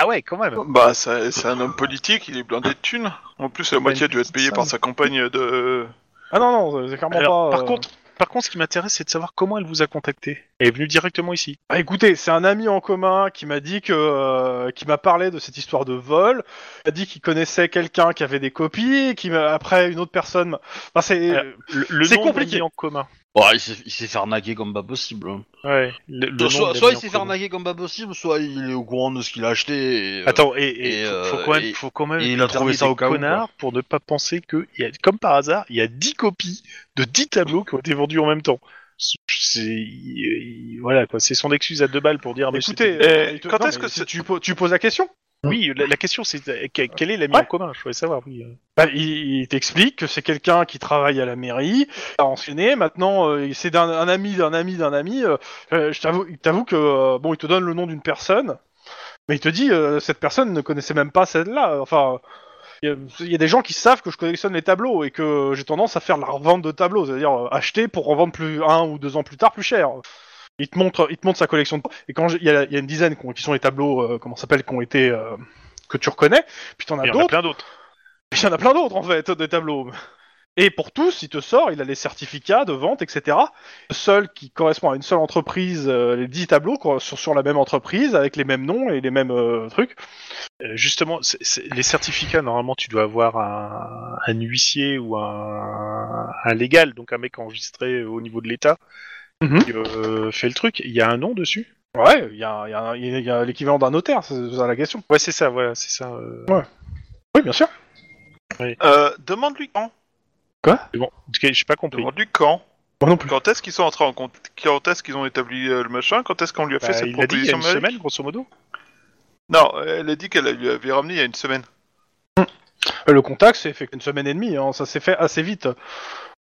Speaker 4: Ah ouais, quand même.
Speaker 1: Bah, ça- c'est un homme politique, il est blindé de thunes. En plus, la moitié doit être payée par sa campagne de.
Speaker 2: Ah non, non, c'est clairement
Speaker 4: Alors,
Speaker 2: pas.
Speaker 4: par
Speaker 2: euh,
Speaker 4: contre, par contre, ce qui m'intéresse, c'est de savoir comment elle vous a contacté. Elle est venue directement ici.
Speaker 2: Ah, écoutez, c'est un ami en commun qui m'a dit que. euh, qui m'a parlé de cette histoire de vol, qui a dit qu'il connaissait quelqu'un qui avait des copies, qui m'a- après une autre personne. m'a- Enfin, c'est.
Speaker 4: Alors, Le, Euh, le
Speaker 2: C'est
Speaker 4: nom de
Speaker 2: compliqué.
Speaker 4: l'ami en commun.
Speaker 3: ouais, il s'est il s'est fait arnaquer comme pas possible. hein.
Speaker 4: Ouais. Le, le nom
Speaker 3: soit
Speaker 4: de
Speaker 3: soit il
Speaker 4: l'ami
Speaker 3: s'est
Speaker 4: en
Speaker 3: fait
Speaker 4: commun.
Speaker 3: arnaquer comme pas possible, soit il est au courant de ce qu'il a acheté. et, euh,
Speaker 4: Attends, et, et
Speaker 3: Et,
Speaker 4: faut,
Speaker 3: euh,
Speaker 4: faut quand même,
Speaker 3: et-
Speaker 4: faut quand même
Speaker 3: et il a trouvé ça
Speaker 4: des
Speaker 3: au cas où,
Speaker 4: connards pour ne pas penser que, il y a- comme par hasard, il y a 10 copies de 10 tableaux qui ont été vendus en même temps. C'est, il- il- voilà quoi, c'est son excuse à deux balles pour dire. mais
Speaker 2: écoutez,
Speaker 4: c'était-
Speaker 1: euh,
Speaker 2: il te-
Speaker 1: quand
Speaker 2: non,
Speaker 1: est-ce
Speaker 2: mais
Speaker 1: que
Speaker 2: si
Speaker 1: c'est-
Speaker 2: tu, po- tu poses la question
Speaker 4: oui, la, la question c'est euh, que- quel est l'ami
Speaker 2: Ouais.
Speaker 4: en commun. Je voulais savoir. Oui. euh.
Speaker 2: Bah, il, il t'explique que c'est quelqu'un qui travaille à la mairie, qui a enchaîné. Maintenant, euh, c'est d'un un ami, d'un ami, d'un ami. euh, euh, je t'avoue, il t'avoue que euh, bon, il te donne le nom d'une personne, mais il te dit euh, cette personne ne connaissait même pas celle-là. Enfin, il y, a- il y a des gens qui savent que je collectionne les tableaux et que j'ai tendance à faire la revente de tableaux, c'est-à-dire euh, acheter pour revendre plus un ou deux ans plus tard plus cher. Il te montre, il te montre sa collection. de- Et quand j'ai- il y, a il y a une dizaine qui ont- qui sont les tableaux, euh, comment ça s'appelle, qui ont été euh, que tu reconnais. Puis t'en as
Speaker 4: Il y en a
Speaker 2: d'autres.
Speaker 4: plein d'autres.
Speaker 2: Il y en a plein d'autres en fait, des tableaux. Et pour tous, il te sort, il a les certificats de vente, etc. Le seul qui correspond à une seule entreprise, euh, les 10 tableaux quoi, sur, sur la même entreprise, avec les mêmes noms et les mêmes euh, trucs.
Speaker 4: Euh, justement, c'est- c'est- les certificats normalement, tu dois avoir un, un huissier ou un, un légal, donc un mec enregistré au niveau de l'État
Speaker 3: Mm-hmm.
Speaker 2: Mhm.
Speaker 4: qui euh, fait le truc. Il y a un nom dessus.
Speaker 2: Ouais, il y a, il y a- il y a- il y a l'équivalent d'un notaire, c'est c'est ça la question.
Speaker 4: Ouais, c'est ça, voilà, c'est ça. euh.
Speaker 2: Oui, bien sûr.
Speaker 1: Euh, demande-lui quand.
Speaker 4: Mais Bon, en tout cas, j'ai pas compris.
Speaker 1: Demande-lui quand.
Speaker 2: Moi non plus.
Speaker 1: Quand est-ce qu'ils sont entrés en contact Quand est-ce qu'ils ont établi euh, le machin Quand est-ce qu'on lui a fait
Speaker 4: Bah,
Speaker 1: cette
Speaker 4: il l'a dit il y a
Speaker 1: proposition
Speaker 4: une
Speaker 1: magique
Speaker 4: semaine, grosso modo.
Speaker 1: Non, elle a dit qu'elle lui avait ramené il y a une semaine.
Speaker 2: Euh, Le contact, c'est fait une semaine et demie, hein, ça s'est fait assez vite.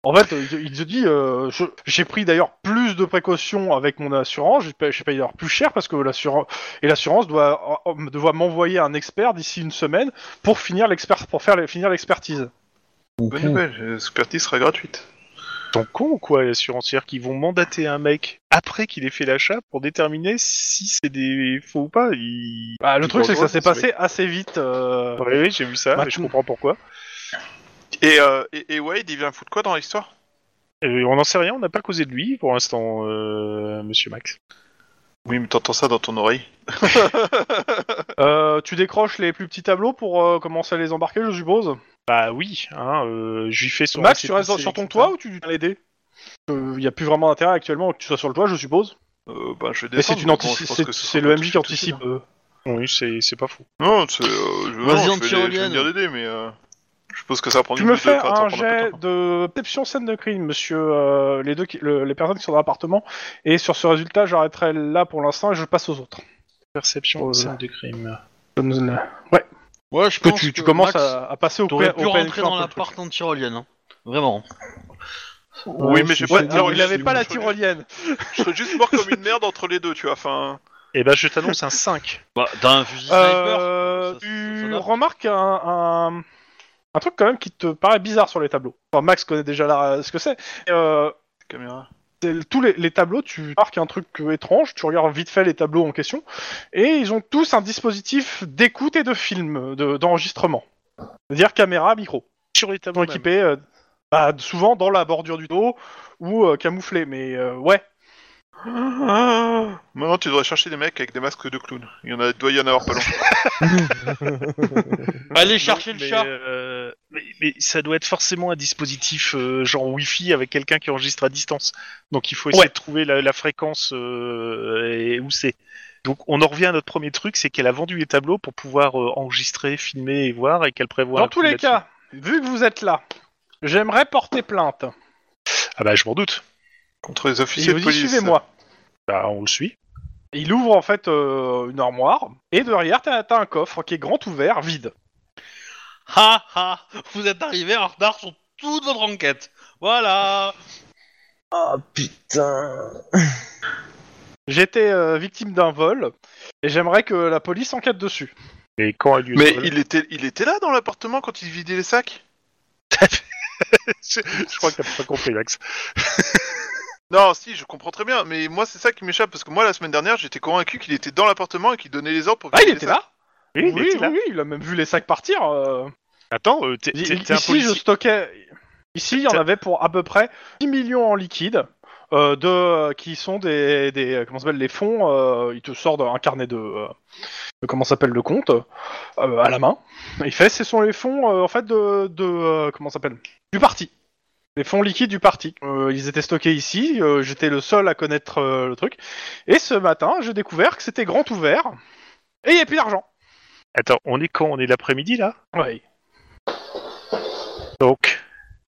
Speaker 2: En fait, euh, il il se dit, euh, je- j'ai pris d'ailleurs plus de précautions avec mon assurance, j'ai payé, j'ai payé d'ailleurs plus cher parce que l'assurance et l'assurance doit, euh, doit m'envoyer un expert d'ici une semaine pour finir l'expert, pour faire les- finir l'expertise.
Speaker 3: Mon
Speaker 6: Mmh.
Speaker 1: Bonne
Speaker 3: con.
Speaker 1: nouvelle, l'expertise sera gratuite.
Speaker 4: T'en con ou quoi, l'assurance C'est-à-dire qu'ils vont mandater un mec après qu'il ait fait l'achat pour déterminer si c'est des faux ou pas. Ils...
Speaker 2: Bah, le
Speaker 4: ils
Speaker 2: truc, c'est que ça s'est
Speaker 4: rejoignent,
Speaker 2: passé assez vite. euh,
Speaker 4: Ouais, ouais, j'ai vu ça,
Speaker 2: Bah,
Speaker 4: et je
Speaker 2: tu-
Speaker 4: comprends pourquoi.
Speaker 1: Et, euh, et, et Wade, il vient foutre quoi dans l'histoire
Speaker 4: Euh, on n'en sait rien, on n'a pas causé de lui pour l'instant, euh, monsieur Max.
Speaker 1: Oui, mais t'entends ça dans ton oreille.
Speaker 2: euh, tu décroches les plus petits tableaux pour euh, commencer à les embarquer, je suppose.
Speaker 4: Bah oui, hein, euh, je lui fais son.
Speaker 2: Max, tu restes
Speaker 4: récépissé,
Speaker 2: sur ton
Speaker 4: etc.
Speaker 2: toit ou tu viens l'aider Il n'y a plus vraiment d'intérêt actuellement que tu sois sur le toit, je suppose.
Speaker 1: Euh, ben, je vais
Speaker 2: Mais c'est
Speaker 1: descendre,
Speaker 2: une
Speaker 1: bon,
Speaker 2: antici-
Speaker 1: je pense
Speaker 2: c'est-
Speaker 1: que ce
Speaker 2: c'est
Speaker 1: sera
Speaker 2: le
Speaker 1: pas tout
Speaker 2: MJ
Speaker 1: de
Speaker 2: qui
Speaker 1: suite aussi,
Speaker 2: anticipe.
Speaker 1: hein.
Speaker 2: euh.
Speaker 4: Oui, c'est c'est pas fou.
Speaker 1: Non, c'est. Euh, je, non,
Speaker 3: Vas-y,
Speaker 1: je
Speaker 3: on
Speaker 1: vais
Speaker 3: tire
Speaker 1: les-
Speaker 3: au
Speaker 1: je vais
Speaker 3: lien.
Speaker 1: bien l'aider, mais. euh, je pense que ça va prendre
Speaker 2: Tu
Speaker 1: une
Speaker 2: me
Speaker 1: minute,
Speaker 2: fais
Speaker 1: enfin, ça
Speaker 2: un
Speaker 1: va prendre peu de
Speaker 2: jet
Speaker 1: temps.
Speaker 2: de perception scène de crime, monsieur, euh, les, deux qui- le- les personnes qui sont dans l'appartement. Et sur ce résultat, j'arrêterai là pour l'instant et je passe aux autres.
Speaker 4: Perception,
Speaker 2: Oh là.
Speaker 4: scène de crime.
Speaker 3: Ouais, je
Speaker 2: Que
Speaker 3: pense
Speaker 2: tu, tu commences
Speaker 3: Max,
Speaker 2: à, à passer au
Speaker 3: T'aurais
Speaker 2: pla-
Speaker 3: pu
Speaker 2: au PNQ
Speaker 3: rentrer
Speaker 2: un
Speaker 3: dans
Speaker 2: peu le truc.
Speaker 3: l'appart en tyrolienne. hein. Vraiment.
Speaker 1: Oui, mais j'ai pas
Speaker 2: Ouais, alors il avait
Speaker 1: je-
Speaker 2: pas la
Speaker 1: je-
Speaker 2: tyrolienne.
Speaker 1: Je serais juste mort comme une merde entre les deux, tu vois. Enfin.
Speaker 4: Et bah je t'annonce un 5.
Speaker 3: Bah, t'as un fusil sniper.
Speaker 2: Euh,
Speaker 3: ça- ça- ça
Speaker 2: tu
Speaker 3: date.
Speaker 2: remarques un, un, un truc quand même qui te paraît bizarre sur les tableaux. Enfin, Max connaît déjà là, ce que c'est. Euh,
Speaker 1: Caméra.
Speaker 2: c'est- tous les, les tableaux, tu marques un truc euh, étrange, tu regardes vite fait les tableaux en question, et ils ont tous un dispositif d'écoute et de film, de- d'enregistrement. C'est-à-dire caméra, micro.
Speaker 4: Sur
Speaker 2: Ils
Speaker 4: les
Speaker 2: sont
Speaker 4: tableaux. même.
Speaker 2: équipés euh, bah, souvent dans la bordure du dos ou euh, camouflés, mais euh, ouais.
Speaker 1: Maintenant, tu devrais chercher des mecs avec des masques de clown. Il y en a, doit y en avoir pas longtemps.
Speaker 3: Allez chercher le
Speaker 4: mais,
Speaker 3: chat.
Speaker 4: euh, mais, mais ça doit être forcément un dispositif euh, genre Wi-Fi avec quelqu'un qui enregistre à distance. Donc il faut essayer de trouver la, la fréquence euh, et où c'est. Donc on en revient à notre premier truc, c'est qu'elle a vendu les tableaux pour pouvoir euh, enregistrer, filmer et voir et qu'elle prévoit. un
Speaker 2: dans tous
Speaker 4: coup
Speaker 2: les
Speaker 4: là-dessus.
Speaker 2: cas, vu que vous êtes là, j'aimerais porter plainte.
Speaker 4: Ah bah je m'en doute.
Speaker 1: Contre les
Speaker 2: Il
Speaker 1: officiers
Speaker 2: vous
Speaker 1: de
Speaker 2: dit
Speaker 1: police.
Speaker 2: suivez-moi.
Speaker 4: Bah on le suit.
Speaker 2: Il ouvre en fait euh, une armoire et derrière t'as t'as un coffre qui est grand ouvert, vide.
Speaker 3: Ha ha. Vous êtes arrivés en retard sur toute votre enquête. Voilà.
Speaker 5: Ah putain.
Speaker 2: J'étais euh, victime d'un vol et j'aimerais que la police enquête dessus.
Speaker 4: Et quand elle lui
Speaker 1: Mais il était, il était là dans l'appartement quand il vidait les sacs
Speaker 4: je crois qu'elle n'a pas compris Max.
Speaker 1: Non, si, je comprends très bien, mais moi c'est ça qui m'échappe parce que moi la semaine dernière j'étais convaincu qu'il était dans l'appartement et qu'il donnait les ordres pour.
Speaker 2: Ah, il
Speaker 1: vider les
Speaker 2: était
Speaker 1: sacs.
Speaker 2: là
Speaker 4: Oui, il
Speaker 2: oui,
Speaker 4: était là.
Speaker 2: oui, il a même vu les sacs partir. euh.
Speaker 4: Attends, euh, t'es
Speaker 2: I-
Speaker 4: t'es- t'es un
Speaker 2: Ici, je
Speaker 4: policier.
Speaker 2: stockais. Ici, il y en
Speaker 4: T'as-
Speaker 2: avait pour à peu près 10 millions en liquide. euh, de euh, qui sont des, des comment ça s'appelle les fonds euh, il te sort d'un carnet de, euh, de comment ça s'appelle le compte euh, à la main il fait ce sont les fonds euh, en fait de, de euh, comment ça s'appelle du parti les fonds liquides du parti Euh, ils étaient stockés ici euh, j'étais le seul à connaître euh, le truc et ce matin j'ai découvert que c'était grand ouvert et il n'y a plus d'argent
Speaker 4: Attends, on est quand On est l'après-midi là
Speaker 2: ouais
Speaker 4: Donc,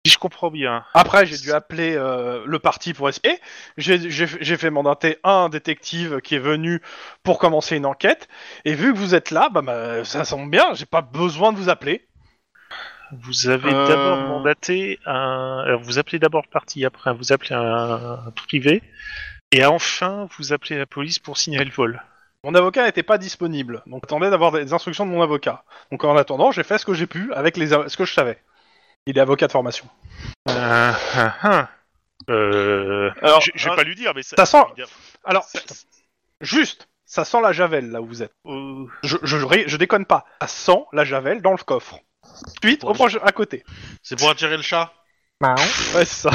Speaker 4: si je comprends bien,
Speaker 2: Après, j'ai dû appeler euh, le parti pour SP. J'ai j'ai- j'ai fait mandater un détective qui est venu pour commencer une enquête. Et vu que vous êtes là, bah, bah, ça semble bien. J'ai pas besoin de vous appeler.
Speaker 4: Vous avez
Speaker 1: Euh.
Speaker 4: d'abord mandaté un. alors, vous appelez d'abord le parti, après vous appelez un, un privé, et enfin vous appelez la police pour signaler le vol.
Speaker 2: Mon avocat n'était pas disponible, donc attendez d'avoir des instructions de mon avocat. Donc en attendant, j'ai fait ce que j'ai pu avec les a- ce que je savais. Il est avocat de formation.
Speaker 4: Euh, hein, hein. Euh,
Speaker 1: Alors,
Speaker 4: je, je vais
Speaker 1: hein,
Speaker 4: pas lui dire, mais ça.
Speaker 2: Ça sent. Alors,
Speaker 4: ça-
Speaker 2: juste, ça sent la javel là où vous êtes.
Speaker 4: euh,
Speaker 2: Je, je, ré- je déconne pas. Ça sent la javel dans le coffre. Suite, au
Speaker 3: Ouais.
Speaker 2: proche, à côté.
Speaker 3: C'est pour attirer le chat.
Speaker 2: Ouais, c'est ça.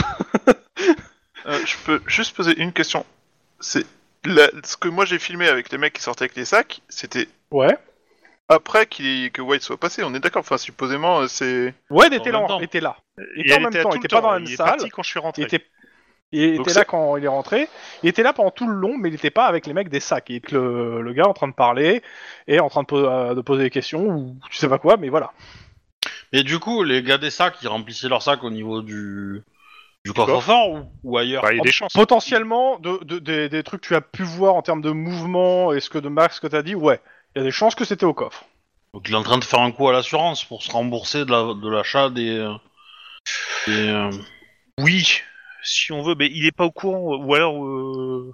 Speaker 1: euh, je peux juste poser une question. C'est la- ce que moi j'ai filmé avec les mecs qui sortaient avec les sacs, c'était
Speaker 2: Ouais.
Speaker 1: après qu'il que Wade soit passé. On est d'accord Enfin, supposément euh, c'est.
Speaker 2: Ouais, il
Speaker 3: En
Speaker 2: était
Speaker 3: même
Speaker 2: là.
Speaker 3: temps.
Speaker 2: il était là.
Speaker 4: il
Speaker 2: était en même
Speaker 4: à
Speaker 2: temps,
Speaker 4: tout
Speaker 2: il
Speaker 4: le
Speaker 2: était pas dans la
Speaker 4: il
Speaker 2: même
Speaker 4: est parti
Speaker 2: salle.
Speaker 4: quand je suis rentré.
Speaker 2: Il était, il
Speaker 1: Donc
Speaker 2: était
Speaker 1: c'est-
Speaker 2: là quand il est rentré. Il était là pendant tout le long, mais il était pas avec les mecs des sacs. Il était le, le gars en train de parler et en train de, po- euh, de poser des questions ou tu sais pas quoi, mais voilà.
Speaker 3: Et du coup, les gars des sacs, ils remplissaient leur sac au niveau du du
Speaker 4: coffre.
Speaker 3: coffre-fort ou, ou ailleurs.
Speaker 4: Bah, il y a des chances.
Speaker 2: Potentiellement, de, de- des, des trucs que tu as pu voir en termes de mouvement et ce que de Max que t'as dit, ouais, il y a des chances que c'était au coffre.
Speaker 3: Donc il est en train de faire un coup à l'assurance pour se rembourser de la- de l'achat des. euh, des, euh,
Speaker 4: Oui, si on veut, mais il est pas au courant, ou alors. euh,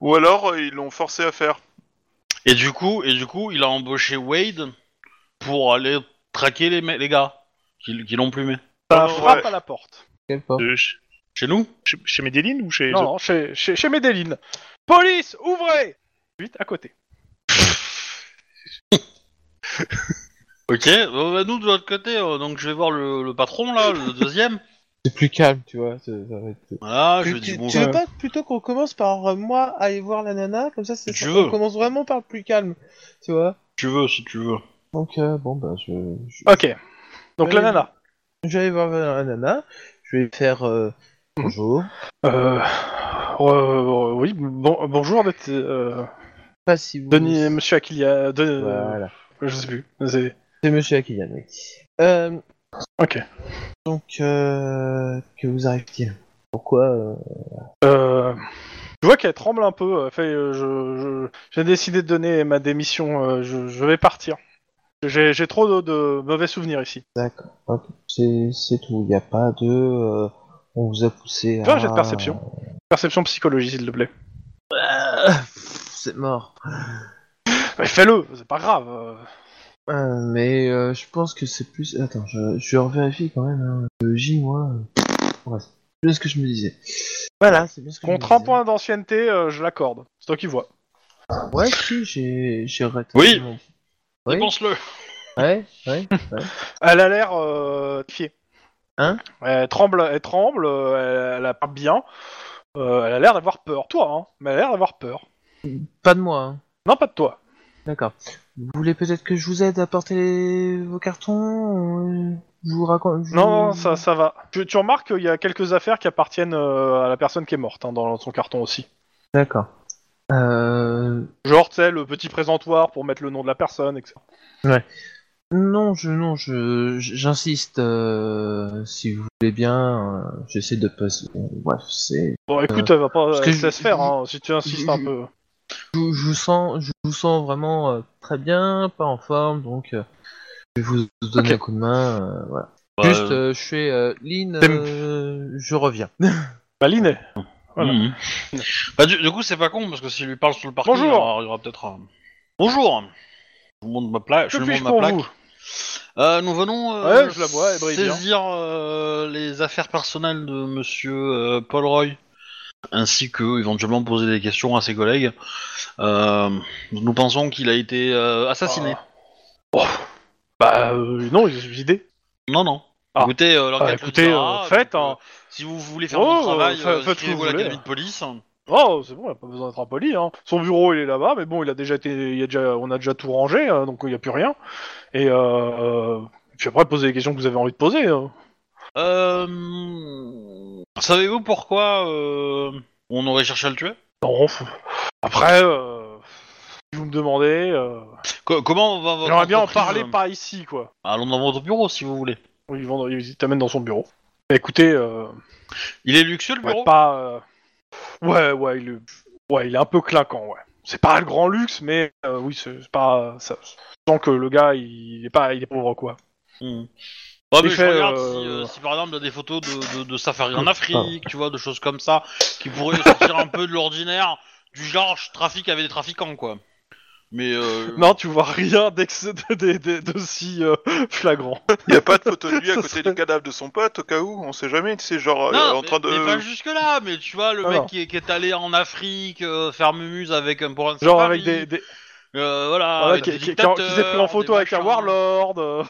Speaker 1: Ou alors euh, ils l'ont forcé à faire.
Speaker 3: Et du coup, et du coup, il a embauché Wade pour aller traquer les, me- les gars qui, qui l'ont plumé.
Speaker 2: Ça
Speaker 1: Ah non,
Speaker 2: frappe
Speaker 1: ouais.
Speaker 2: à la porte.
Speaker 5: Quelle porte
Speaker 4: De ch-
Speaker 3: Chez nous
Speaker 4: euh, chez, chez Medellin ou chez.
Speaker 2: non, non, chez, chez, chez Medellin. Police, ouvrez Vite, à côté.
Speaker 3: Ok, euh, bah, nous de l'autre côté, euh, donc je vais voir le, le patron là, le deuxième.
Speaker 5: C'est plus calme, tu vois. c'est- ça va être-
Speaker 2: Ah,
Speaker 3: Voilà, je
Speaker 6: Tu,
Speaker 3: lui dis
Speaker 6: tu-
Speaker 3: bon. ben,
Speaker 6: tu veux pas plutôt qu'on commence par euh, moi aller voir la nana comme ça c'est
Speaker 3: Tu
Speaker 6: ça,
Speaker 3: veux.
Speaker 6: on commence vraiment par le plus calme tu vois
Speaker 3: Tu veux, si tu veux.
Speaker 5: Donc, euh, bon, bah, je. je-
Speaker 2: Ok. Donc la
Speaker 6: Oui.
Speaker 2: nana.
Speaker 6: ben, je vais aller voir la nana je vais faire euh,
Speaker 2: Hmm.
Speaker 6: bonjour
Speaker 2: Euh, euh, oui, bon, bonjour, d'être, euh,
Speaker 6: pas si vous
Speaker 2: Denis, monsieur Akilia. De,
Speaker 6: voilà
Speaker 2: Je sais plus. c'est-
Speaker 6: c'est monsieur Akilian oui. Euh,
Speaker 2: Ok.
Speaker 6: donc euh, que vous arrive-t-il pourquoi euh,
Speaker 2: Euh, je vois qu'elle tremble un peu. Elle fait, euh, je- je- j'ai décidé de donner ma démission. euh, je, je vais partir. J'ai j'ai trop de, de mauvais souvenirs ici.
Speaker 6: d'accord ok. c'est c'est tout il n'y a pas de euh, on vous a poussé
Speaker 2: Fais un
Speaker 6: à-
Speaker 2: jet de perception. Perception psychologie, s'il te plaît.
Speaker 6: c'est mort
Speaker 2: Mais Fais-le, c'est pas grave. euh.
Speaker 6: Euh, mais euh, je pense que c'est plus. Attends, je, je revérifie quand même. Hein. Le J, moi. euh, Ouais, c'est bien ce que je me disais. Voilà, c'est bien ce que
Speaker 2: Contre
Speaker 6: je me
Speaker 2: un
Speaker 6: disais.
Speaker 2: point d'ancienneté, euh, je l'accorde. C'est toi qui vois.
Speaker 6: Ouais, si, j'ai j'ai raté.
Speaker 3: Oui.
Speaker 6: mon- Oui.
Speaker 3: Dépense-le
Speaker 6: Ouais, ouais.
Speaker 2: Elle a l'air euh, fiée.
Speaker 6: Hein
Speaker 2: Elle tremble, elle tremble, euh, elle, elle a pas bien. Euh, elle a l'air d'avoir peur. Toi, hein, mais elle a l'air d'avoir peur.
Speaker 6: Pas de moi. Hein.
Speaker 2: Non, pas de toi.
Speaker 6: D'accord. Vous voulez peut-être que je vous aide à porter les- vos cartons euh, Je vous raconte. je
Speaker 2: Non,
Speaker 6: vous-
Speaker 2: non, ça, ça va. Tu, tu remarques qu'il y a quelques affaires qui appartiennent euh, à la personne qui est morte hein, dans son carton aussi.
Speaker 6: D'accord. Euh...
Speaker 2: Genre, tu sais, le petit présentoir pour mettre le nom de la personne, etc.
Speaker 6: Non, je, non, je, j'insiste. euh, si vous voulez bien, euh, j'essaie de passer. Bref, c'est
Speaker 2: Bon, écoute, elle va pas
Speaker 6: parce que
Speaker 2: elle sait
Speaker 6: je-
Speaker 2: se faire hein, si tu insistes un
Speaker 6: je-
Speaker 2: peu.
Speaker 6: je, vous- je vous sens, je vous sens vraiment euh, très bien, pas en forme, donc euh, je vais vous donner
Speaker 2: Ok.
Speaker 6: un coup de main. euh, voilà.
Speaker 3: Bah,
Speaker 6: Juste, euh, je fais euh, Lynn,
Speaker 2: T'aimes-
Speaker 6: euh, je reviens.
Speaker 2: Bah, Liné. voilà.
Speaker 3: Mhm. Bah, du, du coup, c'est pas con, parce que s'il lui parle sur le parking,
Speaker 2: Bonjour.
Speaker 3: il y aura, il y aura peut-être un... Bonjour Je vous montre ma, pla...
Speaker 2: que
Speaker 3: je vous
Speaker 2: puis-je
Speaker 3: montre ma
Speaker 2: pour
Speaker 3: plaque.
Speaker 2: vous
Speaker 3: Euh, nous venons euh,
Speaker 2: Ouais, je la vois, elle brille bien.
Speaker 3: saisir euh, les affaires personnelles de monsieur euh, Paul Roy, ainsi que éventuellement poser des questions à ses collègues. Euh, nous pensons qu'il a été euh,
Speaker 6: Ah,
Speaker 3: assassiné.
Speaker 2: Ah. Oh. Bah, euh, non, j'ai une idée.
Speaker 3: Non, non.
Speaker 2: Ah.
Speaker 3: Écoutez, euh, l'enquête
Speaker 2: Ah,
Speaker 3: le
Speaker 2: écoutez,
Speaker 3: dira,
Speaker 2: euh, faites,
Speaker 3: donc, euh,
Speaker 2: hein.
Speaker 3: si vous voulez faire
Speaker 2: Oh,
Speaker 3: votre travail,
Speaker 2: fa-
Speaker 3: euh,
Speaker 2: faites ce que
Speaker 3: écrivez-vous
Speaker 2: vous
Speaker 3: à
Speaker 2: voulez.
Speaker 3: l'académie de police.
Speaker 2: Oh, c'est bon, il a pas besoin d'être impoli. Hein. Son bureau, il est là-bas, mais bon, il a déjà été, il y a déjà, on a déjà tout rangé, euh, donc il n'y a plus rien. Et euh, euh, puis après, posez les questions que vous avez envie de poser. hein.
Speaker 3: Euh, Savez-vous pourquoi euh, on aurait cherché à le tuer
Speaker 2: Non, faut- après, euh, si vous me demandez, euh,
Speaker 3: Co- Comment va votre
Speaker 2: j'aimerais bien en
Speaker 3: entreprise,
Speaker 2: parler
Speaker 3: euh,
Speaker 2: par ici, quoi.
Speaker 3: Allons dans votre bureau si vous voulez.
Speaker 2: Oui, Ils, vont- ils t'amènent dans son bureau. Mais écoutez, euh,
Speaker 3: Il est luxueux le
Speaker 2: ouais,
Speaker 3: bureau
Speaker 2: pas, euh, ouais, ouais, il est, ouais, il est un peu clinquant, ouais. C'est pas le grand luxe, mais euh, oui, c'est c'est pas, ça, je sens que le gars, il est pas, il est pauvre, quoi.
Speaker 3: Hmm. Ouais, mais
Speaker 2: Il
Speaker 3: je
Speaker 2: fait,
Speaker 3: regarde
Speaker 2: euh,
Speaker 3: si, euh, si, par exemple il y a des photos de, de, de safari en Afrique, tu vois, de choses comme ça, qui pourraient sortir un peu de l'ordinaire, du genre je trafique avec des trafiquants quoi. Mais euh,
Speaker 2: Non, tu vois rien d'ex- de, de- de- d'aussi euh, flagrant.
Speaker 1: Il y a pas de photo de lui à
Speaker 2: Ça
Speaker 1: côté
Speaker 2: serait-
Speaker 1: du cadavre de son pote, au cas où, on sait jamais, tu sais, genre euh,
Speaker 3: non,
Speaker 1: en train de.
Speaker 3: mais pas jusque là, mais tu vois, le
Speaker 2: Ah, non.
Speaker 3: mec qui est, qui est allé en Afrique euh, faire mumuse avec un pour un
Speaker 2: Genre
Speaker 3: safari,
Speaker 2: avec des. des
Speaker 3: euh, voilà,
Speaker 2: voilà,
Speaker 3: avec
Speaker 2: Ah qui,
Speaker 3: des
Speaker 2: qui- qui- qui s'est pris en
Speaker 3: dictateurs,
Speaker 2: photo
Speaker 3: des
Speaker 2: avec un
Speaker 3: machins.
Speaker 2: warlord. euh.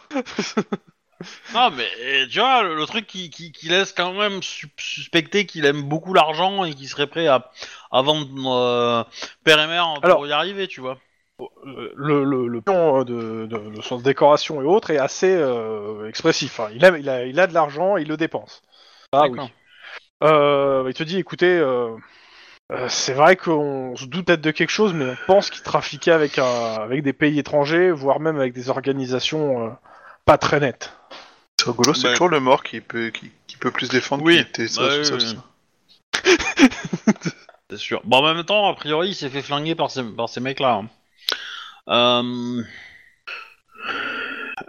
Speaker 3: Non, mais euh, tu vois, le, le truc qui, qui, qui laisse quand même su- suspecter qu'il aime beaucoup l'argent et qu'il serait prêt à, à vendre euh, père et mère pour
Speaker 2: Alors-
Speaker 3: y arriver, tu vois.
Speaker 2: Le, le, le pion euh, de, de, de son décoration et autres est assez euh, expressif. hein. Il, a, il, a, il a de l'argent, il le dépense. Ah oui.
Speaker 3: D'accord.
Speaker 2: Euh, il te dit écoutez, euh, euh, c'est vrai qu'on se doute peut-être de quelque chose, mais on pense qu'il trafiquait avec, un, avec des pays étrangers, voire même avec des organisations euh, pas très nettes.
Speaker 1: C'est rigolo, c'est
Speaker 3: Bah-
Speaker 1: toujours le mort qui peut, qui, qui peut plus défendre
Speaker 3: Oui,
Speaker 1: que tes-
Speaker 3: bah oui,
Speaker 1: ça-
Speaker 3: oui.
Speaker 1: ça-
Speaker 3: C'est sûr. Bon, en même temps, a priori, il s'est fait flinguer par ces, par ces mecs-là. hein. Euh...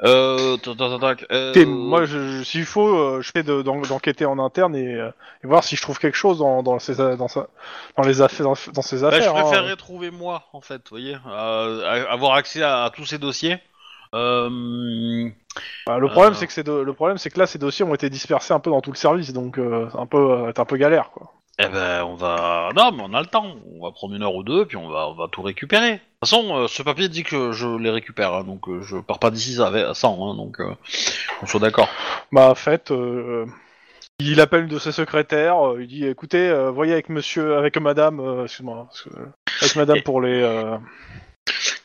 Speaker 3: Euh... tac, tac, tac, euh,
Speaker 2: Écoutez, moi, je, je- s'il faut, euh, je fais de- d'en- d'enquêter en interne et, euh, et voir si je trouve quelque chose dans, dans, ces, a- dans, sa- dans les affaires, dans, dans ces
Speaker 3: bah, je
Speaker 2: affaires. hein.
Speaker 3: préférerais trouver moi, en fait, vous voyez, euh, avoir accès à, à tous ces dossiers Euh,
Speaker 2: Bah, le problème,
Speaker 3: Euh.
Speaker 2: c'est que ces do- le problème, c'est que là, ces dossiers ont été dispersés un peu dans tout le service, donc euh, c'est un peu, euh, c'est un peu galère, quoi.
Speaker 3: eh ben, on va. Non, mais on a le temps. On va prendre une heure ou deux, puis on va, on va tout récupérer. De toute façon, euh, ce papier dit que je les récupère, hein, donc euh, je pars pas d'ici avec- sans, hein, donc euh, qu'on soit d'accord.
Speaker 2: Bah, en fait, euh, il appelle une de ses secrétaires, euh, il dit écoutez, euh, voyez avec monsieur, avec madame, euh, excuse-moi, parce que- avec madame
Speaker 3: Et-
Speaker 2: pour les. euh,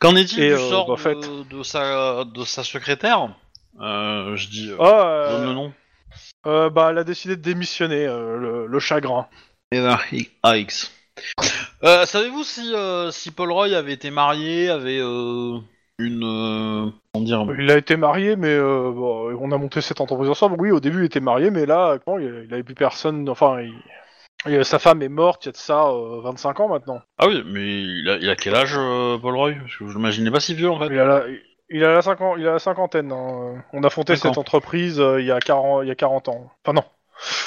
Speaker 3: Qu'en est-il
Speaker 2: Et,
Speaker 3: du
Speaker 2: euh,
Speaker 3: sort
Speaker 2: bah,
Speaker 3: de,
Speaker 2: fait.
Speaker 3: de sa, de sa secrétaire Euh, Je dis. euh,
Speaker 2: Oh, euh,
Speaker 3: donne le nom.
Speaker 2: euh, bah, elle a décidé de démissionner, euh, le, le chagrin.
Speaker 3: Et ben, I- AX. Euh, Savez-vous si, euh, si Paul Roy avait été marié, avait euh, une. euh, comment dire
Speaker 2: Il a été marié, mais euh, bon, on a monté cette entreprise ensemble. Oui, au début, il était marié, mais là, bon, il n'avait plus personne. Enfin, il- il- sa femme est morte il y a de ça euh, 25 ans maintenant.
Speaker 3: Ah oui, mais il a, il a quel âge, euh, Paul Roy Parce que je l'imaginais pas si vieux en fait.
Speaker 2: Il a la, il a la, cinquan- il a la cinquantaine. hein. On a fondé
Speaker 3: D'accord.
Speaker 2: cette entreprise euh, il, y a 40, il y a 40 ans. Enfin, non,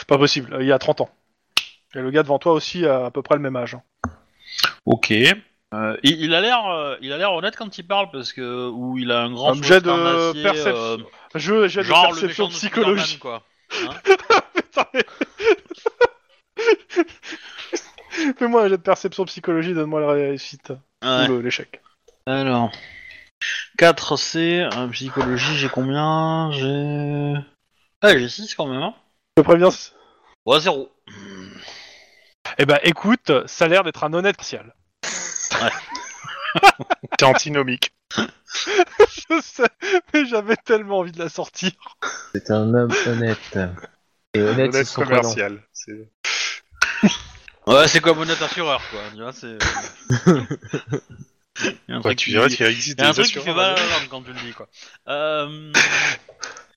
Speaker 2: pas possible, euh, il y a 30 ans. Et le gars devant toi aussi a à peu près le même âge. hein.
Speaker 3: Ok. Euh, il, il a l'air, euh, il a l'air hobjet quand il parle parce que ou il a un grand
Speaker 2: Un jet
Speaker 3: objet
Speaker 2: de perception- Je, j'ai des
Speaker 3: genre le
Speaker 2: perceptions
Speaker 3: méchant de
Speaker 2: psychologiques.
Speaker 3: Spider-Man, quoi.
Speaker 2: Fais-moi un jet de perception psychologie, donne-moi la réussite
Speaker 3: Ouais.
Speaker 2: ou le- l'échec.
Speaker 3: Alors, 4 C, en psychologie, j'ai combien J'ai. Ah, j'ai 6 quand même. Hein
Speaker 2: Je te préviens. c'est-
Speaker 3: ouais, 0.
Speaker 2: Eh ben, écoute, ça a l'air d'être un honnête partiel.
Speaker 4: T'es antinomique.
Speaker 2: Je sais, mais j'avais tellement envie de la sortir.
Speaker 6: C'est un homme honnête. Et honnête, c'est
Speaker 4: Honnête
Speaker 6: son prénom.
Speaker 4: commercial. C'est-
Speaker 3: Ouais, c'est comme honnête assureur, quoi. Tu vois, c'est. Il y a un
Speaker 4: Quoi,
Speaker 3: truc
Speaker 4: tu
Speaker 3: qui-
Speaker 4: dirais qu'il existe
Speaker 3: il y a un
Speaker 4: des
Speaker 3: truc qui fait
Speaker 4: assureurs,
Speaker 3: mal à
Speaker 4: hein.
Speaker 3: la langue quand tu le dis, quoi. Euh...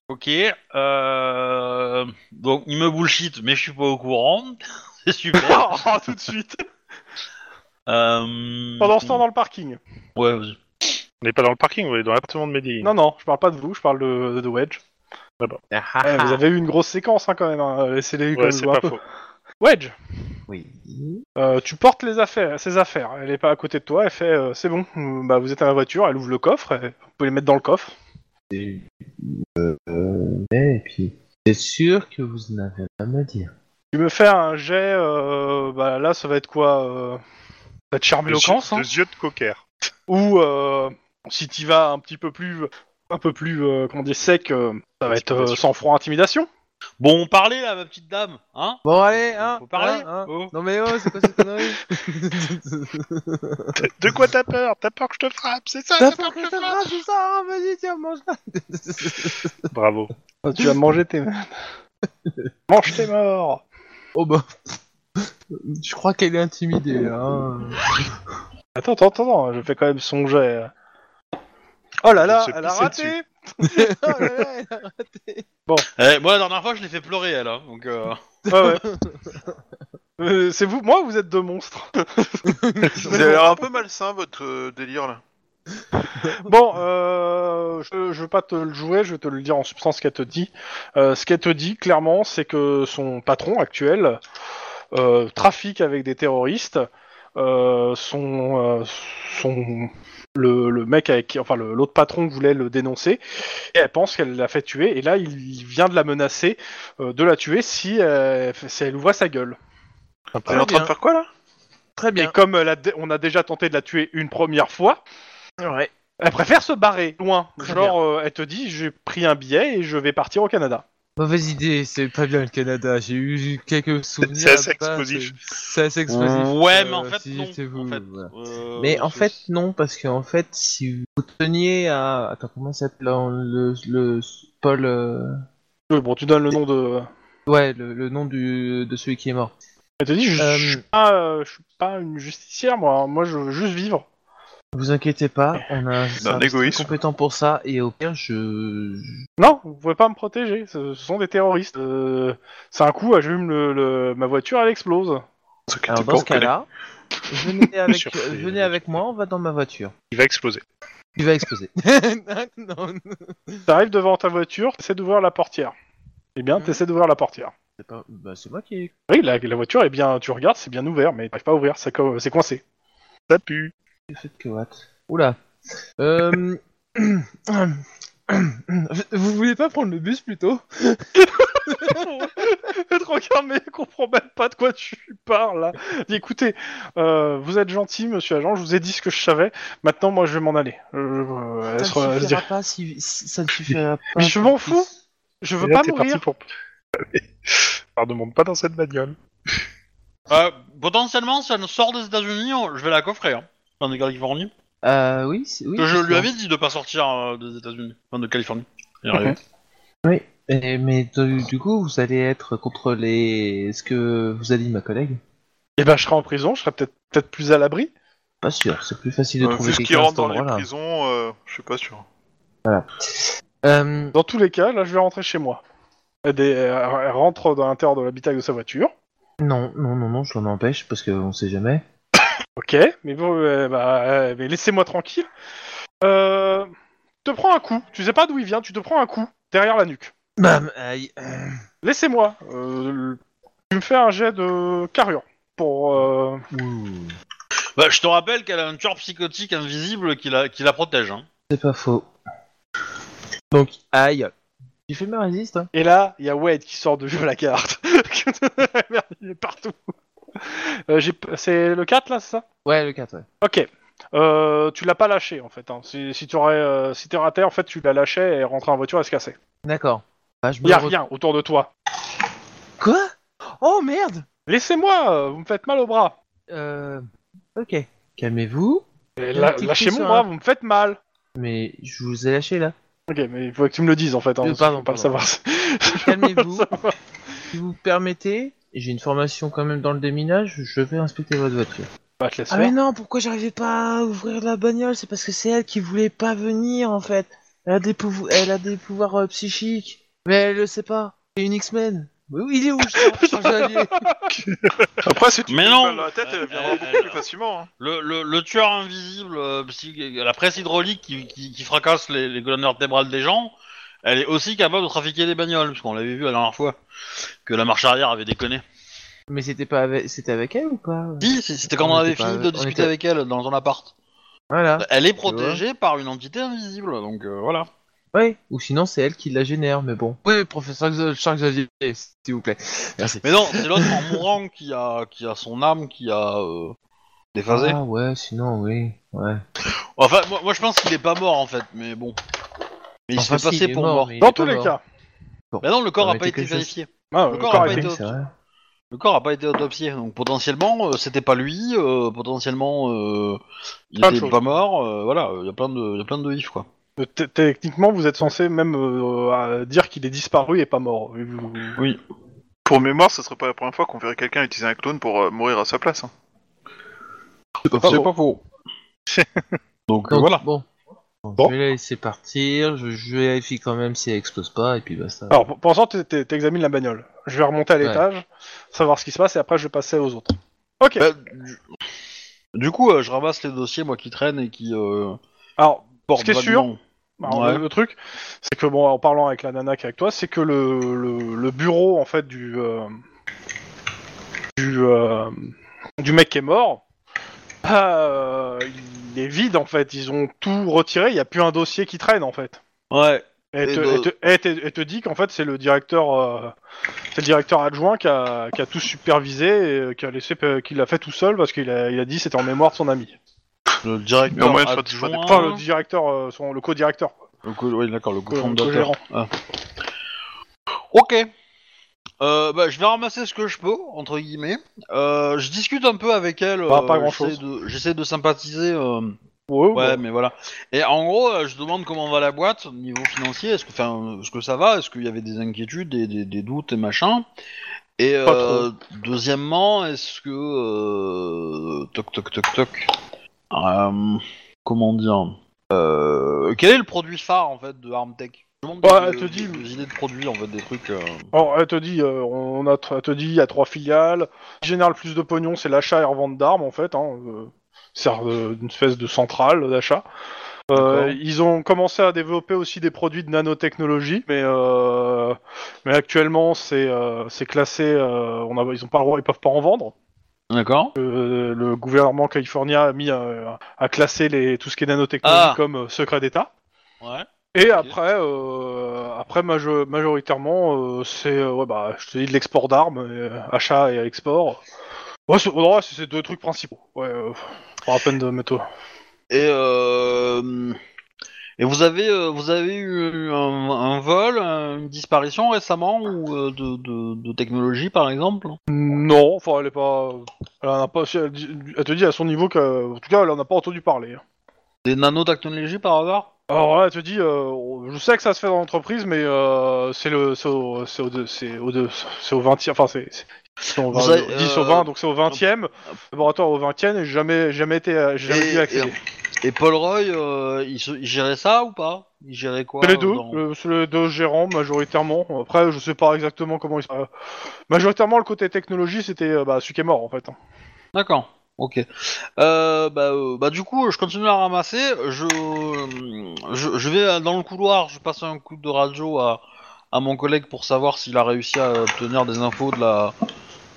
Speaker 3: Ok, euh... donc il me bullshit, mais je suis pas au courant. c'est super.
Speaker 2: Oh, tout de suite.
Speaker 3: Euh...
Speaker 2: Pendant ce temps, dans le parking.
Speaker 3: Ouais, vas-y.
Speaker 4: On n'est pas dans le parking, on est dans l'appartement de Mehdi.
Speaker 2: Non, non, je parle pas de vous, je parle de, de Wedge.
Speaker 6: Ah, ah,
Speaker 2: Ouais,
Speaker 6: ah.
Speaker 2: vous avez eu une grosse séquence hein, quand même. hein. Laissez-les quand
Speaker 4: ouais,
Speaker 2: même
Speaker 4: c'est
Speaker 2: jouer un
Speaker 4: pas
Speaker 2: peu.
Speaker 4: faux.
Speaker 2: Wedge,
Speaker 6: Oui.
Speaker 2: euh, tu portes les affaires, ses affaires. Elle est pas à côté de toi. Elle fait, euh, c'est bon. euh, Bah, vous êtes à la voiture. Elle ouvre le coffre. et vous pouvez les mettre dans le coffre.
Speaker 6: Euh, et puis, c'est sûr que vous n'avez rien à dire.
Speaker 2: Tu me fais un jet. euh, bah là, ça va être quoi euh, Ça va être charme-éloquence,
Speaker 4: Deux
Speaker 2: hein,
Speaker 4: yeux de cocker.
Speaker 2: Ou euh, si tu vas un petit peu plus, un peu plus, euh, comment dire, sec, euh, ça va être euh,
Speaker 4: Intimidation.
Speaker 2: sans froid, intimidation.
Speaker 3: Bon, parlez là, ma petite dame, hein
Speaker 6: Bon, allez, hein
Speaker 3: Faut parler
Speaker 6: hein, hein.
Speaker 3: Oh.
Speaker 6: Non mais oh, c'est quoi cette connerie
Speaker 4: De quoi t'as peur T'as peur que je te frappe, c'est ça
Speaker 6: T'as
Speaker 4: t'as
Speaker 6: peur que je te fasse tout ça hein Vas-y, tiens, mange-la
Speaker 4: Bravo.
Speaker 2: Ah, Tu vas manger tes. Mange tes morts
Speaker 6: Oh bah... Je crois qu'elle est intimidée, là. hein.
Speaker 2: Attends, attends, attends, hein, je fais quand même son jet. Oh là là,
Speaker 4: Elle s'est
Speaker 2: elle a
Speaker 4: pissée
Speaker 2: raté
Speaker 6: Oh là là, elle a raté
Speaker 3: Eh, Moi, la dernière fois, je l'ai fait pleurer, elle, hein, donc... Euh...
Speaker 2: Ouais, ouais. Euh, C'est vous, moi, ou vous êtes deux monstres.
Speaker 1: Vous avez l'air un peu malsain votre euh, délire là.
Speaker 2: Bon, euh, je, je veux pas te le jouer, je vais te le dire en substance ce qu'elle te dit. Euh, ce qu'elle te dit, clairement, c'est que son patron actuel euh, trafique avec des terroristes. Euh, son, euh, son, le, le mec avec qui, enfin, le- l'autre patron voulait le dénoncer et elle pense qu'elle l'a fait tuer. Et là, il vient de la menacer euh, de la tuer si, euh, si elle ouvre sa gueule.
Speaker 1: Vous êtes en train de faire quoi là
Speaker 6: Très
Speaker 2: Et comme elle a dé- on a déjà tenté de la tuer une première fois,
Speaker 6: Ouais.
Speaker 2: elle préfère se barrer loin.
Speaker 6: Très
Speaker 2: Genre, euh, elle te dit j'ai pris un billet et je vais partir au Canada.
Speaker 6: Mauvaise idée, c'est pas bien le Canada. J'ai eu quelques souvenirs.
Speaker 4: c'est assez
Speaker 6: là-bas,
Speaker 4: explosif.
Speaker 6: c'est- C'est assez explosif.
Speaker 3: Ouais, mais en
Speaker 6: euh,
Speaker 3: fait,
Speaker 6: si
Speaker 3: non.
Speaker 6: j'étais vous,
Speaker 3: en fait,
Speaker 6: voilà.
Speaker 3: euh,
Speaker 6: Mais en
Speaker 3: c'est-
Speaker 6: fait, non, parce que en fait, si vous teniez à. Attends, comment il s'appelle hein, le, le. Paul. euh,
Speaker 2: Euh, Bon, tu donnes le nom de.
Speaker 6: Ouais, le, le nom du, de celui qui est mort.
Speaker 2: Elle te dit je
Speaker 6: Euh,
Speaker 2: je suis pas, euh, je suis pas une justicière, moi. Moi, je veux juste vivre.
Speaker 6: Vous inquiétez pas, on a un service
Speaker 1: égoïsme.
Speaker 6: compétent pour ça, et au pire, je.
Speaker 2: Non, vous pouvez pas me protéger. Ce, ce sont des terroristes. Euh, c'est un coup, j'allume le, le- ma voiture, elle explose.
Speaker 6: Alors, dans ce cas-là, venez avec,
Speaker 4: Surpris,
Speaker 6: venez avec moi, on va dans ma voiture.
Speaker 4: Il va exploser.
Speaker 6: Il va exploser. non, non.
Speaker 2: T'arrives devant ta voiture, t'essaies d'ouvrir la portière. Eh
Speaker 6: Mhm.
Speaker 2: bien, t'essaies d'ouvrir la portière.
Speaker 6: C'est pas- bah, c'est moi qui ai
Speaker 2: Oui, la, la voiture, eh bien, tu regardes, c'est bien ouvert, mais t'arrives pas à ouvrir, c'est co- c'est coincé.
Speaker 4: Ça pue.
Speaker 6: Faites que what Oula. Euh, Vous voulez pas prendre le bus plutôt
Speaker 2: Je te regarde, mais je comprends même pas de quoi tu parles là. Dis, écoutez, euh, vous êtes gentil, monsieur agent, je vous ai dit ce que je savais. Maintenant, moi, je vais m'en aller. Euh, elle se re-
Speaker 6: Ça
Speaker 2: elle
Speaker 6: ne
Speaker 2: se dit,
Speaker 6: suffira pas si si- ça ne suffira pas.
Speaker 2: Mais je m'en fous. Je veux
Speaker 4: Et là,
Speaker 2: pas
Speaker 4: t'es
Speaker 2: mourir.
Speaker 4: parti pour. Pardon, monte pas dans cette bagnole.
Speaker 3: Euh, potentiellement, si elle sort des États-Unis, on- je vais la coffrer. Hein. Enfin, de Californie.
Speaker 6: Euh, oui, c'est- oui.
Speaker 3: Que je lui
Speaker 6: justement.
Speaker 3: avais dit de pas sortir euh, des États-Unis. Enfin, de Californie. Il est arrivé.
Speaker 6: Oui, Et- mais du du coup, vous allez être contre les. ce que vous a dit ma collègue
Speaker 2: Et ben, je serai en prison, je serai peut-être peut plus à l'abri.
Speaker 6: Pas sûr, c'est plus facile de
Speaker 1: Euh,
Speaker 6: trouver
Speaker 1: vu ce qui
Speaker 6: quelqu'un à
Speaker 1: rentre
Speaker 6: cet
Speaker 1: dans les
Speaker 6: endroit-là.
Speaker 1: prisons, euh, je suis pas sûr.
Speaker 6: Euh,
Speaker 2: Dans tous les cas, là, je vais rentrer chez moi. Elle, dé- elle rentre dans l'intérieur de l'habitacle de sa voiture.
Speaker 6: non, non, non, non, je l'en empêche parce qu'on sait jamais.
Speaker 2: Ok, mais bon, euh, bah, euh, mais laissez-moi tranquille. Euh, te prends un coup. Tu sais pas d'où il vient. Tu te prends un coup derrière la nuque.
Speaker 6: Bam aïe.
Speaker 2: Laissez-moi. Euh, le- tu me fais un jet de carrure pour. euh,
Speaker 6: Ouh.
Speaker 3: Bah, je te rappelle qu'elle a un tueur psychotique invisible qui la, qui la protège. Hein.
Speaker 6: C'est pas faux. Donc, aïe. Tu fais me résiste, hein
Speaker 2: Et là, il y a Wade qui sort de jeu la carte. Merde, il est partout. Euh, j'ai- c'est le 4 là, c'est ça
Speaker 6: Ouais, le 4, ouais.
Speaker 2: Ok. Euh, tu l'as pas lâché en fait. hein. Si, si tu aurais, euh, si t'es raté, en fait, tu la lâchais et rentrais en voiture et se cassait.
Speaker 6: D'accord. Bah, je me
Speaker 2: Il y a
Speaker 6: re-
Speaker 2: rien autour de toi.
Speaker 6: Quoi Oh merde
Speaker 2: Laissez-moi, euh, vous me faites mal au bras.
Speaker 6: Euh. Ok. Calmez-vous.
Speaker 2: Et
Speaker 6: Il y a un
Speaker 2: la-
Speaker 6: petit coup
Speaker 2: lâchez mon
Speaker 6: sur
Speaker 2: bras,
Speaker 6: un-
Speaker 2: hein. vous me faites mal.
Speaker 6: Mais je vous ai lâché là.
Speaker 2: Ok, mais il faut que tu me le dises en fait. Hein,
Speaker 6: Euh,
Speaker 2: parce que je
Speaker 6: pardon,
Speaker 2: veux pas le
Speaker 6: pardon.
Speaker 2: savoir.
Speaker 6: Calmez-vous. si vous permettez, j'ai une formation quand même dans le déminage, je vais inspecter votre voiture.
Speaker 2: Bah, te laisse
Speaker 6: Ah
Speaker 2: faire.
Speaker 6: mais non, pourquoi j'arrivais pas à ouvrir la bagnole C'est parce que c'est elle qui voulait pas venir en fait. Elle a des, pouvo- elle a des pouvoirs euh, psychiques, mais elle le sait pas. C'est une X-Men. Mais où- Il est où je change d'allié
Speaker 1: Après, si tu
Speaker 3: Mais
Speaker 1: lui
Speaker 3: non.
Speaker 1: balles dans la tête, elle viendra
Speaker 3: Euh,
Speaker 1: beaucoup
Speaker 3: euh,
Speaker 1: plus facilement. hein.
Speaker 3: Le, le, le tueur invisible, euh, psy- la presse hydraulique qui, qui, qui fracasse les, les colonnes vertébrales des gens, elle est aussi capable de trafiquer des bagnoles, parce qu'on l'avait vu la dernière fois, que la marche arrière avait déconné.
Speaker 6: Mais c'était pas avec, c'était avec elle ou pas
Speaker 3: Si, c'est- c'était quand
Speaker 6: On
Speaker 3: on, avait
Speaker 6: était pas-
Speaker 3: fini
Speaker 6: on
Speaker 3: de discuter
Speaker 6: était-
Speaker 3: avec elle dans son appart.
Speaker 6: Voilà.
Speaker 3: Elle est
Speaker 6: vois.
Speaker 3: protégée par une entité invisible, donc euh, voilà.
Speaker 6: Oui. Ou sinon c'est elle qui la génère, mais bon. Oui, professeur Xa- Charles Xavier, s'il vous plaît. Merci.
Speaker 3: Mais non, c'est l'autre en mourant qui a, qui a son âme, qui a euh, déphasé.
Speaker 6: Ah ouais, sinon oui. Ouais.
Speaker 3: Enfin, moi, moi, je pense qu'il est pas mort en fait, mais bon. Mais il
Speaker 6: Enfin,
Speaker 3: se fait
Speaker 6: si,
Speaker 3: passer
Speaker 6: est
Speaker 3: pour
Speaker 6: mort,
Speaker 3: mort.
Speaker 6: mais il est
Speaker 2: Dans
Speaker 6: pas
Speaker 2: tous les
Speaker 6: mort.
Speaker 2: cas.
Speaker 3: Bah non, le corps
Speaker 6: Ça
Speaker 3: a
Speaker 6: aurait
Speaker 3: pas
Speaker 6: été
Speaker 3: été
Speaker 6: quelque chose.
Speaker 3: vérifié.
Speaker 2: Ah,
Speaker 3: Le
Speaker 2: euh,
Speaker 3: corps
Speaker 2: corps
Speaker 3: a
Speaker 2: a
Speaker 3: pas
Speaker 2: été-
Speaker 3: été-
Speaker 6: Oui, c'est vrai.
Speaker 3: Le corps a pas été autopsié, donc potentiellement euh, c'était pas lui, euh, potentiellement euh, il
Speaker 2: Plein de
Speaker 3: était
Speaker 2: choses.
Speaker 3: pas mort, euh, voilà, il y a plein de, y a plein de ifs quoi.
Speaker 2: Euh, t- Techniquement, vous êtes censé même euh, euh, dire qu'il est disparu et pas mort. Vous- vous-
Speaker 3: Oui.
Speaker 1: Pour mémoire, ce serait pas la première fois qu'on verrait quelqu'un utiliser un clone pour euh, mourir à sa place. hein.
Speaker 3: C'est
Speaker 1: Ah,
Speaker 2: faux.
Speaker 3: pas faux. donc euh,
Speaker 6: Donc,
Speaker 3: voilà.
Speaker 6: Bon.
Speaker 2: Bon.
Speaker 6: Je vais la laisser partir. Je, je vérifie quand même si elle explose pas et puis basta.
Speaker 2: Alors, pour- pour l'instant, t'es- t'es- t'examines la bagnole. Je vais remonter à
Speaker 6: Ouais.
Speaker 2: l'étage, savoir ce qui se passe et après je vais passer aux autres. Ok.
Speaker 3: Bah, du... du coup, euh, je ramasse les dossiers moi qui traînent et qui euh,
Speaker 2: Alors,
Speaker 3: portent
Speaker 2: qui est sûr,
Speaker 3: vaguement.
Speaker 2: Alors,
Speaker 3: Ouais.
Speaker 2: le, le truc, c'est que bon, en parlant avec la nana qui est avec toi, c'est que le, le, le bureau en fait du euh, du euh, du mec qui est mort, bah, euh, il est vide en fait. Ils ont tout retiré. Il y a plus un dossier qui traîne en fait.
Speaker 3: Ouais.
Speaker 2: Et elle
Speaker 3: Et
Speaker 2: te,
Speaker 3: de-
Speaker 2: elle te- elle te- elle te dit qu'en fait c'est le directeur euh, c'est le directeur adjoint qui a, qui a tout supervisé et euh, qui a laissé qui l'a fait tout seul parce qu'il a, il a dit que c'était en mémoire de son ami.
Speaker 3: Le
Speaker 1: Mais au
Speaker 3: directeur
Speaker 1: moins, il soit toujours
Speaker 3: adjoint.
Speaker 2: Enfin le Euh, directeur, euh, son le co-directeur. quoi.
Speaker 3: Le co- ouais, d'accord, le
Speaker 2: Co-
Speaker 3: cofondateur.
Speaker 2: co-gérant.
Speaker 3: Ah. Ok. Euh, bah, je vais ramasser ce que je peux, entre guillemets. Euh, je discute un peu avec elle.
Speaker 2: Bah,
Speaker 3: euh,
Speaker 2: pas grand-chose.
Speaker 3: j'essaie de- J'essaie de sympathiser. euh,
Speaker 2: Ouais,
Speaker 3: Ouais,
Speaker 2: bon.
Speaker 3: mais voilà. Et en gros, euh, je demande comment va la boîte au niveau financier. Est-ce que, enfin, est-ce que ça va Est-ce qu'il y avait des inquiétudes, des, des- des doutes et machin Et
Speaker 2: Pas
Speaker 3: euh, deuxièmement, est-ce que euh, toc toc toc toc. Euh, comment dire Euh, Quel est le produit phare en fait de Armtech Je demande
Speaker 2: Bah,
Speaker 3: des-
Speaker 2: elle te dit-
Speaker 3: des, des idées de produits en fait, des trucs. euh.
Speaker 2: Alors, elle te dit, euh, on a, elle te dit, il y a trois filiales. En général, le plus de pognon, c'est l'achat et revente d'armes, en fait. Hein, euh, sert de- d'une espèce de centrale d'achat. Euh,
Speaker 3: D'accord.
Speaker 2: ils ont commencé à développer aussi des produits de nanotechnologie, mais euh, mais actuellement, c'est euh, c'est classé. euh, on a, ils ont pas le droit, ils peuvent pas en vendre.
Speaker 3: D'accord.
Speaker 2: Euh, le gouvernement californien a mis euh, à classer les, tout ce qui est nanotechnologie
Speaker 3: Ah.
Speaker 2: comme euh, secret d'État.
Speaker 3: Ouais.
Speaker 2: Et après, euh, après majo- majoritairement, euh, c'est euh, ouais, bah, je te dis de l'export d'armes, euh, achat et export. Ouais, c'est ouais, c'est ces deux trucs principaux. Ouais, euh, pas la peine de mettre.
Speaker 3: Et, euh, et vous avez euh, vous avez eu un, un vol, un- une disparition récemment ou euh, de, de, de technologie par exemple
Speaker 2: Non, enfin, elle est pas. Elle en a pas. Elle, dit- elle te dit à son niveau que, en tout cas, elle en a pas entendu parler.
Speaker 3: Des nanotechnologies par hasard
Speaker 2: Alors là, elle te dit, euh, je sais que ça se fait dans l'entreprise, mais euh, c'est le, c'est au, c'est au, deux- c'est au, deux- c'est au 20 enfin c'est, c'est- c'est au
Speaker 3: Vous
Speaker 2: 20
Speaker 3: avez,
Speaker 2: 10
Speaker 3: euh,
Speaker 2: au 20, donc c'est au 20e, laboratoire au 20e, et j'ai jamais, jamais été, à- j'ai jamais
Speaker 3: Et-
Speaker 2: dû accéder.
Speaker 3: Et Paul Roy, euh, il, se- il gérait ça ou pas Il gérait quoi
Speaker 2: C'est les
Speaker 3: euh,
Speaker 2: deux,
Speaker 3: dans-
Speaker 2: le- c'est les deux gérants majoritairement. Après, je sais pas exactement comment ils. euh, majoritairement, le côté technologie, c'était euh, bah, celui qui est mort en fait.
Speaker 3: D'accord. Ok. Euh, bah, euh, bah, du coup, je continue à ramasser. Je, je, je vais euh, dans le couloir. Je passe un coup de radio à, à mon collègue pour savoir s'il a réussi à obtenir des infos de la,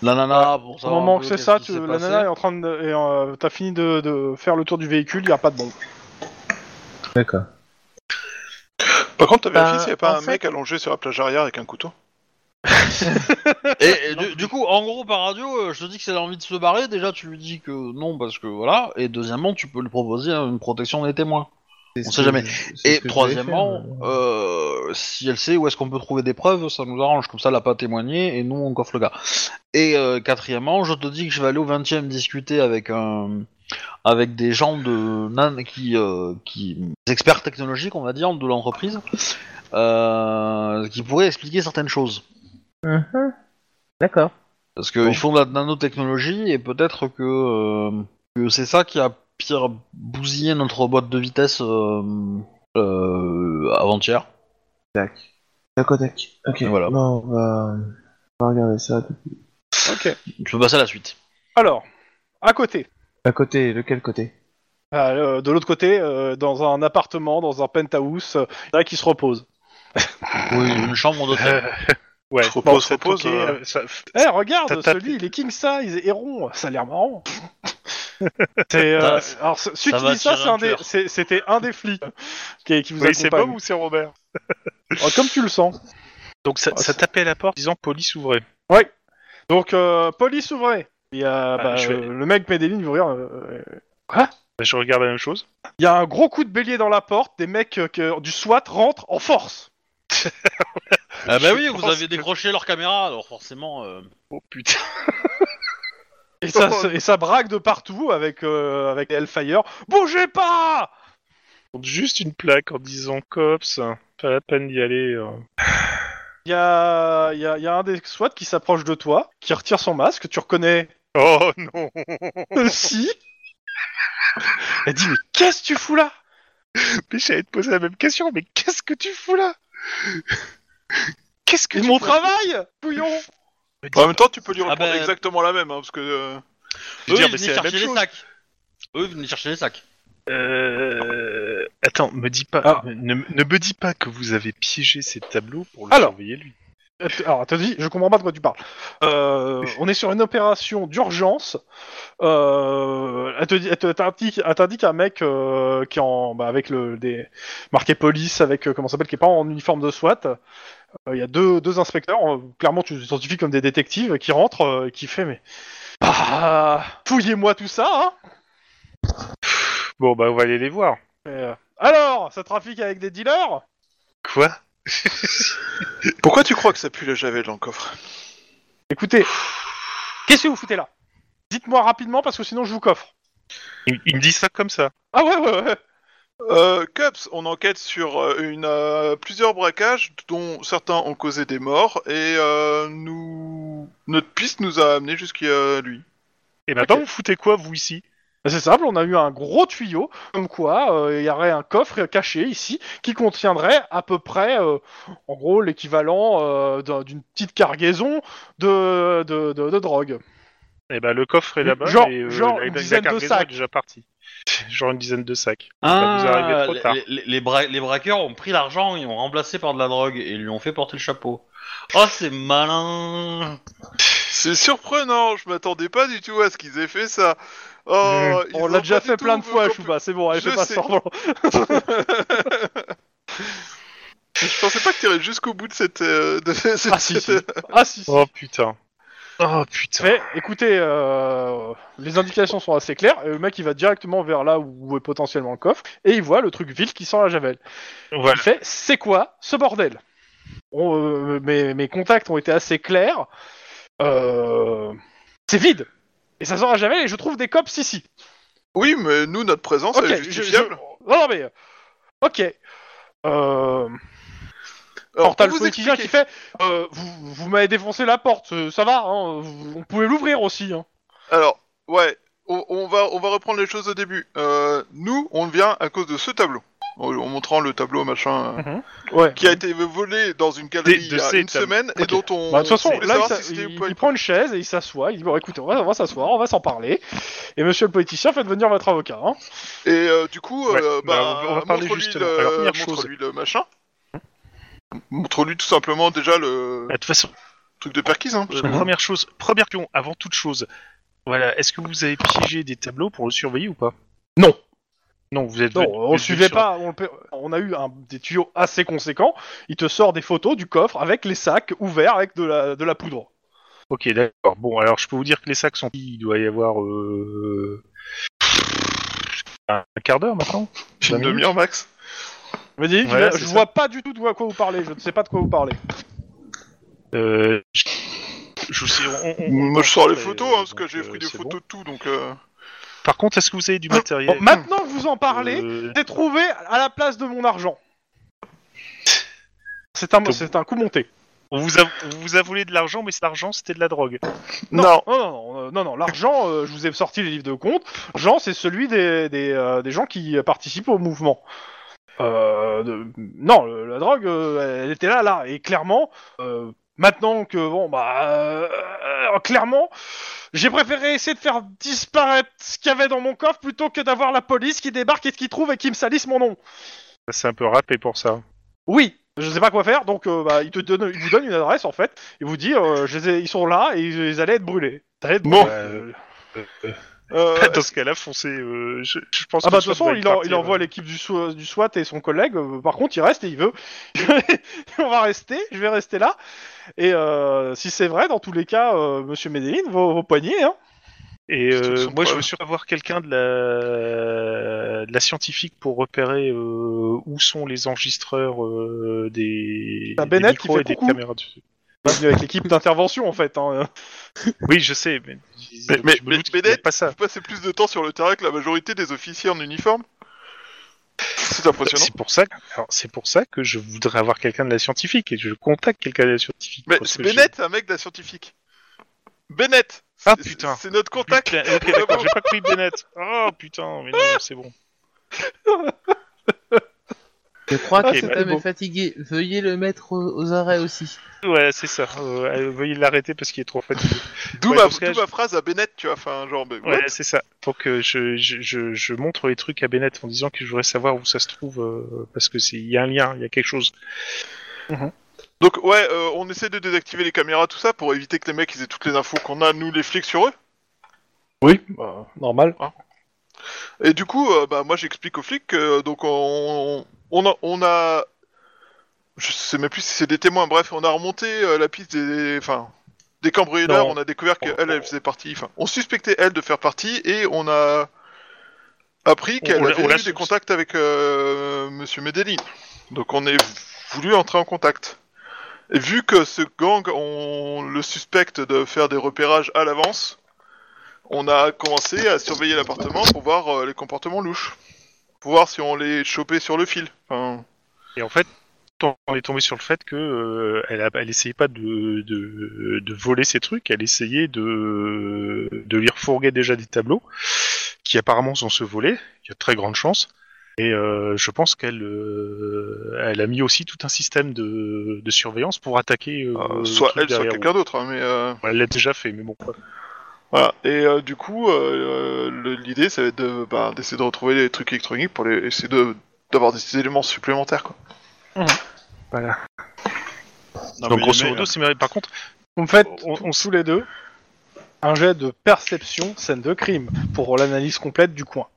Speaker 3: de la nana. pour
Speaker 2: Au
Speaker 3: savoir un
Speaker 2: moment
Speaker 3: peu
Speaker 2: que c'est
Speaker 3: qu'est-ce
Speaker 2: ça,
Speaker 3: qui
Speaker 2: tu,
Speaker 3: s'est
Speaker 2: la
Speaker 3: passé.
Speaker 2: nana est en train de, et, euh, t'as fini de, de faire le tour du véhicule, il y a pas de bombe.
Speaker 6: D'accord.
Speaker 1: Par contre, t'as
Speaker 5: Bah,
Speaker 1: vérifié s'il n'y avait pas
Speaker 5: en
Speaker 1: un
Speaker 5: fait-
Speaker 1: mec allongé sur la plage arrière avec un couteau
Speaker 3: Et, et du, du coup, en gros, par radio, euh, je te dis que c'est l'envie de se barrer. Déjà, tu lui dis que non parce que voilà. Et deuxièmement, tu peux lui proposer hein, une protection des témoins.
Speaker 6: C'est
Speaker 3: On sait
Speaker 6: ce que
Speaker 3: jamais.
Speaker 6: je- c'est
Speaker 3: Et
Speaker 6: ce que je
Speaker 3: troisièmement,
Speaker 6: voulais faire, euh,
Speaker 3: euh, si elle sait où est-ce qu'on peut trouver des preuves, ça nous arrange, comme ça elle a pas témoigné et nous on coffre le gars. Et euh, quatrièmement, je te dis que je vais aller au 20 e discuter avec un avec des gens de nan qui euh, qui des experts technologiques on va dire de l'entreprise euh, qui pourraient expliquer certaines choses
Speaker 5: Mhm. D'accord.
Speaker 3: parce qu'ils font de la nanotechnologie et peut-être que, euh, que c'est ça qui a pire bousillé notre boîte de vitesse euh, euh, avant-hier.
Speaker 6: Tac. Tac au tac. Ok.
Speaker 3: Et voilà.
Speaker 6: Bon, on va... on va regarder ça. tout-
Speaker 2: Ok.
Speaker 3: Je peux passer à la suite.
Speaker 2: Alors, à côté,
Speaker 6: À côté, de quel côté
Speaker 2: Ah, euh, de l'autre côté, euh, dans un appartement, dans un penthouse, euh, là qui se repose.
Speaker 3: Oui, une chambre d'hôtel.
Speaker 4: Euh, Ouais.
Speaker 1: Repose,
Speaker 4: bon, c'est
Speaker 1: repose,
Speaker 4: ok,
Speaker 1: euh.
Speaker 4: euh, ça-
Speaker 2: Eh, regarde,
Speaker 4: T'as- t'as-
Speaker 2: celui, il est king size et rond, ça a l'air marrant. C'est, euh,
Speaker 3: Ça-
Speaker 2: c'est- alors, ce- celui
Speaker 3: ça
Speaker 2: qui
Speaker 3: va
Speaker 2: dit ça,
Speaker 3: attirer
Speaker 2: c'est
Speaker 3: un
Speaker 2: un des-
Speaker 3: tueur.
Speaker 2: c'est- c'était un des flics qui, qui vous
Speaker 4: Oui, c'est
Speaker 2: accompagne.
Speaker 4: Bob ou c'est Robert
Speaker 2: Alors, Comme tu le sens.
Speaker 4: Donc ça,
Speaker 2: Ah,
Speaker 4: ça tapait à la porte disant police ouvrez.
Speaker 2: Donc, euh, police ouvrez. Il y a, bah,
Speaker 4: Ah, je vais-
Speaker 2: euh, le mec met des lignes, il vous regarde, euh,
Speaker 4: Bah, je regarde la même chose.
Speaker 2: Il y a un gros coup de bélier dans la porte, des mecs euh, que- du SWAT rentrent en force.
Speaker 3: Ah bah
Speaker 4: je
Speaker 3: oui, vous
Speaker 4: pense
Speaker 3: avez
Speaker 4: que-
Speaker 3: décroché leur caméra, alors forcément... euh,
Speaker 4: Oh putain.
Speaker 2: Et ça, et ça braque de partout avec, euh, avec Hellfire. Bougez pas
Speaker 4: Juste une plaque en disant cops. Pas la peine d'y aller. euh.
Speaker 2: Il y a, il y a- il y a un des SWAT qui s'approche de toi, qui retire son masque, tu reconnais
Speaker 4: Oh non.
Speaker 2: si. Elle dit, mais qu'est-ce que tu fous là
Speaker 4: Mais j'allais te poser la même question. Mais qu'est-ce que tu fous là Qu'est-ce que
Speaker 2: C'est
Speaker 4: tu
Speaker 2: mon
Speaker 4: fous
Speaker 2: travail, couillon
Speaker 1: En même temps, tu peux lui répondre
Speaker 3: bah,
Speaker 1: exactement la même, hein, parce que. euh,
Speaker 4: Je veux
Speaker 3: Eux,
Speaker 4: dire,
Speaker 3: ils venaient
Speaker 4: mais c'est la même
Speaker 3: chercher les
Speaker 4: chose.
Speaker 3: sacs. Eux, ils venaient chercher les sacs.
Speaker 4: Euh... Attends, me dis pas,
Speaker 2: Ah.
Speaker 4: ne, ne me dis pas que vous avez piégé ces tableaux pour le
Speaker 2: Alors.
Speaker 4: surveiller lui.
Speaker 2: Euh, Alors, t'as dit, je comprends pas de quoi tu parles. Euh, on est sur une opération d'urgence. Euh, elle te dit- elle te- t'indique elle t'indique un mec euh, qui est en, bah, avec le des marqué police, avec euh, comment ça s'appelle, qui est pas en uniforme de SWAT. Euh, Il y a deux, deux inspecteurs. euh, clairement, tu t'identifies comme des détectives qui rentrent, euh, et qui fait mais bah, fouillez-moi tout ça. Hein
Speaker 4: Bon, bah, on va aller les voir.
Speaker 2: Et, euh, alors, ça trafique avec des dealers
Speaker 4: Quoi
Speaker 1: Pourquoi tu crois que ça pue la javel dans le coffre
Speaker 2: Écoutez, qu'est-ce que vous foutez là Dites-moi rapidement parce que sinon je vous coffre.
Speaker 4: il, il me dit ça comme ça.
Speaker 2: Ah ouais, ouais, ouais.
Speaker 1: euh, Cups, on enquête sur euh, une, euh, plusieurs braquages dont certains ont causé des morts et euh, nous... notre piste nous a amené jusqu'à lui.
Speaker 4: Et maintenant, ben, vous foutez quoi, vous, ici
Speaker 2: Bah, C'est simple, on a eu un gros tuyau, comme quoi euh, il y aurait un coffre caché ici qui contiendrait à peu près, euh, en gros, l'équivalent euh, d'un- d'une petite cargaison de, de, de- de drogue.
Speaker 4: Eh ben, le coffre est là-bas.
Speaker 2: Genre-
Speaker 4: et, euh,
Speaker 2: genre
Speaker 4: la-
Speaker 2: une
Speaker 4: la-
Speaker 2: dizaine de
Speaker 4: la cargaison
Speaker 2: sacs.
Speaker 4: est déjà partie. genre une dizaine de sacs. Ah, vous arrivez trop
Speaker 3: les-
Speaker 4: tard.
Speaker 3: les, les bra- les braqueurs ont pris l'argent, ils ont remplacé par de la drogue et ils lui ont fait porter le chapeau. Oh, c'est malin
Speaker 1: C'est surprenant, je m'attendais pas du tout à ce qu'ils aient fait ça. Oh, ils
Speaker 2: Mmh. on
Speaker 1: ont
Speaker 2: l'a déjà
Speaker 1: pas du
Speaker 2: fait
Speaker 1: tout
Speaker 2: plein de fois,
Speaker 1: compl-
Speaker 2: Chouba, c'est bon, elle
Speaker 1: Je
Speaker 2: fait pas
Speaker 1: sais.
Speaker 2: semblant.
Speaker 1: Je pensais pas que t'irais jusqu'au bout de cette. euh, de cette-
Speaker 2: Ah, si, si.
Speaker 1: cette-
Speaker 2: Ah si, si.
Speaker 4: Oh putain. Oh putain.
Speaker 2: Mais Eh, écoutez, euh, les indications sont assez claires. Euh, Le mec, il va directement vers là où est potentiellement le coffre et il voit le truc vil qui sent la javel. Il
Speaker 4: Voilà.
Speaker 2: fait c'est quoi ce bordel On, euh, mes, mes contacts ont été assez clairs. Euh, c'est vide et ça sent la javel et je trouve des cops ici.
Speaker 1: Oui, mais nous, notre présence
Speaker 2: Ok,
Speaker 1: elle est
Speaker 2: je-
Speaker 1: justifiable.
Speaker 2: je- Non, non, mais euh, ok. Euh,
Speaker 1: Alors,
Speaker 2: Portal
Speaker 1: pour vous
Speaker 2: politicien
Speaker 1: expliquer-
Speaker 2: qui fait euh, vous, vous m'avez défoncé la porte, euh, ça va, hein, vous- on pouvait l'ouvrir aussi. Hein.
Speaker 1: Alors, ouais, on, on va, on va reprendre les choses au début. Euh, nous, on vient à cause de ce tableau. En, en montrant le tableau, machin, euh,
Speaker 2: Ouais.
Speaker 1: qui a été volé dans une galerie
Speaker 4: de
Speaker 1: il y a
Speaker 4: ces
Speaker 1: une
Speaker 4: tableaux.
Speaker 1: semaine et
Speaker 4: Ok.
Speaker 1: dont on.
Speaker 2: Bah, de toute façon,
Speaker 1: on voulait
Speaker 2: là, il,
Speaker 1: savoir
Speaker 2: s'a-
Speaker 1: si c'était
Speaker 2: il-
Speaker 1: ou pas-
Speaker 2: il prend une chaise et il s'assoit. Il dit Bon, écoutez, on va, on va s'asseoir, on va s'en parler. Et monsieur le politicien, faites venir votre avocat. Hein.
Speaker 1: Et euh, du coup,
Speaker 4: Ouais,
Speaker 1: euh, bah,
Speaker 4: bah, on va parler
Speaker 1: montre-lui
Speaker 4: justement.
Speaker 1: le-
Speaker 4: Alors, première chose.
Speaker 1: montre-lui le machin. Montre-lui tout simplement déjà le
Speaker 4: Bah, De toute façon,
Speaker 1: truc de perquise. Hein.
Speaker 4: Euh, première chose, première pion, avant toute chose. Voilà, est-ce que vous avez piégé des tableaux pour le surveiller ou pas
Speaker 2: Non.
Speaker 4: Non, vous êtes.
Speaker 2: Non,
Speaker 4: venu-
Speaker 2: on
Speaker 4: vous
Speaker 2: le
Speaker 4: êtes
Speaker 2: suivait
Speaker 4: sur-
Speaker 2: pas. On, le pe- on a eu un- des tuyaux assez conséquents. Il te sort des photos du coffre avec les sacs ouverts avec de la, de la poudre.
Speaker 4: Ok, d'accord. Bon, alors je peux vous dire que les sacs sont. Il doit y avoir. Euh... Un quart d'heure maintenant
Speaker 1: Une demi-heure max.
Speaker 2: Il me dit
Speaker 4: Ouais,
Speaker 2: Je
Speaker 4: c'est ça.
Speaker 2: vois pas du tout de quoi vous parlez. Je ne sais pas de quoi vous parlez.
Speaker 4: Euh, je... je vous sais, on- on- on-
Speaker 1: Moi, je sors les
Speaker 4: euh,
Speaker 1: photos hein, parce
Speaker 4: donc,
Speaker 1: que j'ai
Speaker 4: euh,
Speaker 1: pris des
Speaker 4: c'est
Speaker 1: photos Euh,
Speaker 4: bon.
Speaker 1: de tout, donc. euh,
Speaker 4: Par contre, est-ce que vous avez du matériel
Speaker 2: Bon, maintenant que vous en parlez,
Speaker 4: Euh,
Speaker 2: j'ai trouvé à la place de mon argent. C'est un, c'est un coup monté.
Speaker 4: on, vous a, on vous a volé de l'argent, mais cet argent, c'était de la drogue.
Speaker 2: Non, non, non, non, euh, non, non, l'argent, euh, je vous ai sorti les livres de compte. Jean, c'est celui des, des, euh, des gens qui euh, participent au mouvement. Euh, de- Non, le- la drogue, euh, elle était là, là, et clairement, euh, maintenant que, bon, bah, euh, euh, clairement, j'ai préféré essayer de faire disparaître ce qu'il y avait dans mon coffre plutôt que d'avoir la police qui débarque et qui trouve et qui me salisse mon nom.
Speaker 4: C'est un peu râpé pour ça.
Speaker 2: Oui, je sais pas quoi faire, donc euh, bah, il, te donne, il vous donne une adresse en fait, il vous dit euh, je les ai- ils sont là et ils, ils allaient être brûlés. Ça allait être
Speaker 4: Bon.
Speaker 2: brûlé. Euh,
Speaker 1: euh,
Speaker 4: Dans ce cas-là, foncez. euh, je, je pense
Speaker 2: ah
Speaker 4: que
Speaker 2: bah de
Speaker 4: ça
Speaker 2: toute façon,
Speaker 4: doit
Speaker 2: il,
Speaker 4: être
Speaker 2: en-
Speaker 4: parti,
Speaker 2: il envoie l'équipe du, SWA- du SWAT et son collègue, euh, par contre il reste et il veut on va rester, je vais rester là. Et euh, si c'est vrai, dans tous les cas, euh, monsieur Medellin, vos, vos poignets, hein.
Speaker 4: Et euh,
Speaker 1: Sans
Speaker 4: moi, je
Speaker 1: preuve.
Speaker 4: veux surtout avoir quelqu'un de la... de la scientifique pour repérer euh, où sont les enregistreurs euh, des,
Speaker 2: T'as
Speaker 4: des
Speaker 2: Bah, Bennett qui
Speaker 4: micros
Speaker 2: fait
Speaker 4: et des
Speaker 2: coucou.
Speaker 4: caméras. dessus.
Speaker 2: On est venu avec l'équipe d'intervention en fait. hein.
Speaker 4: Oui, je sais, mais,
Speaker 1: Mais-
Speaker 4: je
Speaker 1: mais-
Speaker 4: me
Speaker 1: mais
Speaker 4: doute qu'il y a
Speaker 1: Bennett-
Speaker 4: pas ça.
Speaker 1: Vous passez plus de temps sur le terrain que la majorité des officiers en uniforme. C'est impressionnant.
Speaker 4: C'est pour ça, que- alors, c'est pour ça que je voudrais avoir quelqu'un de la scientifique et je contacte quelqu'un de la scientifique.
Speaker 1: Mais
Speaker 4: Bah, parce
Speaker 1: c'est
Speaker 4: que j'ai-
Speaker 1: Bennett, un mec de la scientifique. Bennett
Speaker 4: Ah,
Speaker 1: c'est-
Speaker 4: putain.
Speaker 1: C'est notre contact
Speaker 4: Putain, Ok, d'accord, j'ai pas pris Bennett. Oh putain, mais non, c'est bon.
Speaker 6: Je crois
Speaker 2: Ah,
Speaker 6: que
Speaker 4: c'est
Speaker 6: cet
Speaker 4: pas
Speaker 6: homme
Speaker 2: beau.
Speaker 6: est fatigué. Veuillez le mettre aux, aux arrêts aussi.
Speaker 4: Ouais, c'est ça. Euh, euh, veuillez l'arrêter parce qu'il est trop fatigué.
Speaker 1: D'où
Speaker 4: Ouais,
Speaker 1: ma,
Speaker 4: dans ce cas,
Speaker 1: d'où ma phrase à Bennett, tu vois. Enfin, genre, mais
Speaker 4: Ouais, c'est ça. Donc euh, je, je, je, je montre les trucs à Bennett en disant que je voudrais savoir où ça se trouve euh, parce que c'est il y a un lien, il y a quelque chose.
Speaker 1: Donc ouais, euh, on essaie de désactiver les caméras, tout ça, pour éviter que les mecs ils aient toutes les infos qu'on a, nous les flics sur eux.
Speaker 2: Oui, bah, normal.
Speaker 1: Et du coup, euh, bah moi j'explique aux flics, que, euh, donc on, on a, on a, je sais même plus si c'est des témoins, bref, on a remonté euh, la piste des, enfin, des cambrioleurs,
Speaker 4: Non.
Speaker 1: on a découvert qu'elle, elle faisait partie, enfin, on suspectait elle de faire partie, et on a appris
Speaker 4: On-
Speaker 1: qu'elle
Speaker 4: on l'a-
Speaker 1: avait
Speaker 4: on l'a
Speaker 1: eu des
Speaker 4: soupçon-
Speaker 1: contacts avec euh, Monsieur Medellin. Donc on est voulu entrer en contact. Et vu que ce gang, on le suspecte de faire des repérages à l'avance, on a commencé à surveiller l'appartement pour voir euh, les comportements louches. Pour voir si on les chopait sur le fil. Enfin,
Speaker 4: Et en fait, on est tombé sur le fait que euh, elle, a- elle essayait pas de, de, de voler ces trucs, elle essayait de, de lui refourguer déjà des tableaux qui apparemment sont se voler, il y a de très grande chance. Et euh, je pense qu'elle euh, elle a mis aussi tout un système de, de surveillance pour attaquer euh,
Speaker 1: euh,
Speaker 4: le
Speaker 1: soit
Speaker 4: truc
Speaker 1: elle, soit
Speaker 4: derrière.
Speaker 1: quelqu'un d'autre. hein, mais euh,
Speaker 4: Bon, Elle l'a déjà fait, mais bon.
Speaker 1: voilà. Et euh, du coup, euh, euh, le- l'idée, ça va être de, bah, d'essayer de retrouver les trucs électroniques pour les, essayer de, d'avoir des éléments supplémentaires. Quoi.
Speaker 4: Donc grosso modo, c'est mérité. Par contre,
Speaker 2: Vous me faites
Speaker 4: On-
Speaker 2: tous- tous les deux un jet de perception scène de crime pour l'analyse complète du coin.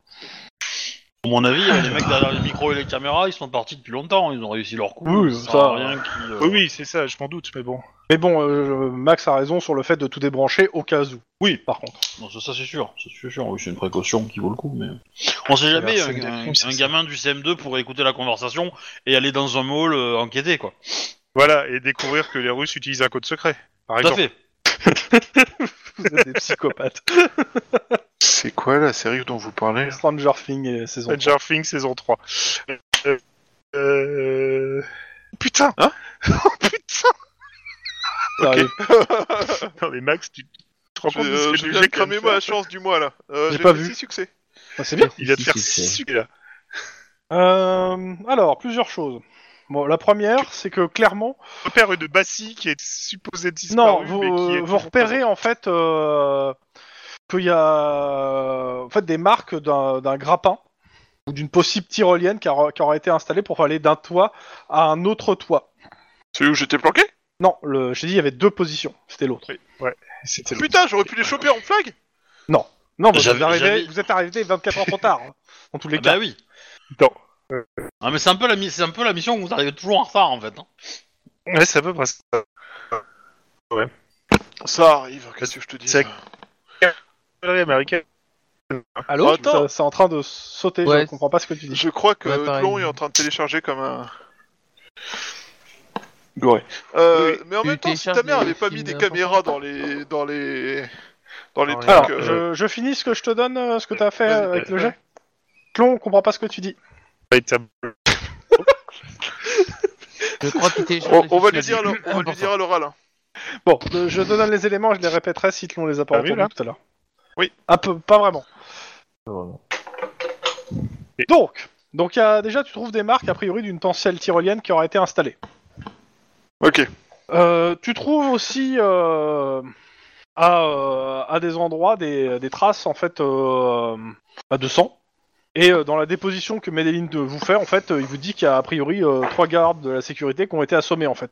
Speaker 3: À mon avis, euh, les mecs derrière les micros et les caméras, ils sont partis depuis longtemps. Ils ont réussi leur coup.
Speaker 2: Oui,
Speaker 3: sans
Speaker 2: ça-
Speaker 3: rien qui, euh,
Speaker 4: Oui, oui, c'est ça, je m'en doute, mais bon.
Speaker 2: Mais bon, euh, je- Max a raison sur le fait de tout débrancher au cas où. Oui, par contre.
Speaker 3: Non, ça, ça, c'est sûr, ça, c'est sûr. Oui, c'est une précaution qui vaut le coup, mais on sait jamais.
Speaker 4: Alors,
Speaker 3: Un,
Speaker 4: c'est des
Speaker 3: un-
Speaker 4: crimes, c'est
Speaker 3: un
Speaker 4: ça.
Speaker 3: gamin du CM2 pourrait écouter la conversation et aller dans un mall euh, enquêter, quoi.
Speaker 4: Voilà, et découvrir que les Russes utilisent un code secret, par
Speaker 3: Tout à
Speaker 4: exemple.
Speaker 3: fait.
Speaker 2: Vous êtes des psychopathes.
Speaker 1: C'est quoi la série dont vous parlez
Speaker 2: Stranger Things et saison.
Speaker 4: Stranger Things saison 3. Euh, euh, Putain
Speaker 2: trois.
Speaker 4: Non mais Max, tu tu te rends
Speaker 1: Je-
Speaker 4: compte de
Speaker 1: euh,
Speaker 4: ce que
Speaker 1: Je
Speaker 4: le
Speaker 1: viens de
Speaker 4: mec vient
Speaker 1: cramer
Speaker 4: de
Speaker 1: ma
Speaker 4: faire
Speaker 1: chance du mois là. Euh,
Speaker 2: J'ai pas
Speaker 1: fait
Speaker 2: vu.
Speaker 1: six succès.
Speaker 2: Ah, c'est bien.
Speaker 4: Il va te faire
Speaker 6: Si, si,
Speaker 4: 6
Speaker 6: si.
Speaker 4: succès là.
Speaker 2: Euh, alors, plusieurs choses. Bon, la première, c'est que clairement,
Speaker 4: Repère une Bassie qui est supposée
Speaker 2: non,
Speaker 4: disparue,
Speaker 2: vous, euh,
Speaker 4: mais qui est
Speaker 2: vous
Speaker 4: toujours
Speaker 2: repérez en fait euh, qu'il y a en fait des marques d'un d'un grappin ou d'une possible tyrolienne qui, a- qui aurait été installée pour aller d'un toit à un autre toit.
Speaker 1: Celui où j'étais planqué
Speaker 2: Non, le- j'ai dit il y avait deux positions, c'était l'autre.
Speaker 4: présente. C'était le-
Speaker 1: Putain, j'aurais pu
Speaker 2: Ah,
Speaker 1: les
Speaker 2: bah,
Speaker 1: choper en flag
Speaker 2: Non, vous
Speaker 3: J'avais-
Speaker 2: êtes, arrivé,
Speaker 3: j'avais-
Speaker 2: vous êtes arrivé 24 heures trop tard, hein, dans tous les
Speaker 3: Ah
Speaker 2: cas.
Speaker 3: bah oui.
Speaker 4: Non.
Speaker 3: Ah, mais c'est un peu la mi- c'est un peu la mission où vous arrivez toujours en retard en fait. hein.
Speaker 4: Ouais, c'est à peu près ça.
Speaker 1: hein. Ça arrive, qu'est-ce que je te dis
Speaker 4: C'est- Ouais, américaine.
Speaker 2: Allô
Speaker 1: Attends.
Speaker 2: Ça- C'est en train de sauter,
Speaker 6: Ouais.
Speaker 2: je comprends pas ce que tu dis.
Speaker 1: Je crois que
Speaker 6: Ouais, pareil.
Speaker 1: Tlon est en train de télécharger comme un. Goré. Euh, Mais en
Speaker 6: Tu
Speaker 1: même temps, si ta
Speaker 6: télécharges
Speaker 1: mère
Speaker 6: des
Speaker 1: avait pas mis
Speaker 6: films
Speaker 1: des
Speaker 6: n'importe
Speaker 1: caméras dans les. dans les. dans les
Speaker 6: Ah ouais.
Speaker 1: trucs.
Speaker 2: Alors,
Speaker 1: euh,
Speaker 2: je, je finis ce que je te donne, euh, ce que t'as fait
Speaker 4: vas-y,
Speaker 2: euh, avec
Speaker 4: vas-y.
Speaker 2: le jet. Clon, on comprend pas ce que tu dis.
Speaker 6: Je crois qu'il
Speaker 1: On, on va lui dire, le- on va lui dire à l'oral. hein.
Speaker 2: Bon, euh, je te donne les éléments, je les répéterai si Clon les a pas
Speaker 4: T'as vu,
Speaker 2: entendus
Speaker 4: là
Speaker 2: tout à l'heure.
Speaker 4: Oui.
Speaker 2: Un peu, pas vraiment. Donc, donc il y a- déjà tu trouves des marques a priori d'une penselle tyrolienne qui aurait été installée.
Speaker 1: Ok.
Speaker 2: Euh, tu trouves aussi euh, à, euh, à des endroits des, des traces en fait euh, bah, de sang. Et euh, dans la déposition que Medellin de vous fait, en fait, euh, il vous dit qu'il y a a priori euh, trois gardes de la sécurité qui ont été assommés en fait.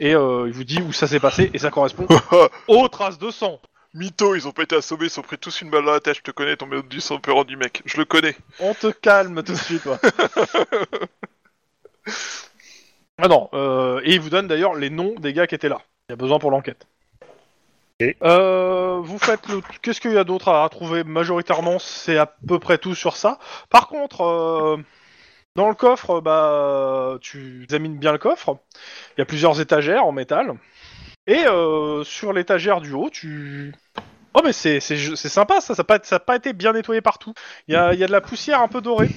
Speaker 2: Et euh, il vous dit où ça s'est passé et ça correspond aux traces de sang.
Speaker 1: Mytho, ils ont pas été assommés, ils ont pris tous une balle dans la tête, je te connais, ton méthode du sang peut rendre du mec. Je le connais.
Speaker 2: On te calme tout de suite, toi. ah non, euh, et il vous donne d'ailleurs les noms des gars qui étaient là. Il y a besoin pour l'enquête.
Speaker 4: Ok.
Speaker 2: Euh, vous faites le. Qu'est-ce qu'il y a d'autre à trouver Majoritairement, c'est à peu près tout sur ça. Par contre, euh, dans le coffre, bah, tu examines bien le coffre. Il y a plusieurs étagères en métal. Et euh, sur l'étagère du haut, tu. Oh, mais c'est c'est- c'est sympa ça, ça n'a pas, ça a pas été bien nettoyé partout. Il y a, il y a de la poussière un peu dorée.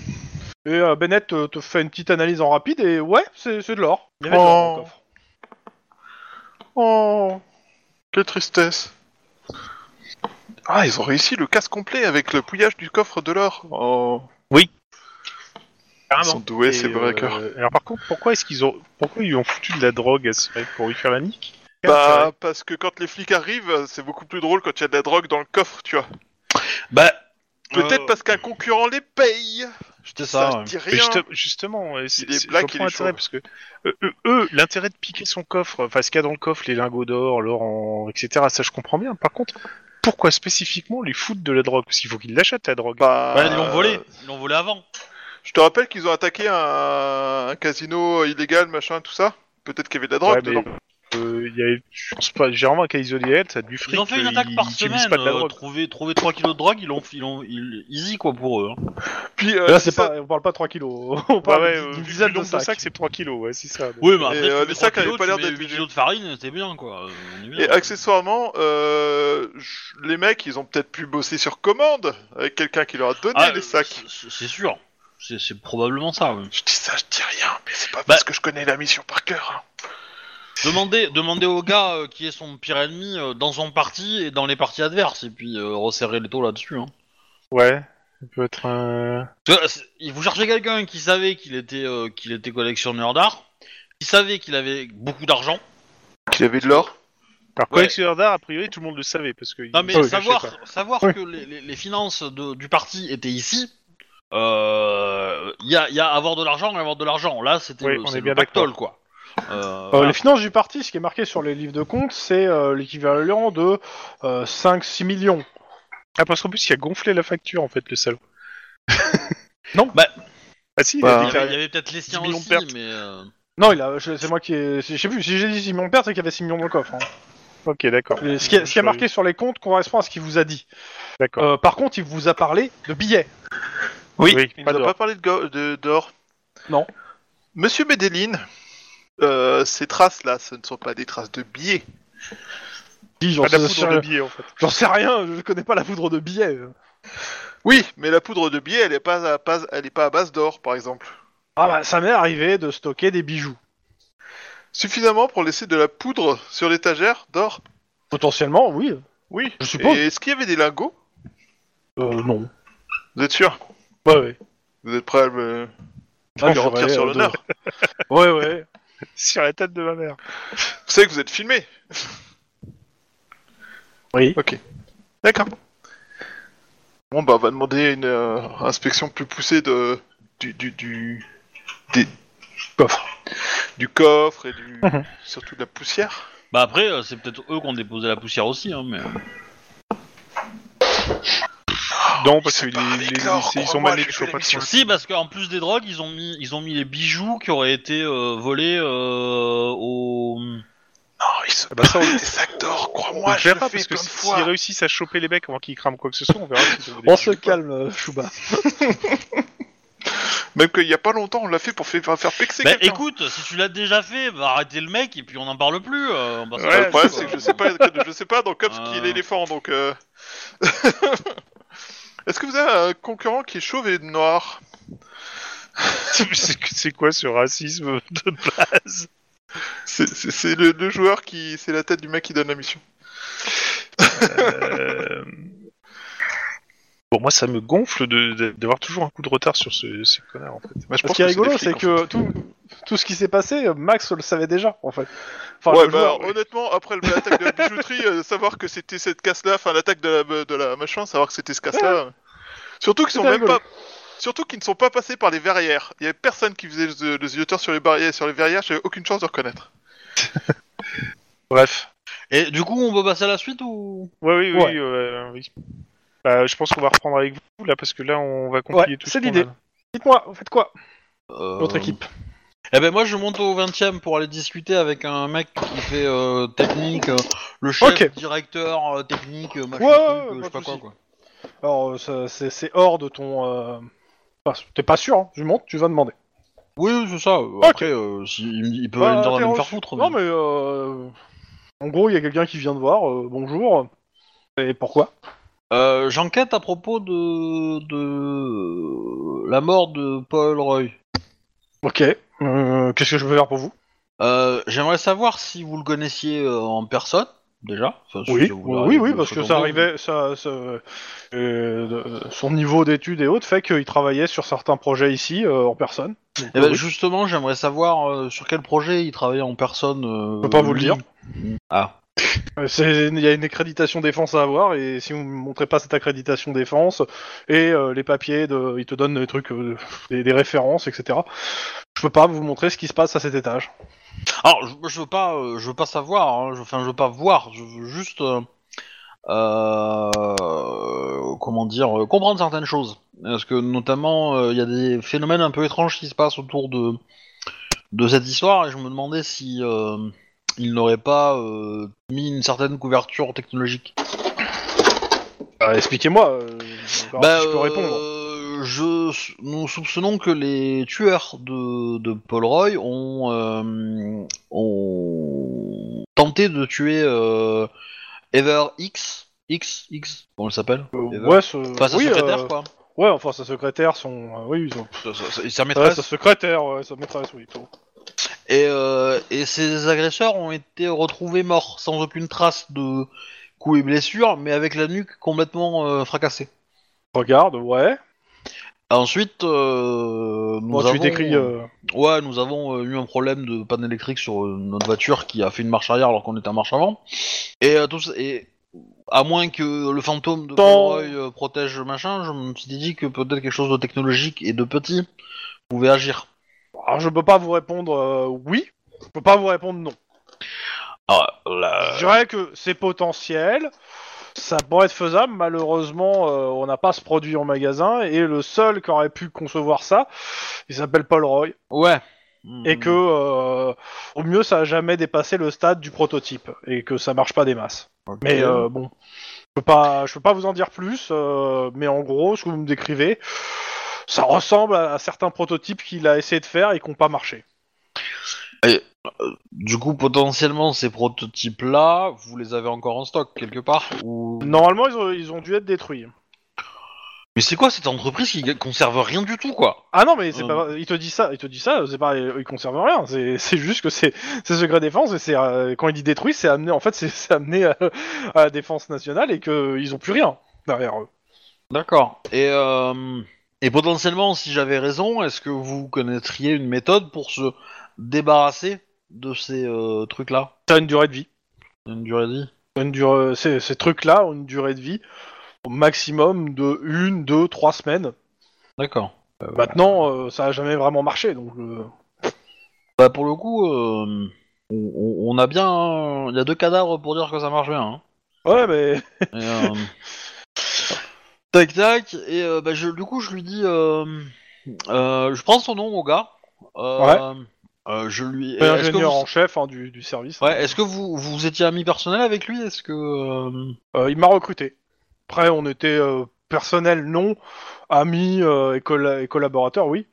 Speaker 2: Et euh, Bennett te, te fait une petite analyse en rapide et ouais, c'est c'est de l'or. Il y avait de l'or dans le
Speaker 1: Oh.
Speaker 2: coffre.
Speaker 1: Oh, quelle tristesse. Ah, ils ont réussi le casse complet avec le pouillage du coffre de l'or. Oh, ils sont
Speaker 4: Carrément.
Speaker 1: doués ces
Speaker 4: Et,
Speaker 1: braqueurs.
Speaker 4: euh, Alors par contre, pourquoi est-ce qu'ils ont, pourquoi ils ont foutu de la drogue à ce mec pour lui faire la nique
Speaker 1: Bah, parce que quand les flics arrivent, c'est beaucoup plus drôle quand il y a de la drogue dans le coffre, tu vois.
Speaker 3: Bah
Speaker 1: Peut-être
Speaker 3: euh,
Speaker 1: parce qu'un concurrent les paye.
Speaker 3: c'était ça.
Speaker 1: Ça,
Speaker 3: ouais.
Speaker 1: je dis
Speaker 4: Mais
Speaker 1: rien.
Speaker 4: juste- justement, euh, c'est
Speaker 1: Il est
Speaker 4: c'est- je
Speaker 1: black,
Speaker 4: comprends
Speaker 1: il est
Speaker 4: l'intérêt
Speaker 1: chauve.
Speaker 4: parce que euh, eux, eux, l'intérêt de piquer son coffre, enfin ce qu'il y a dans le coffre, les lingots d'or, l'or, en- etc. Ça, je comprends bien. Par contre, pourquoi spécifiquement les foutre de la drogue Parce qu'il faut qu'ils l'achètent la drogue.
Speaker 1: Bah,
Speaker 3: Ouais, ils l'ont volé.
Speaker 4: Euh,
Speaker 3: Ils l'ont volé avant.
Speaker 1: Je te rappelle qu'ils ont attaqué un, un casino illégal, machin, tout ça. Peut-être qu'il y avait de la drogue
Speaker 4: Ouais, mais,
Speaker 1: dedans.
Speaker 4: euh, il y a, je pense pas. Généralement, avec Isoliette, ça a du fric.
Speaker 3: Ils ont fait une
Speaker 4: euh,
Speaker 3: attaque
Speaker 4: ils
Speaker 3: par
Speaker 4: utilisent
Speaker 3: semaine.
Speaker 4: pas de la
Speaker 3: euh,
Speaker 4: drogue.
Speaker 3: trouver, trouver 3 kilos de drogue, ils l'ont, ils l'ont, ils- easy quoi pour eux. hein.
Speaker 1: Puis, euh,
Speaker 2: Là, c'est
Speaker 1: c'est ça.
Speaker 2: pas, on parle pas de 3 kilos. On
Speaker 4: Ouais,
Speaker 2: parle
Speaker 4: ouais,
Speaker 2: d'une
Speaker 4: euh, vu le
Speaker 2: dizaine
Speaker 4: nombre
Speaker 2: de
Speaker 4: de sacs,
Speaker 2: sacs.
Speaker 4: c'est 3 kilos, ouais, c'est ça.
Speaker 3: Oui, mais après,
Speaker 1: euh,
Speaker 3: tu
Speaker 1: les
Speaker 3: mets
Speaker 1: sacs
Speaker 3: 3
Speaker 1: avaient
Speaker 3: kilos,
Speaker 1: pas
Speaker 3: tu
Speaker 1: l'air
Speaker 3: mets
Speaker 1: d'être
Speaker 3: 8
Speaker 1: du-
Speaker 3: kilos de farine, c'est bien quoi. Euh, On est bien.
Speaker 1: Et accessoirement, euh, je- les mecs, ils ont peut-être pu bosser sur commande avec quelqu'un qui leur a donné
Speaker 3: Ah,
Speaker 1: les
Speaker 3: euh,
Speaker 1: sacs.
Speaker 3: c'est- C'est sûr. C'est c'est probablement ça. ouais.
Speaker 1: Je dis ça, je dis rien, mais c'est pas
Speaker 3: Bah-
Speaker 1: parce que je connais la mission par cœur. hein.
Speaker 3: Demandez, demandez au gars euh, qui est son pire ennemi euh, dans son parti et dans les partis adverses, et puis euh, resserrez les taux là-dessus. Hein.
Speaker 4: Ouais, ça peut être un.
Speaker 3: Parce que, euh, c'est- il vous cherchez quelqu'un qui savait qu'il était, euh, qu'il était collectionneur d'art, qui savait qu'il avait beaucoup d'argent.
Speaker 1: Qu'il avait de l'or
Speaker 4: Alors,
Speaker 3: Ouais.
Speaker 4: collectionneur d'art, a priori, tout le monde le savait parce que.
Speaker 3: Non
Speaker 4: ils-
Speaker 3: mais
Speaker 4: ils
Speaker 1: Oh,
Speaker 4: le
Speaker 3: savoir,
Speaker 4: cachaient pas.
Speaker 3: savoir
Speaker 2: Oui.
Speaker 3: que les, les- les finances de- du parti étaient ici, euh, il y, a, il y a avoir de l'argent et avoir de l'argent. Là, c'était
Speaker 4: Oui,
Speaker 3: le,
Speaker 4: on
Speaker 3: c'est
Speaker 4: est
Speaker 3: le
Speaker 4: bien Oh,
Speaker 3: pactole, quoi. Euh,
Speaker 2: Euh,
Speaker 3: voilà.
Speaker 2: les finances du parti, ce qui est marqué sur les livres de compte, c'est euh, l'équivalent de 5-6 millions.
Speaker 4: Ah, parce qu'en plus, il a gonflé la facture en fait, le salaud. Ah si, il
Speaker 1: Bah,
Speaker 4: a
Speaker 3: Il y
Speaker 4: dit
Speaker 3: avait,
Speaker 4: qu'il
Speaker 3: il y avait peut-être les siens
Speaker 4: 10 millions de
Speaker 3: aussi,
Speaker 4: pertes.
Speaker 3: mais... euh,
Speaker 2: Non, il a, je- c'est moi qui ai. Je sais plus, si j'ai dit 6 millions de pertes, c'est qu'il y avait 6 millions dans le coffre. hein.
Speaker 4: a- Ok, d'accord.
Speaker 2: Et Ce qui, est- ce qui a
Speaker 4: Je-
Speaker 2: marqué sur les comptes correspond à ce qu'il vous a dit.
Speaker 4: D'accord.
Speaker 2: Euh, par contre, il vous a parlé de billets.
Speaker 1: Oui,
Speaker 4: Oui,
Speaker 1: il
Speaker 4: pas
Speaker 1: nous a
Speaker 4: d'or.
Speaker 1: pas parlé de go- de- d'or.
Speaker 2: Non.
Speaker 1: Monsieur Medellin, euh, ces traces-là, ce ne sont pas des traces de billets.
Speaker 2: Dis, j'en
Speaker 4: Pas de la
Speaker 2: sais-
Speaker 4: poudre de billets en fait.
Speaker 2: j'en sais rien, je connais pas la poudre de billets. euh.
Speaker 1: Oui, mais la poudre de billets, elle n'est pas, à- pas- elle est pas à base d'or, par exemple.
Speaker 2: Ah bah, ça m'est arrivé de stocker des bijoux.
Speaker 1: Suffisamment pour laisser de la poudre sur l'étagère d'or.
Speaker 2: Potentiellement, oui.
Speaker 1: Oui.
Speaker 2: Je suppose.
Speaker 1: Et est-ce qu'il y avait des lingots
Speaker 2: Euh, non.
Speaker 1: Vous êtes sûr
Speaker 2: Ouais, ouais.
Speaker 1: Vous êtes prêt à me
Speaker 2: Ah,
Speaker 1: lui retirer
Speaker 2: j'aurais,
Speaker 1: sur
Speaker 2: euh,
Speaker 1: l'honneur
Speaker 2: de- Ouais, ouais.
Speaker 4: Sur la tête de ma mère.
Speaker 1: Vous savez que vous êtes filmé
Speaker 2: Oui.
Speaker 1: Ok. D'accord. Bon, bah, on va demander une euh, inspection plus poussée de, du, du, du, des-
Speaker 2: Coffre.
Speaker 1: du coffre et du,
Speaker 2: Mhm.
Speaker 1: surtout de la poussière.
Speaker 3: Bah après, euh, c'est peut-être eux qui ont déposé la poussière aussi, hein, mais...
Speaker 4: Non, parce qu'ils
Speaker 1: part avec l'or,
Speaker 4: ils sont
Speaker 1: crois-moi,
Speaker 4: maniques,
Speaker 1: je
Speaker 4: je
Speaker 1: fais
Speaker 4: vois pas de
Speaker 1: l'émission.
Speaker 4: sens.
Speaker 3: Si, parce qu'en plus des drogues, ils ont mis, ils ont mis les bijoux qui auraient été euh, volés euh, au.
Speaker 1: Non, il se
Speaker 4: Ah bah ça, on-
Speaker 1: des sacs d'or,
Speaker 4: On
Speaker 1: crois-moi, je le
Speaker 4: verra,
Speaker 1: fais
Speaker 4: parce que
Speaker 1: plein de
Speaker 4: si-
Speaker 1: fois.
Speaker 4: s'ils réussissent à choper les mecs avant qu'ils crament quoi que ce soit, on verra si ça vaut des
Speaker 2: On se
Speaker 4: bijoux.
Speaker 2: calme, euh, Chouba.
Speaker 1: Même qu'il y a pas longtemps, on l'a fait pour faire, faire pexer
Speaker 3: Bah
Speaker 1: quelqu'un.
Speaker 3: écoute, si tu l'as déjà fait, bah, arrêtez le mec et puis on n'en parle plus. euh, parce que-
Speaker 1: Ouais, le problème,
Speaker 3: euh,
Speaker 1: c'est que je sais pas, que je sais pas dans Cops qui est
Speaker 3: Ah.
Speaker 1: l'éléphant, donc. euh, Est-ce que vous avez un concurrent qui est chauve et noir
Speaker 4: C'est c'est quoi ce racisme de base
Speaker 1: C'est- C'est c'est le, le joueur qui. C'est la tête du mec qui donne la mission.
Speaker 4: Euh, Bon, moi, ça me gonfle de- de- d'avoir toujours un coup de retard sur ce, ces connards, en fait.
Speaker 1: Bah, je
Speaker 2: Ce qui est
Speaker 1: que
Speaker 2: rigolo,
Speaker 1: des
Speaker 2: c'est
Speaker 1: flics, en
Speaker 2: que tout, tout ce qui s'est passé, Max le savait déjà, en fait.
Speaker 1: fait.
Speaker 2: Enfin,
Speaker 1: ouais,
Speaker 2: le
Speaker 1: bah,
Speaker 2: joueur,
Speaker 1: alors, honnêtement, après le- l'attaque de la bijouterie, euh, savoir que c'était cette casse-là, enfin l'attaque de la, de la machin, savoir que c'était ce casse-là. euh. Surtout qu'ils sont
Speaker 2: C'était
Speaker 1: même
Speaker 2: rigolo.
Speaker 1: pas. Surtout qu'ils ne sont pas passés par les verrières. Il y avait personne qui faisait le, le zioteur sur les barrières, sur les verrières, j'avais aucune chance de reconnaître.
Speaker 4: Bref.
Speaker 3: Et du coup, on peut passer à la suite ou
Speaker 4: Ouais, oui, oui,
Speaker 2: Ouais.
Speaker 4: euh, oui. Bah, je pense qu'on va reprendre avec vous, là, parce que là, on va compliquer
Speaker 2: Ouais,
Speaker 4: tout
Speaker 2: c'est
Speaker 4: ce qu'on
Speaker 2: l'idée.
Speaker 4: a.
Speaker 2: Dites-moi, vous faites quoi
Speaker 3: Euh,
Speaker 2: Votre équipe.
Speaker 3: Eh ben moi, je monte au 20 e pour aller discuter avec un mec qui fait euh, technique, euh, le chef,
Speaker 2: Ok.
Speaker 3: directeur euh, technique, euh, machin,
Speaker 2: Ouais,
Speaker 3: truc,
Speaker 2: ouais,
Speaker 3: euh, je
Speaker 2: pas
Speaker 3: sais pas
Speaker 2: de
Speaker 3: quoi.
Speaker 2: soucis.
Speaker 3: quoi.
Speaker 2: Alors, euh, ça- c'est c'est hors de ton. euh, enfin, T'es pas sûr, hein. je monte, tu vas demander.
Speaker 3: Oui, oui, c'est ça. euh,
Speaker 2: Ok.
Speaker 3: Après, euh, si- il, me- il peut aller me dire
Speaker 2: Bah,
Speaker 3: de me faire
Speaker 2: interroge-
Speaker 3: foutre.
Speaker 2: Non,
Speaker 3: mais-
Speaker 2: mais. euh, En gros, il y a quelqu'un qui vient de voir, euh, bonjour. Et pourquoi
Speaker 3: Euh, J'enquête à propos de de la mort de Paul Roy.
Speaker 2: Ok, euh, qu'est-ce que je peux faire pour vous
Speaker 3: Euh, J'aimerais savoir si vous le connaissiez euh, en personne, déjà. Enfin, si
Speaker 2: Oui,
Speaker 3: ça vous
Speaker 2: oui,
Speaker 3: arrive
Speaker 2: oui,
Speaker 3: de
Speaker 2: parce
Speaker 3: se
Speaker 2: que ça
Speaker 3: tomber,
Speaker 2: arrivait, ça, ça- euh, euh, son niveau d'études et autres fait qu'il travaillait sur certains projets ici euh, en personne.
Speaker 3: ou- Eh ben, Justement, j'aimerais savoir euh, sur quel projet il travaillait en personne. euh,
Speaker 2: Je peux pas vous le
Speaker 3: lui.
Speaker 2: dire.
Speaker 3: Ah.
Speaker 2: Euh, c'est- Il y a une accréditation défense à avoir et si vous ne montrez pas cette accréditation défense et euh, les papiers, de, ils te donnent des trucs, euh, des, des références, etc. Je peux pas vous montrer ce qui se passe à cet étage.
Speaker 3: Alors, je, je veux pas, euh, je veux pas savoir. hein, je, enfin, je veux pas voir. Je veux juste, euh, euh, comment dire, euh, comprendre certaines choses. Parce que notamment, euh, il y a des phénomènes un peu étranges qui se passent autour de de cette histoire, et je me demandais si euh, il n'aurait pas euh, mis une certaine couverture technologique.
Speaker 2: Bah, Expliquez-moi, euh, on verra
Speaker 3: Bah,
Speaker 2: si je peux
Speaker 3: euh,
Speaker 2: répondre.
Speaker 3: je- nous soupçonnons que les tueurs de, de Paul Roy ont, euh, ont tenté de tuer euh, Ever X. X, X, comment elle s'appelle
Speaker 2: Euh,
Speaker 3: Ever.
Speaker 2: ouais, ce-
Speaker 3: Enfin, sa
Speaker 2: oui,
Speaker 3: secrétaire,
Speaker 2: euh,
Speaker 3: quoi.
Speaker 2: ouais, enfin sa secrétaire, son, euh, oui, ils ont-
Speaker 3: Sa- sa- sa
Speaker 2: ouais,
Speaker 3: maîtresse.
Speaker 2: sa secrétaire, ouais, sa maîtresse, oui. tout.
Speaker 3: Et, euh, et ces agresseurs ont été retrouvés morts, sans aucune trace de coups et blessures, mais avec la nuque complètement euh, fracassée.
Speaker 2: Regarde, ouais.
Speaker 3: Ensuite, euh, nous
Speaker 2: Bon, tu
Speaker 3: avons...
Speaker 2: décris. euh,
Speaker 3: Ouais, nous avons euh, eu un problème de panne électrique sur euh, notre voiture qui a fait une marche arrière alors qu'on était en marche avant. Et, euh, tout ça- et à moins que le fantôme de
Speaker 2: Dans-
Speaker 3: Conroy euh, protège machin, je me suis dit que peut-être quelque chose de technologique et de petit pouvait agir.
Speaker 2: Alors, je peux pas vous répondre euh, oui. Je peux pas vous répondre non.
Speaker 3: Ah, la-
Speaker 2: Je dirais que c'est potentiel. Ça pourrait être faisable, malheureusement, euh, on n'a pas ce produit en magasin, et le seul qui aurait pu concevoir ça, il s'appelle Paul Roy,
Speaker 3: Ouais. Hmm, Mhm.
Speaker 2: et que, euh, au mieux, ça a jamais dépassé le stade du prototype, et que ça marche pas des masses. Mais euh, bon, je peux pas, je peux pas vous en dire plus, euh, mais en gros, ce que vous me décrivez, ça ressemble à, à certains prototypes qu'il a essayé de faire et qui n'ont pas marché.
Speaker 3: Du coup, potentiellement, ces prototypes-là, vous les avez encore en stock quelque part ou...
Speaker 2: Normalement, ils ont, ils ont dû être détruits.
Speaker 3: Mais c'est quoi cette entreprise qui conserve rien du tout, quoi
Speaker 2: Ah non, mais c'est
Speaker 3: Euh.
Speaker 2: pas, il te dit ça, il te dit ça, c'est pas, il conserve rien. C'est c'est juste que c'est, c'est secret défense et c'est euh, quand il dit détruit, c'est amené, en fait, c'est c'est amené à, à la défense nationale et que ils ont plus rien derrière eux.
Speaker 3: D'accord. Et, euh, et potentiellement, si j'avais raison, est-ce que vous connaîtriez une méthode pour se débarrasser de ces euh, trucs-là
Speaker 2: Ça a une durée de vie.
Speaker 3: Une durée de vie
Speaker 2: Une durée, ces, ces trucs-là ont une durée de vie au maximum de une, deux, trois semaines.
Speaker 3: D'accord.
Speaker 2: Maintenant, euh, ça a jamais vraiment marché, donc. euh,
Speaker 3: Bah, pour le coup, euh, on, on- on a bien... hein, Il y a deux cadavres pour dire que ça marche bien, hein.
Speaker 2: Ouais, mais
Speaker 3: Et, euh, Tac tac, et euh, bah, je, du coup je lui dis, euh, euh, je prends son nom au gars. Euh, euh, je lui.
Speaker 2: c'est
Speaker 3: Est-ce que,
Speaker 2: l'ingénieur en
Speaker 3: vous...
Speaker 2: chef hein, du, du service.
Speaker 3: ouais, est-ce que vous, vous étiez ami personnel avec lui Est-ce que euh,
Speaker 2: Euh, il m'a recruté. Après, on était euh, personnel, non. Amis euh, et, colla- et collaborateurs, oui.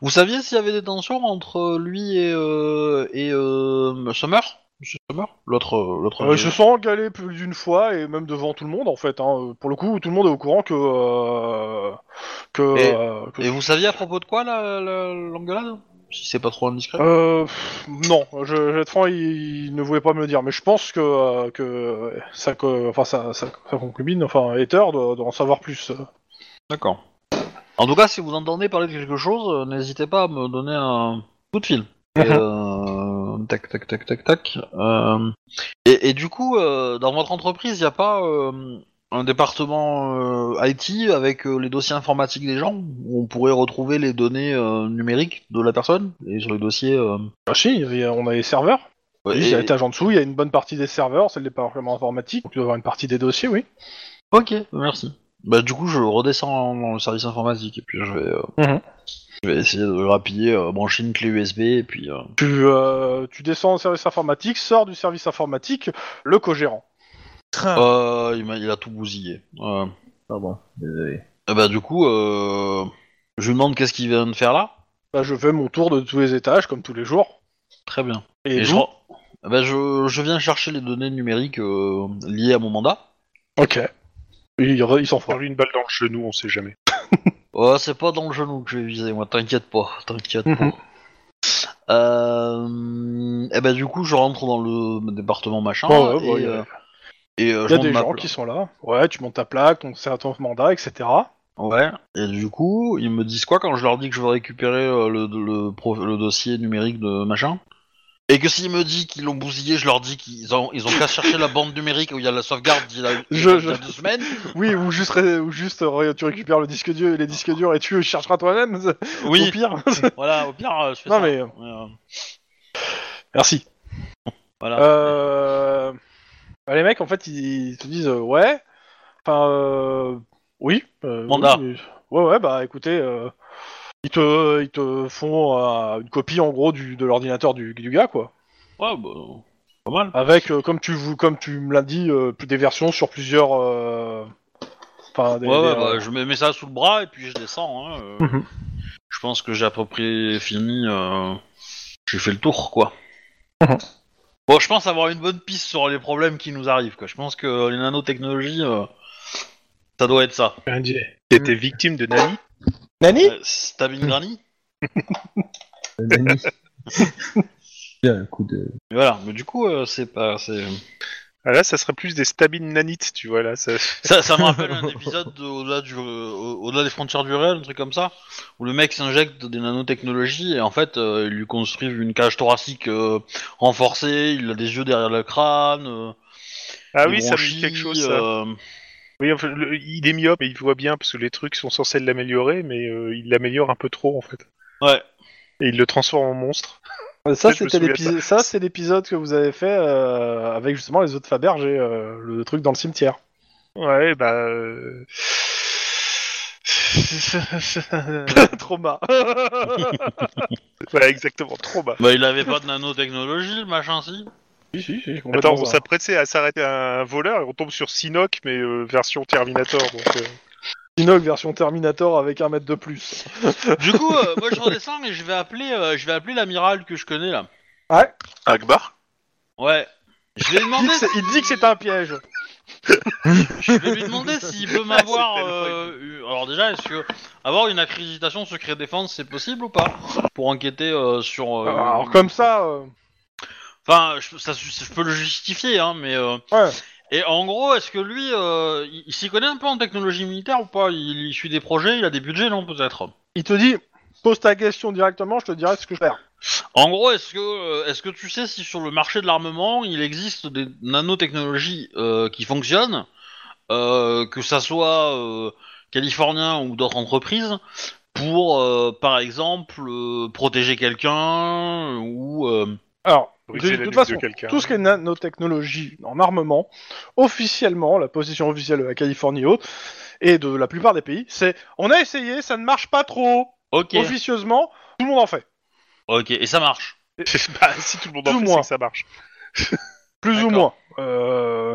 Speaker 3: vous saviez s'il y avait des tensions entre lui et euh, et euh, Summer Monsieur Summer L'autre euh, l'autre.
Speaker 2: Euh, ils se sont engalés plus d'une fois et même devant tout le monde, en fait. hein. Euh, Pour le coup, tout le monde est au courant que euh, que.
Speaker 3: Et-
Speaker 2: euh, que-
Speaker 3: Et vous saviez à propos de quoi la- la- l'engueulade Si c'est pas trop indiscret.
Speaker 2: Euh, pff, non, je, je vais être franc, il, il ne voulait pas me le dire, mais je pense que euh, que ça, enfin ça, ça, concubine, enfin Ether doit, doit en savoir plus. euh.
Speaker 3: D'accord. En tout cas, si vous entendez parler de quelque chose, euh, n'hésitez pas à me donner un coup de fil. Et, euh, tac, tac, tac, tac, tac. Euh, et, et du coup, euh, dans votre entreprise, il n'y a pas euh, un département euh, IT avec euh, les dossiers informatiques des gens où on pourrait retrouver les données euh, numériques de la personne et sur les dossiers. euh,
Speaker 2: Ah si, il y a- on a les serveurs.
Speaker 3: ouais,
Speaker 2: Oui,
Speaker 3: et-
Speaker 2: à l'étage en dessous, il y a une bonne partie des serveurs, c'est le département informatique, donc il doit y avoir une partie des dossiers, oui.
Speaker 3: Ok, merci. Bah du coup, je redescends dans le service informatique et puis je vais, euh,
Speaker 2: Mhm.
Speaker 3: je vais essayer de grappiller, euh, brancher une clé USB et puis. euh,
Speaker 2: Tu, euh, tu descends au service informatique, sors du service informatique, le co-gérant. Ah.
Speaker 3: Euh, il, m'a- il a tout bousillé. Euh,
Speaker 6: Ah bon, désolé.
Speaker 3: eh ben, du coup, euh, je lui demande qu'est-ce qu'il vient de faire là.
Speaker 2: Bah, je fais mon tour de tous les étages, comme tous les jours.
Speaker 3: Très bien.
Speaker 2: Et,
Speaker 3: je,
Speaker 2: vous
Speaker 3: re- eh ben, je, je viens chercher les données numériques euh, liées à mon mandat.
Speaker 2: Ok. Il, re- il s'en fout.
Speaker 4: Par une balle dans le genou, on sait jamais.
Speaker 3: Oh, c'est pas dans le genou que je vais viser, moi, t'inquiète pas, t'inquiète
Speaker 2: Mhm.
Speaker 3: pas. Euh, eh ben du coup, je rentre dans le département machin.
Speaker 2: Oh, Ouais, ouais,
Speaker 3: et,
Speaker 2: ouais, ouais.
Speaker 3: euh, et, euh,
Speaker 2: Il
Speaker 3: je
Speaker 2: y a
Speaker 3: monte
Speaker 2: des
Speaker 3: ma
Speaker 2: gens
Speaker 3: pla-
Speaker 2: qui sont là. Ouais, tu montes ta plaque, ton, c'est à ton mandat, etc.
Speaker 3: Ouais, et du coup, ils me disent quoi quand je leur dis que je veux récupérer euh, le, le, pro- le dossier numérique de machin Et que s'ils me disent qu'ils l'ont bousillé, je leur dis qu'ils ont, ils ont qu'à chercher la bande numérique où il y a la sauvegarde d'il y a,
Speaker 2: Je-
Speaker 3: d'il y a
Speaker 2: je-
Speaker 3: deux semaines.
Speaker 2: Oui, ou juste, ré- ou juste euh, tu récupères le disque dur, les disques durs et tu chercheras toi-même, c'est- au
Speaker 3: Oui,
Speaker 2: pire.
Speaker 3: voilà, au pire, euh, je fais
Speaker 2: Non,
Speaker 3: ça.
Speaker 2: mais-
Speaker 3: Ouais, euh,
Speaker 2: Merci.
Speaker 3: voilà.
Speaker 2: Euh... bah, les mecs, en fait, ils, ils te disent euh, ouais. Enfin, euh, oui. euh,
Speaker 3: Mandat.
Speaker 2: oui, mais- ouais, ouais, bah écoutez, euh, ils, te, ils te font euh, une copie en gros du, de l'ordinateur du, du gars, quoi.
Speaker 3: Ouais, bah, pas mal.
Speaker 2: Avec, euh, comme, tu, vou- comme tu me l'as dit, euh, des versions sur plusieurs. euh, Enfin, des-
Speaker 3: Ouais, ouais,
Speaker 2: des,
Speaker 3: bah,
Speaker 2: euh,
Speaker 3: je me mets ça sous le bras et puis je descends. hein, euh,
Speaker 2: Mhm.
Speaker 3: Je pense que j'ai à peu près fini. euh, J'ai fait le tour, quoi.
Speaker 2: Mhm.
Speaker 3: Bon, je pense avoir une bonne piste sur les problèmes qui nous arrivent. Quoi. Je pense que les nanotechnologies, euh, ça doit être ça.
Speaker 4: T'étais victime de Nani
Speaker 2: Nani
Speaker 3: Euh, Stabbing Granny
Speaker 6: Euh, Denis. Bien, un coup de.
Speaker 3: Mais voilà, mais du coup, euh, c'est pas. c'est-
Speaker 4: Ah là, ça serait plus des stabines nanites, tu vois, là. Ça...
Speaker 3: Ça, ça me rappelle un épisode de au-delà du, au- au-delà des frontières du réel, un truc comme ça, où le mec s'injecte des nanotechnologies et en fait euh, ils lui construisent une cage thoracique euh, renforcée, il a des yeux derrière le crâne. euh,
Speaker 4: Ah
Speaker 3: il
Speaker 4: oui, ça me dit
Speaker 3: bronchie,
Speaker 4: quelque chose, ça.
Speaker 3: euh,
Speaker 4: Oui, enfin, le- il est myope, mais il voit bien, parce que les trucs sont censés l'améliorer, mais euh, il l'améliore un peu trop, en fait.
Speaker 3: Ouais.
Speaker 4: Et il le transforme en monstre.
Speaker 2: Ça,
Speaker 4: je me
Speaker 2: c'était
Speaker 4: souviens
Speaker 2: l'épis- ça, c'est l'épisode que vous avez fait euh, avec justement les autres Faberge et euh, le truc dans le cimetière.
Speaker 4: Ouais, bah. euh,
Speaker 2: Trauma.
Speaker 4: voilà, exactement, trop bas.
Speaker 3: Bah, il avait pas de nanotechnologie, le machin, si
Speaker 2: si, si, si,
Speaker 4: Attends,
Speaker 2: complètement
Speaker 4: on
Speaker 2: ça.
Speaker 4: s'apprêtait à s'arrêter à un voleur et on tombe sur Sinoc, mais euh, version Terminator. Donc, euh,
Speaker 2: Shinnok version Terminator avec un mètre de plus.
Speaker 3: Du coup, euh, moi je redescends et je vais appeler, euh, je vais appeler l'amiral que je connais là.
Speaker 1: Akbar
Speaker 3: Ouais. Je vais
Speaker 2: Il dit
Speaker 3: lui demander.
Speaker 2: que c'est- il dit que c'est un piège.
Speaker 3: Je vais lui demander s'il peut m'avoir.
Speaker 4: C'est tellement
Speaker 3: euh, eu- Alors déjà, est-ce que avoir une accréditation secret défense, c'est possible ou pas pour enquêter euh, sur. euh,
Speaker 2: Alors comme ça, euh,
Speaker 3: Enfin, je, ça, je peux le justifier, hein, mais. euh,
Speaker 2: Ouais.
Speaker 3: Et en gros, est-ce que lui, euh, il, il s'y connaît un peu en technologie militaire ou pas il, il suit des projets, il a des budgets, non peut-être.
Speaker 2: il te dit, pose ta question directement, je te dirai ce que je perds.
Speaker 3: En gros, est-ce que, euh, est-ce que tu sais si sur le marché de l'armement, il existe des nanotechnologies euh, qui fonctionnent, euh, que ça soit euh, californien ou d'autres entreprises, pour, euh, par exemple, euh, protéger quelqu'un ou... euh,
Speaker 2: Alors,
Speaker 4: pour
Speaker 2: de,
Speaker 4: briser
Speaker 2: de
Speaker 4: la
Speaker 2: toute
Speaker 4: nuque de
Speaker 2: façon,
Speaker 4: quelqu'un.
Speaker 2: tout ce qui est nanotechnologie en armement, officiellement, la position officielle de la Californie et autres, et de la plupart des pays, c'est on a essayé, ça ne marche pas trop.
Speaker 3: Ok,
Speaker 2: Officieusement, tout le monde en fait.
Speaker 3: ok, et ça marche.
Speaker 4: Bah, si tout le monde en
Speaker 2: Tout
Speaker 4: fait,
Speaker 2: moins.
Speaker 4: c'est que ça marche.
Speaker 2: Plus ou
Speaker 3: D'accord.
Speaker 2: moins. Euh,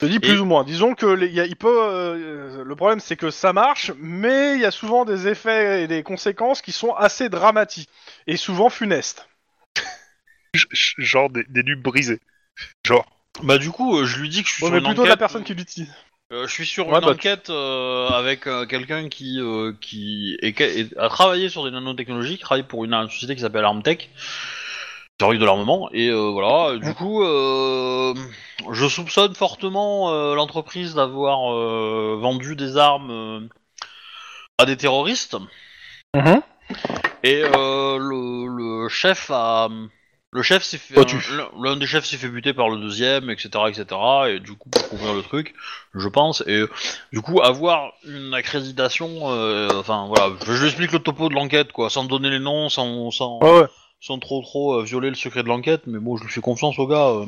Speaker 2: je te dis plus
Speaker 3: Et-
Speaker 2: ou moins. Disons que les- il y a- il peut. euh, le problème, c'est que ça marche, mais il y a souvent des effets et des conséquences qui sont assez dramatiques et souvent funestes.
Speaker 4: J- j- Genre des, des nubes brisées. Genre.
Speaker 3: Bah du coup, euh, je lui dis que je suis
Speaker 2: Ouais,
Speaker 3: sur
Speaker 2: mais
Speaker 3: une
Speaker 2: plutôt de la
Speaker 3: enquête...
Speaker 2: personne qui l'utilise.
Speaker 3: euh, je suis sur
Speaker 2: Ouais,
Speaker 3: une
Speaker 2: bah, tu-
Speaker 3: enquête euh, avec euh, quelqu'un qui, euh, qui est- est- a travaillé sur des nanotechnologies, qui travaille pour une, une société qui s'appelle Armtech, théorie de l'armement, et euh, voilà. Du coup, euh, je soupçonne fortement euh, l'entreprise d'avoir euh, vendu des armes euh, à des terroristes, et euh, le, le chef a. Le chef s'est fait. euh,
Speaker 2: Pas tu.
Speaker 3: l'un- L'un des chefs s'est fait buter par le deuxième, etc., etc. Et du coup, pour couvrir le truc, je pense. Et euh, du coup, avoir une accréditation. euh, enfin, voilà. Je lui explique le topo de l'enquête, quoi. Sans donner les noms, sans, sans,
Speaker 2: Ouais, ouais.
Speaker 3: sans trop, trop euh, violer le secret de l'enquête. Mais bon, je lui fais confiance au gars. euh.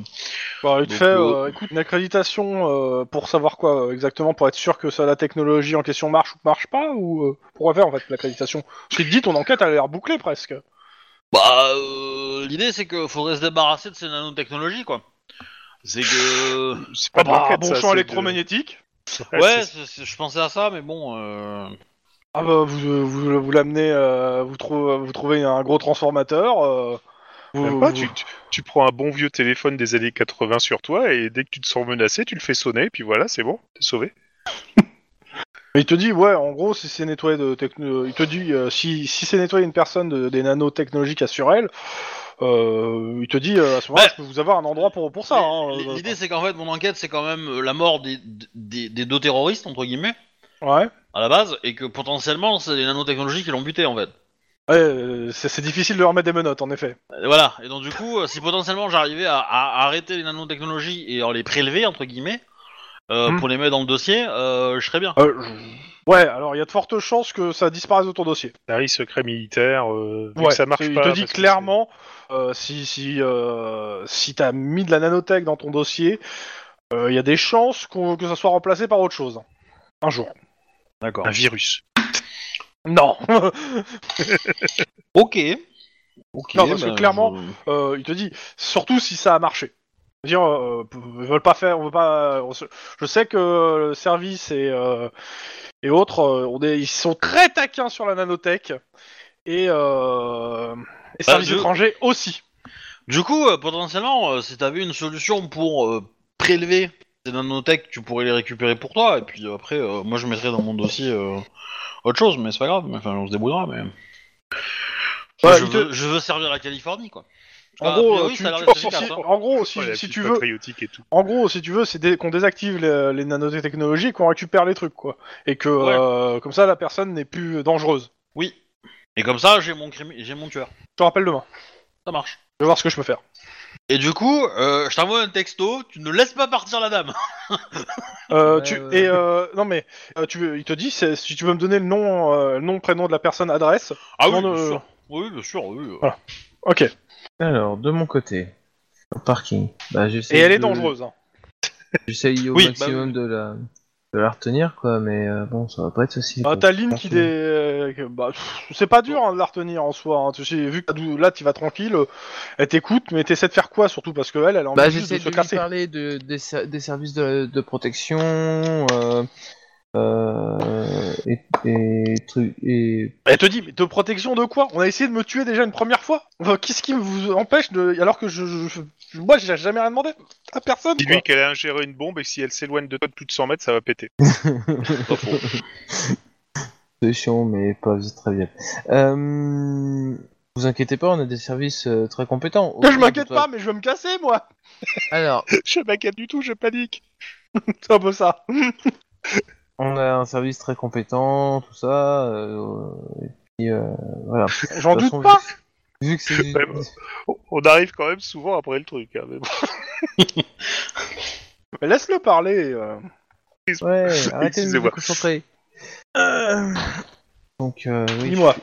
Speaker 2: Bah, il te
Speaker 3: Donc,
Speaker 2: fait,
Speaker 3: euh,
Speaker 2: euh, écoute, une accréditation euh, pour savoir quoi euh, exactement, pour être sûr que ça, la technologie en question marche ou marche pas, ou euh, pourquoi faire en fait l'accréditation Parce qu'il te dit ton enquête elle a l'air bouclée presque.
Speaker 3: Bah, euh, l'idée, c'est que faudrait se débarrasser de ces nanotechnologies, quoi. C'est que.
Speaker 4: C'est pas de
Speaker 2: bah,
Speaker 4: l'enquête,
Speaker 2: bon
Speaker 4: ça, c'est
Speaker 2: champ
Speaker 4: de-
Speaker 2: électromagnétique.
Speaker 3: Ouais, c'est- c'est- je pensais à ça, mais bon. euh,
Speaker 2: Ah bah vous euh, vous, vous l'amenez euh, vous trouvez vous trouvez un gros transformateur euh, vous-
Speaker 4: Même pas,
Speaker 2: vous-
Speaker 4: tu, tu- tu prends un bon vieux téléphone des années 80 sur toi et dès que tu te sens menacé, tu le fais sonner, puis voilà, c'est bon, t'es sauvé.
Speaker 2: il te dit ouais en gros si c'est nettoyé de techno il te dit euh, si, si c'est nettoyé une personne de, des nanotechnologies a sur elle euh, il te dit euh, à ce moment-là
Speaker 3: Ouais.
Speaker 2: je peux vous avoir un endroit pour pour ça hein,
Speaker 3: L-
Speaker 2: euh,
Speaker 3: L'idée, c'est qu'en fait, mon enquête, c'est quand même euh, la mort des, des, des deux terroristes, entre guillemets,
Speaker 2: euh, ouais
Speaker 3: à la base, et que potentiellement, c'est les nanotechnologies qui l'ont buté, en fait.
Speaker 2: Ouais, euh, c'est c'est difficile de leur mettre des menottes en effet
Speaker 3: Euh, Voilà, et donc du coup, euh, si potentiellement j'arrivais à, à arrêter les nanotechnologies et à les prélever, entre guillemets, euh,
Speaker 4: Hmm.
Speaker 3: pour les mettre dans le dossier, euh, je serais bien.
Speaker 2: Euh, je- ouais alors il y a de fortes chances que ça disparaisse de ton dossier
Speaker 4: Paris secret militaire, euh, vu
Speaker 2: Ouais,
Speaker 4: que ça marche
Speaker 2: il
Speaker 4: pas.
Speaker 2: te dit
Speaker 4: parce que
Speaker 2: clairement, euh, si, si, euh, si t'as mis de la nanotech dans ton dossier, euh, il y a des chances qu'on- que ça soit remplacé par autre chose. Un jour.
Speaker 3: D'accord.
Speaker 4: c'est Un virus.
Speaker 2: Non
Speaker 3: Ok. Ok.
Speaker 2: Non, parce que
Speaker 3: bah,
Speaker 2: clairement,
Speaker 3: je-
Speaker 2: Euh, Il te dit, surtout si ça a marché. Dire, euh, p- ils veulent pas faire, on veut pas. on se- je sais que le service et, euh, et autres, euh, on est, ils sont très taquins sur la nanotech et, euh, et
Speaker 3: Bah,
Speaker 2: services
Speaker 3: je-
Speaker 2: étrangers aussi.
Speaker 3: Du coup, euh, potentiellement, euh, si t'avais une solution pour euh, prélever ces nanotech, tu pourrais les récupérer pour toi. Et puis euh, après, euh, moi, je mettrais dans mon dossier euh, autre chose, mais c'est pas grave. mais, Enfin, on se débrouillera. Mais
Speaker 2: Voilà,
Speaker 3: je,
Speaker 2: il te-
Speaker 3: veux, je veux servir la Californie, quoi.
Speaker 2: En
Speaker 3: Ah, a
Speaker 2: gros,
Speaker 3: priori,
Speaker 2: tu-
Speaker 3: ça a l'air
Speaker 2: tu-
Speaker 3: d'être
Speaker 2: si-
Speaker 3: efficace, hein.
Speaker 2: en gros, si,
Speaker 4: Ouais, la
Speaker 2: si
Speaker 4: petite
Speaker 2: tu veux,
Speaker 4: patriotique et tout.
Speaker 2: En gros, si tu veux, c'est dé- qu'on désactive les, les nanotechnologies et qu'on récupère les trucs, quoi. Et que,
Speaker 3: Ouais.
Speaker 2: euh, comme ça, la personne n'est plus dangereuse.
Speaker 3: Oui. Et comme ça, j'ai mon crimi- j'ai mon tueur.
Speaker 2: Je te rappelle demain.
Speaker 3: Ça marche.
Speaker 2: Je vais voir ce que je peux faire.
Speaker 3: Et du coup, euh, je t'envoie un texto. Tu ne laisses pas partir la dame.
Speaker 2: Euh,
Speaker 6: Ouais,
Speaker 2: tu,
Speaker 6: ouais.
Speaker 2: Et, euh, non, mais, euh, tu, veux- il te dit, c'est- si tu veux me donner le nom, euh, nom, prénom de la personne, adresse.
Speaker 3: Ah oui,
Speaker 2: Non,
Speaker 3: bien
Speaker 2: euh,
Speaker 3: sûr. Oui, bien sûr. Oui. euh.
Speaker 2: Voilà. Ok. Et
Speaker 6: Alors, de mon côté, au parking. Bah, j'essaye
Speaker 2: elle est
Speaker 6: de-
Speaker 2: dangereuse. hein.
Speaker 6: J'essaye au
Speaker 3: Oui, bah
Speaker 6: maximum de la. de la retenir, quoi, mais euh, bon, ça va pas être facile.
Speaker 2: Ah,
Speaker 6: quoi.
Speaker 2: t'as Lynn qui dé... euh, que- bah, pff, c'est pas dur hein, de la retenir en soi. hein. Tu sais, vu que t'as dou- là tu vas tranquille, euh, elle t'écoute, mais t'essaies de faire quoi surtout parce que elle, elle a envie
Speaker 6: Bah,
Speaker 2: juste
Speaker 6: j'essaie
Speaker 2: de
Speaker 6: de,
Speaker 2: se
Speaker 6: lui
Speaker 2: casser.
Speaker 6: parler de, des, ser- des services de, de protection euh, euh, et, et, trucs- et
Speaker 2: Elle te dit, mais de protection de quoi On a essayé de me tuer déjà une première fois. Enfin, Qu'est-ce qui vous empêche de alors que je, je- je- moi j'ai jamais rien demandé à personne.
Speaker 4: Dis-lui
Speaker 2: quoi.
Speaker 4: qu'elle a ingéré une bombe et que si elle s'éloigne de toi de plus de 100 mètres, ça va péter.
Speaker 3: Pas faux.
Speaker 6: C'est chiant, mais pas vite, très bien. Euh, Vous inquiétez pas, on a des services euh, très compétents.
Speaker 2: Que je m'inquiète pas, mais je veux me casser moi.
Speaker 6: Alors,
Speaker 4: je m'inquiète du tout, je panique.
Speaker 2: C'est un peu ça.
Speaker 6: on a un service très compétent, tout ça. euh, et puis, euh, voilà. De toute
Speaker 2: J'en doute
Speaker 6: façon,
Speaker 2: pas.
Speaker 6: Vu, vu que c'est du-
Speaker 4: Ouais, bah. On arrive quand même souvent après le truc. Hein, mais bon.
Speaker 2: Mais laisse-le parler. euh.
Speaker 6: Ouais, arrêtez de me
Speaker 4: Excusez-moi.
Speaker 6: concentrer.
Speaker 2: Euh.
Speaker 6: Donc, euh, oui,
Speaker 2: Dis-moi.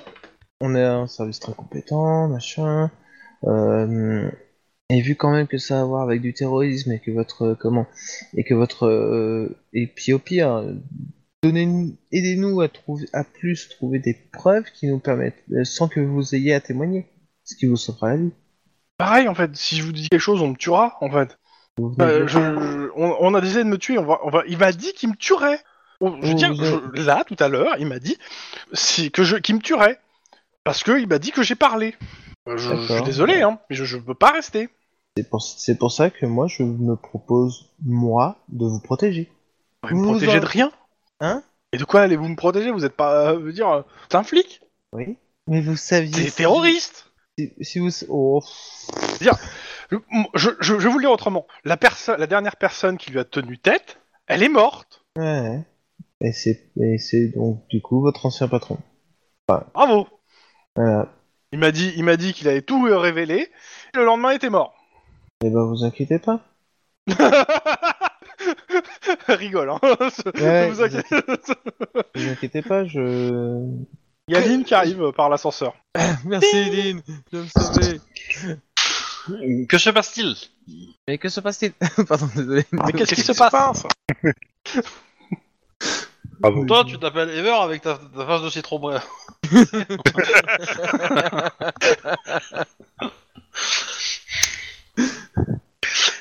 Speaker 6: on a un service très compétent, machin. Euh, et vu quand même que ça a à voir avec du terrorisme et que votre euh, comment et que votre euh, et puis au pire, euh, donnez-nous- aidez-nous à trouver à plus trouver des preuves qui nous permettent euh, sans que vous ayez à témoigner, ce qui vous sauvera la vie.
Speaker 2: Pareil en fait. Si je vous dis quelque chose, on me tuera en fait.
Speaker 6: Vous venez
Speaker 2: Euh,
Speaker 6: de-
Speaker 2: je- je- on, on a décidé de me tuer. On va, on va- il m'a dit qu'il me tuerait. On- je veux dire,
Speaker 6: Vous-
Speaker 2: je- là, tout à l'heure, il m'a dit si, que je- qu'il me tuerait. Parce qu'il m'a dit que j'ai parlé. Euh, Je, je suis
Speaker 6: D'accord.
Speaker 2: désolé, hein, mais je, je peux pas rester.
Speaker 6: C'est pour, c'est pour ça que moi je me propose moi de vous protéger.
Speaker 2: Vous me
Speaker 6: Vous
Speaker 2: protégez
Speaker 6: en-
Speaker 2: de rien
Speaker 6: Hein
Speaker 2: Et de quoi allez-vous me protéger Vous êtes pas. euh, je veux dire, euh, t'es un flic
Speaker 6: Oui. Mais vous saviez.
Speaker 2: T'es terroriste
Speaker 6: Si, si vous. Oh.
Speaker 2: je, je, je vais vous le dire autrement. La, perso- la dernière personne qui lui a tenu tête, elle est morte.
Speaker 6: Ouais. Et c'est et c'est donc du coup votre ancien patron.
Speaker 2: Bravo
Speaker 6: Voilà.
Speaker 2: Il m'a dit il m'a dit qu'il avait tout euh, révélé. Et le lendemain, il était mort.
Speaker 6: Eh ben vous inquiétez pas.
Speaker 2: Rigole, hein.
Speaker 6: Ouais,
Speaker 2: Ne vous inquiétez-
Speaker 6: Vous inquiétez pas, je.
Speaker 2: Il y a Lynn qui arrive euh, par l'ascenseur.
Speaker 6: Merci Lynn de me sauver.
Speaker 3: que se passe-t-il
Speaker 6: Mais que se passe-t-il Pardon, désolé.
Speaker 2: Mais qu'est-ce qui se passe
Speaker 3: Toi, tu t'appelles Ever avec ta, ta face de citron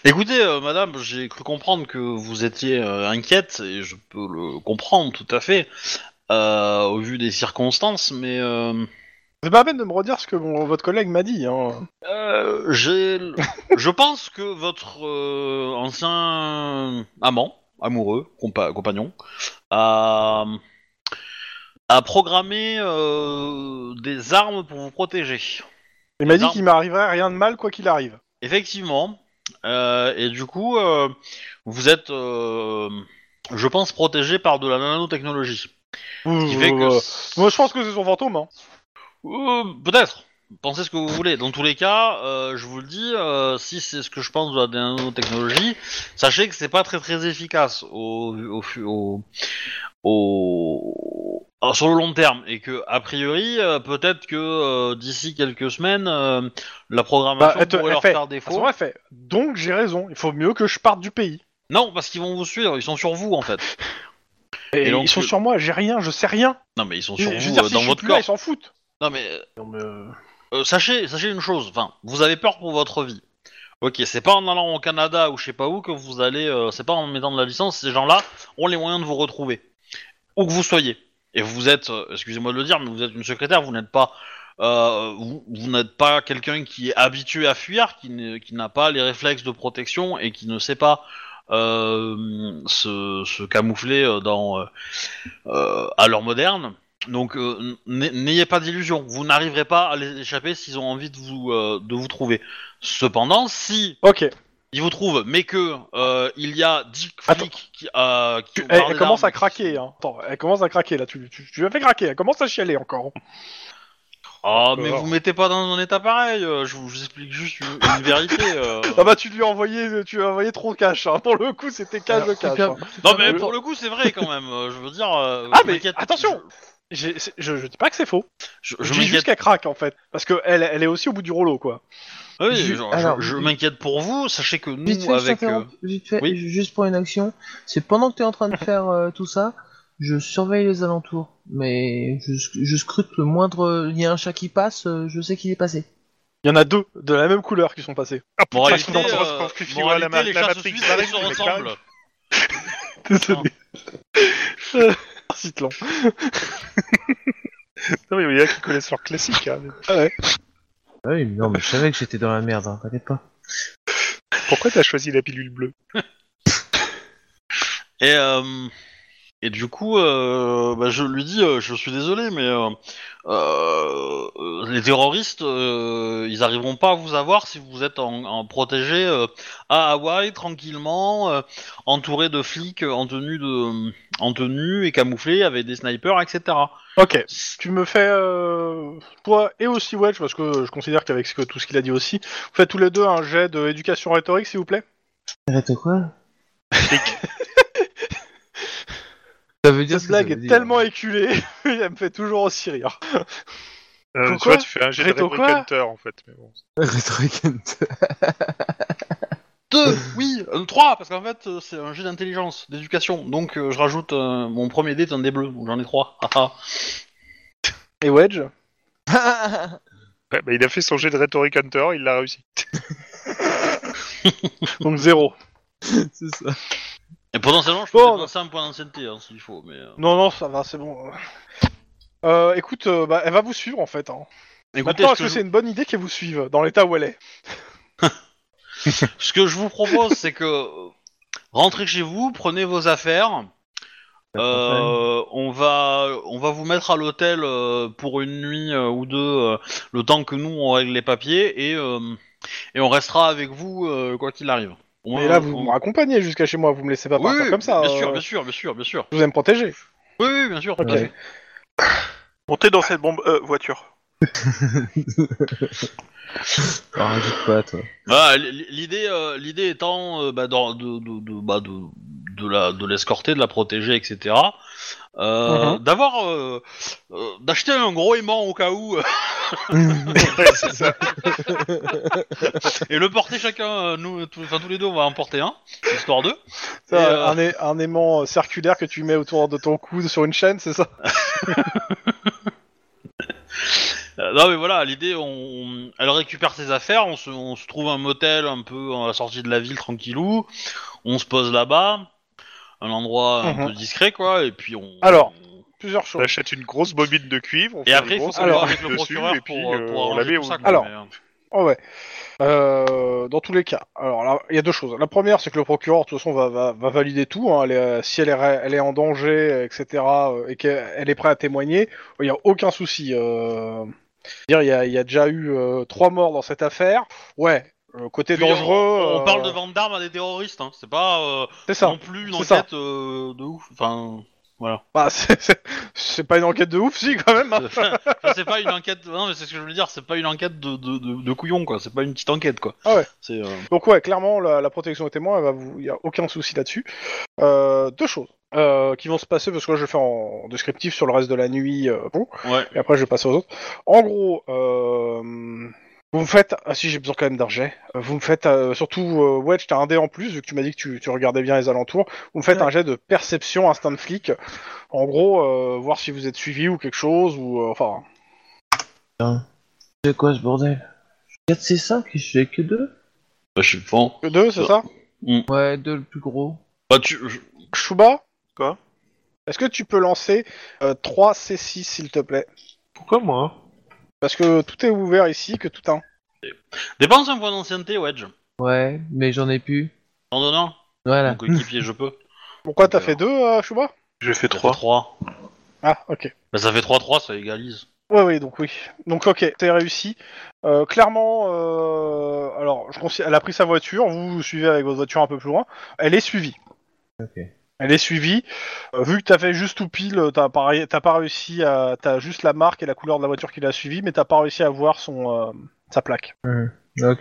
Speaker 3: Écoutez, euh, madame, j'ai cru comprendre que vous étiez euh, inquiète, et je peux le comprendre tout à fait, euh, au vu des circonstances, mais euh,
Speaker 2: C'est pas la peine de me redire ce que mon- votre collègue m'a dit. Hein.
Speaker 3: euh, j'ai, je pense que votre euh, ancien amant, amoureux, compa- compagnon, a, a programmé euh, des armes pour vous protéger.
Speaker 2: Il m'a dit
Speaker 3: Non.
Speaker 2: qu'il m'arriverait rien de mal quoi qu'il arrive.
Speaker 3: Effectivement. Euh, et du coup, euh, vous êtes, euh, je pense, protégé par de la nanotechnologie. Ce qui fait que...
Speaker 2: Euh, Moi je pense que c'est son fantôme. Hein.
Speaker 3: Euh, Peut-être. Pensez ce que vous voulez. Dans tous les cas, euh, je vous le dis, euh, si c'est ce que je pense de la nanotechnologie, sachez que c'est pas très très efficace au, au, au, au- alors, sur le long terme et que a priori, euh, peut-être que euh, d'ici quelques semaines, euh, la
Speaker 2: Bah,
Speaker 3: programmation
Speaker 2: elle te-
Speaker 3: pourrait
Speaker 2: elle
Speaker 3: leur
Speaker 2: fait-
Speaker 3: faire
Speaker 2: À ce
Speaker 3: défaut.
Speaker 2: moment, elle fait. Donc j'ai raison. Il faut mieux que je parte du pays.
Speaker 3: Non, parce qu'ils vont vous suivre. Ils sont sur vous en fait.
Speaker 2: Et,
Speaker 3: Et donc,
Speaker 2: ils sont
Speaker 3: tu-
Speaker 2: sur moi. J'ai rien. Je sais rien.
Speaker 3: Non, mais ils sont
Speaker 2: Je,
Speaker 3: sur
Speaker 2: je
Speaker 3: vous
Speaker 2: veux dire,
Speaker 3: euh,
Speaker 2: si
Speaker 3: dans
Speaker 2: je suis
Speaker 3: votre
Speaker 2: plus là,
Speaker 3: corps.
Speaker 2: ils s'en foutent.
Speaker 3: Non, mais euh, euh, sachez, sachez une chose. Enfin, vous avez peur pour votre vie. Ok, c'est pas en allant au Canada ou je sais pas où que vous allez. euh, c'est pas en mettant de la licence. Ces gens-là ont les moyens de vous retrouver, où que vous soyez. Et vous êtes, euh, excusez-moi de le dire, mais vous êtes une secrétaire. Vous n'êtes pas, euh, vous, vous n'êtes pas quelqu'un qui est habitué à fuir, qui, ne- qui n'a pas les réflexes de protection et qui ne sait pas euh, se, se camoufler euh, dans euh, euh, à l'heure moderne. Donc euh, n- n'ayez pas d'illusions, vous n'arriverez pas à les échapper s'ils ont envie de vous, euh, de vous trouver. Cependant, si
Speaker 2: Ok. Eh,
Speaker 3: ils vous trouvent, mais que euh, il y a 10 flics
Speaker 2: Attends.
Speaker 3: qui, euh, qui
Speaker 2: Tu-
Speaker 3: ont
Speaker 2: elle
Speaker 3: parlé
Speaker 2: elle commence
Speaker 3: d'armes-
Speaker 2: à craquer. Hein. Attends, elle commence à craquer là. Tu, tu, tu la fais craquer. Elle commence à chialer encore.
Speaker 3: Ah, mais vous mettez pas dans un état pareil, euh, je vous je vous explique juste une, une vérité. euh.
Speaker 2: Ah bah tu lui as envoyé, tu lui as envoyé trop de cash. Hein. Pour le coup, c'était cash de cash.
Speaker 6: super.
Speaker 2: hein.
Speaker 3: Non mais pour le coup c'est vrai quand même, euh, je veux dire... euh,
Speaker 2: Ah mais
Speaker 3: m'inquiète-
Speaker 2: attention
Speaker 3: je-
Speaker 2: j'ai- c'est- je, je dis pas que c'est faux.
Speaker 3: Je,
Speaker 2: Je,
Speaker 3: je
Speaker 2: dis juste
Speaker 3: m'inquiète.
Speaker 2: qu'elle craque en fait, parce que elle, elle est aussi au bout du rouleau quoi.
Speaker 3: Oui,
Speaker 6: Ju-
Speaker 2: Ah,
Speaker 3: genre,
Speaker 6: alors,
Speaker 3: je, je
Speaker 6: ju-
Speaker 3: m'inquiète pour vous. Sachez que nous,
Speaker 6: Vite fait, je
Speaker 3: avec. euh,
Speaker 6: t'interromps, vite fait,
Speaker 3: oui.
Speaker 6: ju- juste pour une action. C'est pendant que tu es en train de faire euh, tout ça, je surveille les alentours. Mais je, sc- je scrute le moindre. Il y a un chat qui passe, euh, je sais qu'il est passé.
Speaker 2: Il y en a deux de la même couleur qui sont passés.
Speaker 4: Ah,
Speaker 3: euh, moralité,
Speaker 4: parce qu'on
Speaker 3: euh,
Speaker 4: se confie, ouais,
Speaker 3: moralité,
Speaker 4: ma-
Speaker 3: les
Speaker 4: la
Speaker 3: chats se
Speaker 4: Matrix,
Speaker 3: suivent
Speaker 4: la
Speaker 3: et se
Speaker 4: Matrix, la
Speaker 3: ressemblent.
Speaker 2: Désolé. Merci, Tlan.
Speaker 4: Non, mais il y en a qui connaissent leur classique. hein.
Speaker 6: Ah Oui, non, mais je savais que j'étais dans la merde, hein, t'inquiète pas.
Speaker 4: Pourquoi t'as choisi la pilule bleue
Speaker 3: Et, euh, et du coup, euh, bah, je lui dis, euh, je suis désolé, mais euh, euh, euh, les terroristes, euh, ils arriveront pas à vous avoir si vous êtes en, en protégé euh, à Hawaï, tranquillement, euh, entouré de flics euh, en tenue, de, en tenue et camouflés avec des snipers, etc.
Speaker 2: Ok, tu me fais euh, toi et aussi Wedge, parce que je considère qu'avec ce que- tout ce qu'il a dit aussi, vous faites tous les deux un jet d'éducation rhétorique s'il vous plaît.
Speaker 6: Arrête quoi Ça veut dire
Speaker 2: Cette blague est tellement éculée, elle me fait toujours aussi rire.
Speaker 4: Euh, Tu
Speaker 2: Pourquoi
Speaker 4: vois, tu fais un jet de
Speaker 2: Reto
Speaker 4: Red
Speaker 2: quoi
Speaker 4: Hunter en fait. Mais bon.
Speaker 3: Deux, oui, euh, trois, parce qu'en fait, euh, c'est un jeu d'intelligence, d'éducation. Donc, euh, je rajoute euh, mon premier dé est un dé bleu, donc j'en ai trois. Ah, ah.
Speaker 2: Et Wedge
Speaker 4: Ouais, bah, il a fait son jet de Rhetoric Hunter, il l'a réussi.
Speaker 2: Donc zéro.
Speaker 6: C'est ça.
Speaker 3: Et potentiellement, je peux
Speaker 2: Bon.
Speaker 3: dépenser un point d'ancienneté hein, s'il faut, mais. euh,
Speaker 2: Non, non, ça va, c'est bon. Euh, écoute, euh, bah, elle va vous suivre en fait. hein.
Speaker 3: Écoutez,
Speaker 2: Maintenant,
Speaker 3: ce
Speaker 2: est-ce
Speaker 3: que
Speaker 2: que
Speaker 3: je-
Speaker 2: c'est une bonne idée qu'elle vous suive dans l'état où elle est
Speaker 3: Ce que je vous propose, c'est que euh, rentrez chez vous, prenez vos affaires. Euh, on va, on va vous mettre à l'hôtel euh, pour une nuit euh, ou deux, euh, le temps que nous on règle les papiers et euh, et on restera avec vous euh, quoi qu'il arrive. Au moins,
Speaker 2: Et là,
Speaker 3: on-
Speaker 2: vous
Speaker 3: on-
Speaker 2: me raccompagnez jusqu'à chez moi, vous me laissez pas
Speaker 3: Oui,
Speaker 2: partir
Speaker 3: oui,
Speaker 2: comme ça.
Speaker 3: Bien
Speaker 2: euh,
Speaker 3: sûr, bien sûr, bien sûr, bien sûr.
Speaker 2: Je vous aime protéger.
Speaker 3: Oui, oui, bien sûr. tout à
Speaker 6: Ok.
Speaker 3: fait.
Speaker 1: Montez dans cette bombe euh, voiture.
Speaker 6: Ah, rajoute pas, toi.
Speaker 3: Voilà, Bah, l- l- l'idée, euh, l'idée étant euh, bah, d'en- de, de, de- bah, de- de la, de l'escorter, de la protéger, etc. Euh,
Speaker 2: Mhm.
Speaker 3: D'avoir, euh, euh, d'acheter un gros aimant au cas où euh,
Speaker 4: Ouais, c'est ça.
Speaker 3: et le porter chacun, euh, nous, tous- enfin tous les deux, on va en porter un, histoire d'eux. Et,
Speaker 2: Ça,
Speaker 3: euh,
Speaker 2: un, é- un aimant circulaire que tu mets autour de ton coude sur une chaîne, c'est ça
Speaker 3: euh, non mais voilà, l'idée, on, elle récupère ses affaires, on se, on se trouve un motel un peu à la sortie de la ville tranquillou, on se pose là-bas, un endroit un
Speaker 2: Mhm.
Speaker 3: peu discret quoi, et puis on.
Speaker 2: Alors,
Speaker 3: on-
Speaker 2: Plusieurs choses.
Speaker 4: T'achètes une grosse bobine de cuivre. on fait
Speaker 3: Et après,
Speaker 4: une
Speaker 3: il faut
Speaker 4: grosse
Speaker 3: qu'on voit
Speaker 4: bobine
Speaker 3: avec le
Speaker 4: dessus,
Speaker 3: procureur
Speaker 4: et puis,
Speaker 3: pour,
Speaker 4: euh,
Speaker 3: pour
Speaker 4: on
Speaker 3: arranger
Speaker 4: la met
Speaker 3: tout
Speaker 4: au-
Speaker 3: ça. quoi,
Speaker 2: Alors.
Speaker 3: mais, euh,
Speaker 2: Oh ouais. Euh, dans tous les cas. Alors là, il y a deux choses. La première, c'est que le procureur, de toute façon, va, va, va valider tout. hein. Elle est, euh, si elle est, ra- elle est en danger, euh, etc., euh, et qu'elle elle est prête à témoigner, il n'y a aucun souci. Euh... Dire, il y a, il y a déjà eu euh, trois morts dans cette affaire. Ouais. euh, côté
Speaker 3: Puis on-
Speaker 2: dangereux.
Speaker 3: on,
Speaker 2: euh,
Speaker 3: parle de vente d'armes à des terroristes, hein. c'est pas euh,
Speaker 2: C'est ça.
Speaker 3: non plus une
Speaker 2: c'est ça.
Speaker 3: enquête euh, de ouf. Enfin,
Speaker 2: Bah, c'est- c'est c'est pas une enquête de ouf, si, quand même. hein.
Speaker 3: enfin, c'est pas une enquête. Non, mais c'est ce que je veux dire, c'est pas une enquête de, de, de, de couillon, quoi. C'est pas une petite enquête, quoi.
Speaker 2: Ah ouais.
Speaker 3: C'est, euh,
Speaker 2: Donc ouais, clairement, la, la protection des témoins, elle va vous, il y a aucun souci là-dessus. Euh, deux choses euh, qui vont se passer parce que là, je vais faire en descriptif sur le reste de la nuit. euh, bon,
Speaker 3: Ouais.
Speaker 2: et après je vais passer aux autres. En gros, euh, vous me faites, ah si j'ai besoin quand même d'un jet. Euh, Vous me faites euh, surtout euh, Wedge, t'as un dé en plus vu que tu m'as dit que tu, tu regardais bien les alentours. Vous me faites un jet de perception instinct de flic. En gros, euh, voir si vous êtes suivi ou quelque chose ou euh, enfin.
Speaker 6: C'est quoi ce bordel 4C5 et je fais que 2
Speaker 3: bah, je suis fan.
Speaker 2: que Deux, c'est ça
Speaker 6: Ouais, 2 le plus gros.
Speaker 3: Bah, tu. je-
Speaker 2: Chouba
Speaker 1: Quoi
Speaker 2: Est-ce que tu peux lancer euh, 3 C6 s'il te plaît
Speaker 4: Pourquoi moi
Speaker 2: Parce que tout est ouvert ici, que tout un.
Speaker 3: Dépense un point d'ancienneté, Wedge.
Speaker 6: Ouais, mais j'en ai plus.
Speaker 3: En donnant.
Speaker 6: Voilà.
Speaker 3: Mon coéquipier, je peux.
Speaker 2: Pourquoi t'as
Speaker 3: Alors.
Speaker 2: fait deux, euh, Chouba
Speaker 1: J'ai fait
Speaker 3: Ça fait
Speaker 1: 3.
Speaker 3: trois.
Speaker 2: Ah, ok.
Speaker 3: Bah, ça fait 3-3, ça égalise.
Speaker 2: Ouais, oui, donc oui. Donc, ok, t'es réussi. Euh, clairement, euh, alors, je considère- elle a pris sa voiture, vous, vous suivez avec votre voiture un peu plus loin. Elle est suivie.
Speaker 6: Ok.
Speaker 2: Elle est suivie. Euh, vu que t'as fait juste tout pile, euh, t'as pas, ré- t'as pas réussi à. T'as juste la marque et la couleur de la voiture qui l'a suivie, mais t'as pas réussi à voir son, euh, sa plaque.
Speaker 6: Ok.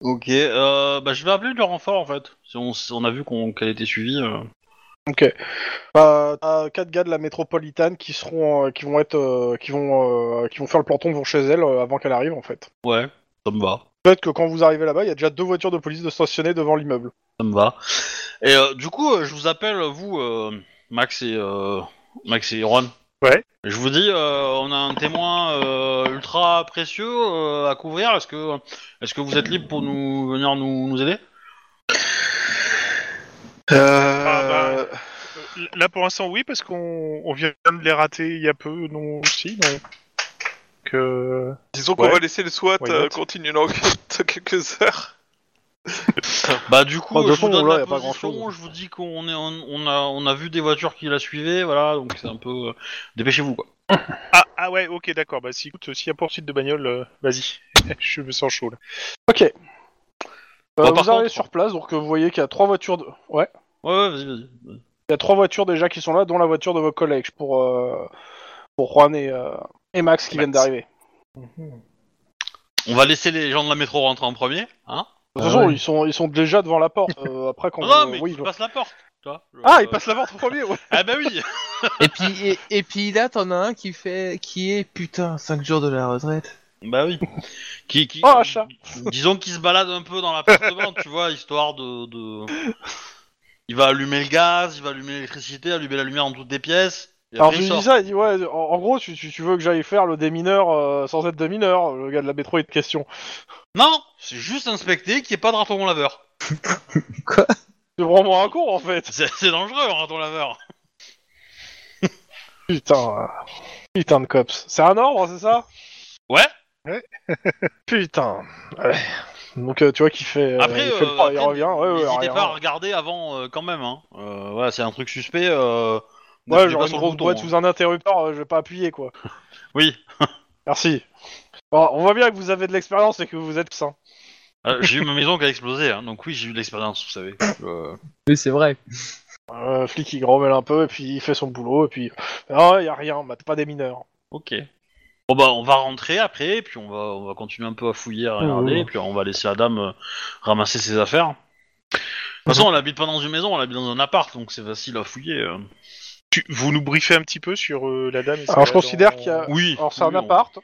Speaker 3: Ok, euh, bah, je vais appeler du renfort, en fait. Si on, si on a vu qu'on, qu'elle était suivie. euh.
Speaker 2: Ok. Bah, t'as quatre gars de la métropolitaine qui seront, euh, qui vont être, euh, qui vont, euh, qui vont faire le planton devant chez elle euh, avant qu'elle arrive en fait.
Speaker 3: Ouais, ça me va.
Speaker 2: Peut-être que quand vous arrivez là-bas, il y a déjà deux voitures de police de stationnées devant l'immeuble.
Speaker 3: Ça me va. Et euh, du coup, euh, je vous appelle, vous, euh, Max et euh, Max et Ron.
Speaker 2: Ouais.
Speaker 3: Et Je vous dis, euh, on a un témoin euh, ultra précieux euh, à couvrir. Est-ce que, est-ce que vous êtes libre pour nous venir nous, nous aider
Speaker 4: Ah, Euh, Là pour l'instant oui parce qu'on on vient de les rater il y a peu non aussi non. Donc, euh,
Speaker 1: Disons qu'on
Speaker 4: Ouais.
Speaker 1: va laisser le SWAT
Speaker 4: Why not
Speaker 1: euh, continuer l'enquête de quelques heures.
Speaker 3: Bah du coup,
Speaker 2: Enfin, de
Speaker 3: je vous
Speaker 2: fond,
Speaker 3: donne
Speaker 2: là,
Speaker 3: la
Speaker 2: y a pas
Speaker 3: position,
Speaker 2: grand-chose.
Speaker 3: Je vous dis qu'on est, en- on a, on a vu des voitures qui la suivaient, voilà. Donc c'est un peu, euh, dépêchez-vous quoi.
Speaker 4: Ah, ah ouais ok d'accord bah si écoute s'il y a poursuite de bagnole euh, vas-y je me sens chaud là.
Speaker 2: Ok. Euh,
Speaker 3: par
Speaker 2: vous arrivez
Speaker 3: contre-
Speaker 2: sur place, donc euh, vous voyez qu'il y a trois voitures. De... Ouais.
Speaker 3: Ouais, ouais vas-y, vas-y. vas-y.
Speaker 2: Il y a trois voitures déjà qui sont là, dont la voiture de vos collègues pour euh, pour Juan et, euh, et Max qui
Speaker 4: Max.
Speaker 2: viennent d'arriver.
Speaker 3: On va laisser les gens de la métro rentrer en premier,
Speaker 2: De
Speaker 3: hein
Speaker 6: Ah
Speaker 2: toute façon,
Speaker 6: ouais.
Speaker 2: ils sont ils sont déjà devant la porte. euh, après quand
Speaker 3: Non,
Speaker 2: vous-
Speaker 3: non, mais
Speaker 2: oui,
Speaker 3: ils
Speaker 2: ils-
Speaker 3: passent la porte. tu vois.
Speaker 2: Ah,
Speaker 3: Euh,
Speaker 2: ils passent la porte en premier. Ouais.
Speaker 3: Ah bah oui.
Speaker 5: Et puis, et, et puis là, t'en as un qui fait, qui est putain, 5 jours de la retraite.
Speaker 3: Bah oui. Qui, qui,
Speaker 2: Oh, un chat.
Speaker 3: Disons qu'il se balade un peu dans l'appartement, tu vois, histoire de, de- Il va allumer le gaz, il va allumer l'électricité, allumer la lumière en toutes les pièces. Et
Speaker 2: Alors
Speaker 3: après,
Speaker 2: tu
Speaker 3: il
Speaker 2: dis
Speaker 3: sort.
Speaker 2: ça, il dit ouais, en, en gros tu, tu- tu veux que j'aille faire le démineur euh, sans être démineur, le gars de la métro est de question.
Speaker 3: Non, c'est juste inspecter qu'il n'y ait pas de raton laveur.
Speaker 2: C'est vraiment un con en fait.
Speaker 3: C'est c'est dangereux un raton laveur.
Speaker 2: Putain, euh, putain de cops. C'est un ordre, c'est ça
Speaker 3: Ouais.
Speaker 2: Putain. Ouais. Donc euh, tu vois qu'il fait, euh,
Speaker 3: Après,
Speaker 2: il, fait le
Speaker 3: euh,
Speaker 2: pas, il
Speaker 3: après,
Speaker 2: revient, ouais, ouais,
Speaker 3: n'hésitez
Speaker 2: rien.
Speaker 3: pas à regarder avant euh, quand même. Hein. Euh, voilà, c'est un truc suspect. Euh...
Speaker 2: Ouais,
Speaker 3: n'appuyez pas
Speaker 2: genre une
Speaker 3: sur le
Speaker 2: grosse
Speaker 3: bouton,
Speaker 2: boîte
Speaker 3: hein.
Speaker 2: sous un interrupteur, euh, je vais pas appuyer quoi.
Speaker 3: Oui,
Speaker 2: Merci. Bon, on voit bien que vous avez de l'expérience et que vous êtes sain.
Speaker 3: Euh, j'ai eu ma maison qui a explosé, hein, donc oui, j'ai eu de l'expérience, vous savez. Euh,
Speaker 6: Oui, c'est vrai.
Speaker 2: Euh, flic il grommelle un peu et puis il fait son boulot et puis ah y a rien, bah t'es pas des mineurs.
Speaker 3: Ok. Bon bah on va rentrer après, et puis on va on va continuer un peu à fouiller, à regarder,
Speaker 6: ouais.
Speaker 3: et puis on va laisser la dame euh, ramasser ses affaires. De
Speaker 2: Mhm.
Speaker 3: toute façon, on habite pas dans une maison, on habite dans un appart, donc c'est facile à fouiller. euh.
Speaker 4: Tu, vous nous briefez un petit peu sur euh, la dame. et ce
Speaker 2: Alors, je
Speaker 4: qu'elle a
Speaker 2: considère
Speaker 4: dans-
Speaker 2: qu'il y a-
Speaker 3: Oui.
Speaker 2: Euh, Alors c'est
Speaker 3: oui,
Speaker 2: un
Speaker 3: on-
Speaker 2: appart.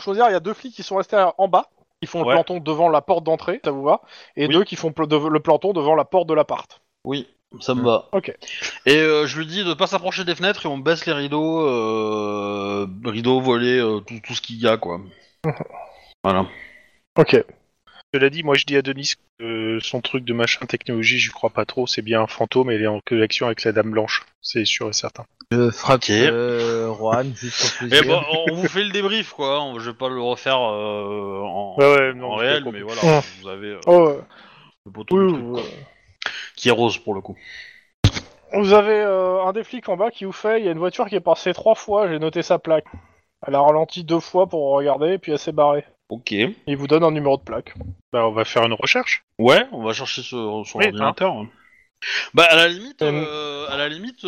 Speaker 2: Faut dire, il y a deux flics qui sont restés en bas, qui font
Speaker 3: Ouais.
Speaker 2: le planton devant la porte d'entrée, ça vous va Et
Speaker 3: Oui.
Speaker 2: deux qui font pl- de- le planton devant la porte de l'appart.
Speaker 3: Oui, ça me va.
Speaker 2: Ok.
Speaker 3: Et euh, je lui dis de pas s'approcher des fenêtres et on baisse les rideaux, euh, rideaux, volets, euh, tout, tout ce qu'il y a quoi. voilà.
Speaker 2: Ok.
Speaker 4: Cela dit, moi je dis à Denis que son truc de machin technologie, j'y crois pas trop, c'est bien un fantôme et elle est en collection avec la Dame Blanche, c'est sûr et certain.
Speaker 6: Je frappe
Speaker 3: Ok.
Speaker 6: euh, Juan juste pour
Speaker 3: Et
Speaker 6: plaisir.
Speaker 3: bah, on vous fait le débrief quoi. On- Je vais pas le refaire euh, en,
Speaker 4: ouais,
Speaker 3: en réel, mais voilà,
Speaker 2: Ouais.
Speaker 3: vous avez euh,
Speaker 2: Oh, euh,
Speaker 3: le poteau
Speaker 2: oui,
Speaker 3: du truc,
Speaker 2: vous,
Speaker 3: quoi. qui est rose pour le coup.
Speaker 2: vous avez euh, un des flics en bas qui vous fait, il y a une voiture qui est passée trois fois, j'ai noté sa plaque. Elle a ralenti deux fois pour regarder et puis elle s'est barrée.
Speaker 3: Ok.
Speaker 2: Il vous donne un numéro de plaque.
Speaker 4: Bah, on va faire une recherche.
Speaker 3: Ouais, on va chercher sur, sur
Speaker 4: Oui,
Speaker 3: l'ordinateur. Bah à la limite,
Speaker 2: Euh,
Speaker 3: euh, à la limite,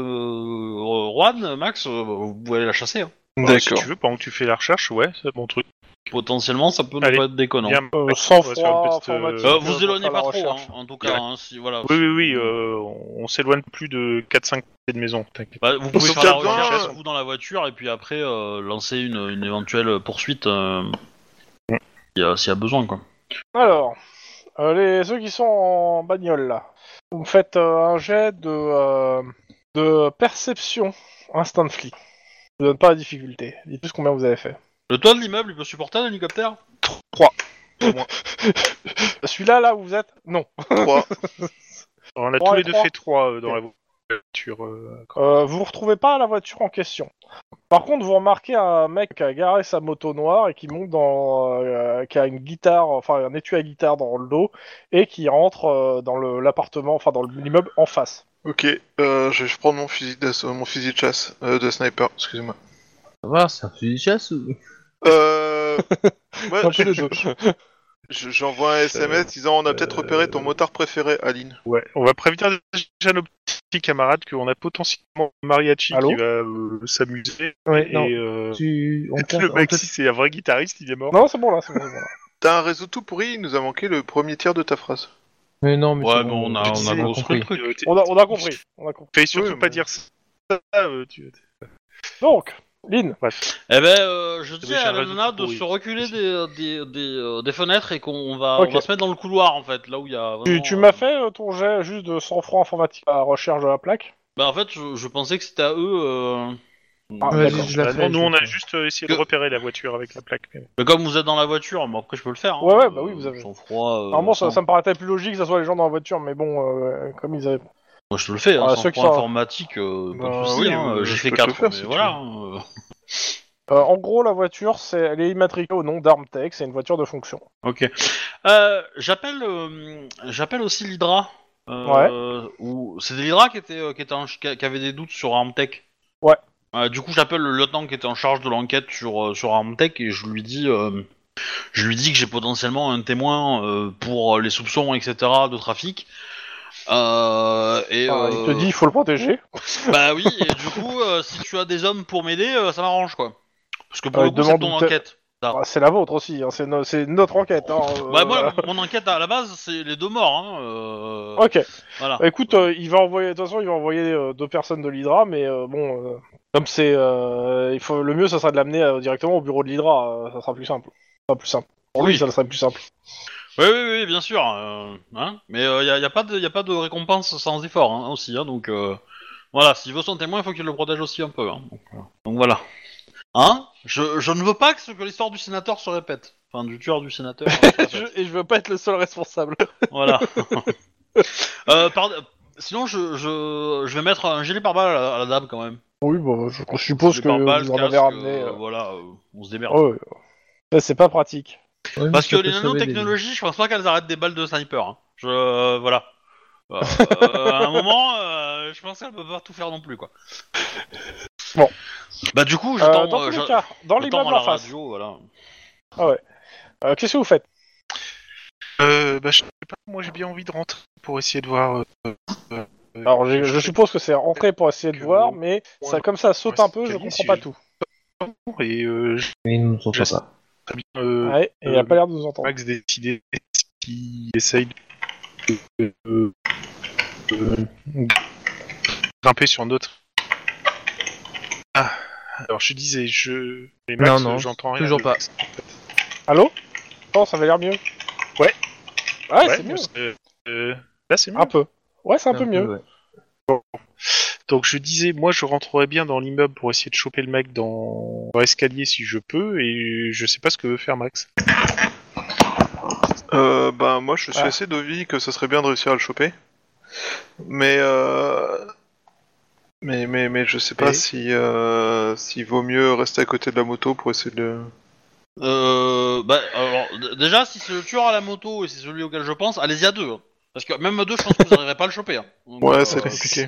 Speaker 3: euh, Juan, Max, euh, vous pouvez aller la chasser. hein.
Speaker 4: Bah, si
Speaker 1: D'accord.
Speaker 4: tu veux, pendant que tu fais la recherche, ouais, c'est mon truc.
Speaker 3: Potentiellement, ça peut ne
Speaker 4: Allez,
Speaker 3: pas être déconnant.
Speaker 4: Bien,
Speaker 2: Euh,
Speaker 4: Max,
Speaker 2: sans
Speaker 4: on va se faire une
Speaker 2: froid,
Speaker 4: petite, euh,
Speaker 2: informatique.
Speaker 3: Euh,
Speaker 2: Euh,
Speaker 3: vous
Speaker 2: pour
Speaker 3: éloignez
Speaker 2: faire
Speaker 3: pas
Speaker 2: la
Speaker 3: trop, hein,
Speaker 2: recherche.
Speaker 3: en tout cas. hein, si, voilà,
Speaker 4: Oui, oui, oui, euh, on, on s'éloigne plus de 4-5 pieds de maison, t'inquiète.
Speaker 3: Bah, vous pouvez
Speaker 1: Sauf
Speaker 3: faire la
Speaker 1: qu'il y a
Speaker 3: recherche
Speaker 4: euh,
Speaker 1: besoin-
Speaker 3: vous dans la voiture et puis après euh, lancer une, une éventuelle poursuite euh, s'il y a- s'il y a besoin quoi.
Speaker 2: Alors, euh, les, ceux qui sont en bagnole là, vous me faites euh, un jet de, euh, de perception instant flic. Je vous donne pas la difficulté. Dites plus combien vous avez fait.
Speaker 3: Le toit de l'immeuble, il peut supporter un hélicoptère
Speaker 2: Celui-là là où vous êtes Non.
Speaker 1: Trois.
Speaker 4: On a
Speaker 2: Trois
Speaker 4: tous
Speaker 2: et
Speaker 4: les deux
Speaker 2: trois.
Speaker 4: fait 3 dans la voiture. euh, quand-
Speaker 2: Euh, vous retrouvez pas la voiture en question. Par contre, vous remarquez un mec qui a garé sa moto noire et qui monte dans, euh, qui a une guitare, enfin un étui à guitare dans le dos et qui rentre euh, dans le- l'appartement, enfin dans l'immeuble en face.
Speaker 1: Ok, euh, je vais prendre mon fusil d'assaut, mon fusil de chasse, euh, de sniper, excusez-moi.
Speaker 6: Ça va, c'est un fusil de chasse ou
Speaker 1: Euh... ouais,
Speaker 2: Un peu les deux.
Speaker 1: je- J'envoie un SMS
Speaker 4: Euh,
Speaker 1: disant on a peut-être repéré ton motard préféré, Aline.
Speaker 4: Ouais, on va prévenir déjà nos petits camarades qu'on a potentiellement Mariachi
Speaker 2: Allô
Speaker 4: qui va euh, s'amuser.
Speaker 6: Ouais,
Speaker 4: et
Speaker 6: non.
Speaker 4: euh,
Speaker 6: Tu... On
Speaker 4: le
Speaker 6: perd- on
Speaker 4: mec,
Speaker 6: peut-
Speaker 4: si c'est un vrai guitariste, il est mort.
Speaker 2: Non, c'est bon là, c'est bon. c'est bon, là.
Speaker 1: T'as un réseau tout pourri, il nous a manqué le premier tiers de ta phrase.
Speaker 6: Mais non, mais
Speaker 3: Ouais,
Speaker 6: c'est
Speaker 3: mais
Speaker 6: bon,
Speaker 3: on a, on a
Speaker 4: c'est-
Speaker 3: construit le truc.
Speaker 4: Euh, t'es-
Speaker 2: On a, on a compris. On a compris.
Speaker 4: Fais surtout
Speaker 2: Oui,
Speaker 4: pas
Speaker 2: mais-
Speaker 4: dire ça. euh, tu-
Speaker 2: Donc, Lynn,
Speaker 4: Bref.
Speaker 3: Eh ben, euh, je dis
Speaker 4: oui, j'ai
Speaker 3: à
Speaker 4: un
Speaker 3: la
Speaker 4: réseau
Speaker 3: nana
Speaker 4: tout
Speaker 3: de
Speaker 4: pourri.
Speaker 3: se reculer des, des, des, euh, des fenêtres et qu'on on va,
Speaker 2: Ok.
Speaker 3: on va se mettre dans le couloir en fait, là où il y a. Vraiment,
Speaker 2: tu, tu
Speaker 3: euh,
Speaker 2: m'as fait euh, ton jet juste de sang-froid informatique à la recherche de la plaque
Speaker 3: Bah en fait, je, je pensais que c'était à eux. euh,
Speaker 2: Ah,
Speaker 6: Vas-y,
Speaker 2: d'accord.
Speaker 6: je la
Speaker 4: Bah
Speaker 6: fais,
Speaker 4: non, nous on
Speaker 6: je
Speaker 4: a
Speaker 6: la fais.
Speaker 4: juste euh, essayé de
Speaker 3: Que-
Speaker 4: repérer la voiture avec la plaque. mais bon.
Speaker 3: Mais comme vous êtes dans la voiture, bon, après je peux le faire. hein,
Speaker 2: Ouais, ouais,
Speaker 3: euh,
Speaker 2: bah oui, vous avez-
Speaker 3: Sans froid. euh,
Speaker 2: Normalement, ça,
Speaker 3: sans-
Speaker 2: ça me paraît plus logique que ça soit les gens dans la voiture, mais bon, euh, comme ils avaient.
Speaker 3: Moi je te le fais, hein,
Speaker 2: Ah,
Speaker 3: sans
Speaker 2: ceux qui
Speaker 3: froid
Speaker 2: sont-
Speaker 3: informatique, euh, pas
Speaker 1: Bah
Speaker 3: de soucis.
Speaker 1: oui,
Speaker 3: hein,
Speaker 1: euh,
Speaker 3: J'ai
Speaker 1: je
Speaker 3: fait
Speaker 1: peux te le
Speaker 3: 4,
Speaker 1: faire,
Speaker 3: mais
Speaker 1: si tu
Speaker 3: voilà. hein, euh.
Speaker 2: Euh, en gros, la voiture, c'est, elle est immatriculée au nom d'Armtech, c'est une voiture de fonction.
Speaker 3: Ok. Euh, j'appelle, euh, j'appelle aussi l'Hydra. Euh, Ou c'était l'Hydra qui était, euh, qui était en ch- qui avait des doutes sur Armtech.
Speaker 2: Ouais.
Speaker 3: Euh, du coup, j'appelle le lieutenant qui était en charge de l'enquête sur euh, sur Armtech et je lui dis, euh, je lui dis que j'ai potentiellement un témoin euh, pour les soupçons, etc. de trafic. Euh, et
Speaker 2: Euh, Ah.
Speaker 3: euh,
Speaker 2: Il te dit, il faut le protéger.
Speaker 3: bah oui. Et du coup, euh, si tu as des hommes pour m'aider, euh, ça m'arrange quoi. Parce que pour
Speaker 2: Euh,
Speaker 3: le coup, c'est
Speaker 2: demande
Speaker 3: ton
Speaker 2: une te-
Speaker 3: enquête. ça.
Speaker 2: Ah, c'est la vôtre aussi, hein, c'est, no- c'est notre enquête. hein, euh,
Speaker 3: Bah moi, mon enquête à la base, c'est les deux morts. Hein, euh,
Speaker 2: Ok.
Speaker 3: Voilà.
Speaker 2: Bah, écoute, euh, il va envoyer. De toute façon, il va envoyer euh, deux personnes de l'Hydra, mais euh, bon, euh, comme c'est, euh, il faut le mieux, ça serait de l'amener euh, directement au bureau de l'Hydra. euh, ça sera plus simple. Ça sera plus simple. Pour lui,
Speaker 3: Oui.
Speaker 2: ça serait plus simple.
Speaker 3: Oui, oui, oui, bien sûr. euh, hein. Mais il n'y a, y a pas de y a pas de récompense sans effort hein, aussi. hein, donc euh, voilà, s'il veut son témoin, il faut qu'il le protège aussi un peu. hein. donc, euh, donc voilà. Hein je, je ne veux pas que, ce- que l'histoire du sénateur se répète. Enfin, du tueur du sénateur. euh, se répète.
Speaker 2: et je veux pas être le seul responsable.
Speaker 3: Voilà. Euh, pardon, Sinon, je, je, je vais mettre un gilet pare-balles à, la- à la dame quand même.
Speaker 2: Oui, bon, je, je suppose
Speaker 3: Gilet
Speaker 2: que
Speaker 3: pare-balles,
Speaker 2: vous en avez
Speaker 3: casque,
Speaker 2: ramené.
Speaker 3: euh,
Speaker 2: euh,
Speaker 3: voilà, euh, on se démerde.
Speaker 2: ouais, ouais. Ça, c'est pas pratique.
Speaker 6: Ouais, mais
Speaker 3: Ah, Parce
Speaker 6: ça
Speaker 3: que
Speaker 6: peut
Speaker 3: les
Speaker 6: sauver des vies.
Speaker 3: nanotechnologies, je pense pas qu'elles arrêtent des balles de sniper. hein. Je euh, voilà. Euh, euh, à un moment, euh, je pense qu'elles peuvent pas tout faire non plus quoi.
Speaker 2: Bon.
Speaker 3: Bah du coup, je
Speaker 2: Euh,
Speaker 3: tends,
Speaker 2: dans
Speaker 3: euh,
Speaker 2: tous
Speaker 3: je-
Speaker 2: les cas, dans
Speaker 3: je
Speaker 2: les
Speaker 3: tends
Speaker 2: meubles
Speaker 3: la
Speaker 2: en face.
Speaker 3: radio, voilà.
Speaker 2: euh, qu'est-ce que vous faites
Speaker 4: Euh, bah, je sais pas, moi j'ai bien envie de rentrer pour essayer de voir. euh, euh,
Speaker 2: Alors, je, je suppose que c'est rentré pour essayer de
Speaker 4: que-
Speaker 2: voir, mais ça, comme ça saute
Speaker 4: Ouais,
Speaker 2: un peu,
Speaker 4: c'est
Speaker 2: je
Speaker 4: calme,
Speaker 2: comprends
Speaker 4: si
Speaker 2: pas
Speaker 4: je-
Speaker 2: tout.
Speaker 4: Et euh, je
Speaker 6: Mais il ne nous entend
Speaker 4: Je sais.
Speaker 6: pas.
Speaker 4: euh,
Speaker 2: Ouais, et il a
Speaker 4: euh,
Speaker 2: pas l'air de nous entendre.
Speaker 4: Max décider s'il essaye de, de- de- de- grimper sur notre. Ah, alors je disais, je. Mais Max,
Speaker 6: Non, non,
Speaker 4: euh, j'entends rien.
Speaker 6: toujours
Speaker 4: de
Speaker 6: pas.
Speaker 4: Max, en fait.
Speaker 2: Allô Non, ça avait l'air mieux.
Speaker 4: Ouais.
Speaker 2: Ouais,
Speaker 4: Ouais,
Speaker 2: c'est
Speaker 4: mais
Speaker 2: mieux. Ah.
Speaker 4: c'est- euh, là c'est mieux.
Speaker 2: Un peu. Ouais, c'est un peu mieux.
Speaker 6: ouais.
Speaker 4: Donc je disais, moi je rentrerais bien dans l'immeuble pour essayer de choper le mec dans, dans l'escalier si je peux, et je sais pas ce que veut faire Max.
Speaker 1: Euh, ben moi je suis
Speaker 2: Ah.
Speaker 1: assez d'avis que ça serait bien de réussir à le choper. Mais euh... mais, mais mais je sais pas
Speaker 4: Et
Speaker 1: si euh, s'il vaut mieux rester à côté de la moto pour essayer de. le-
Speaker 3: Euh, bah, alors, d- déjà, si c'est le tueur à la moto et c'est celui auquel je pense, allez-y à deux. hein. Parce que même à deux, je pense que vous n'arriverez pas à le choper. hein. Donc,
Speaker 1: Ouais,
Speaker 3: euh,
Speaker 1: c'est compliqué.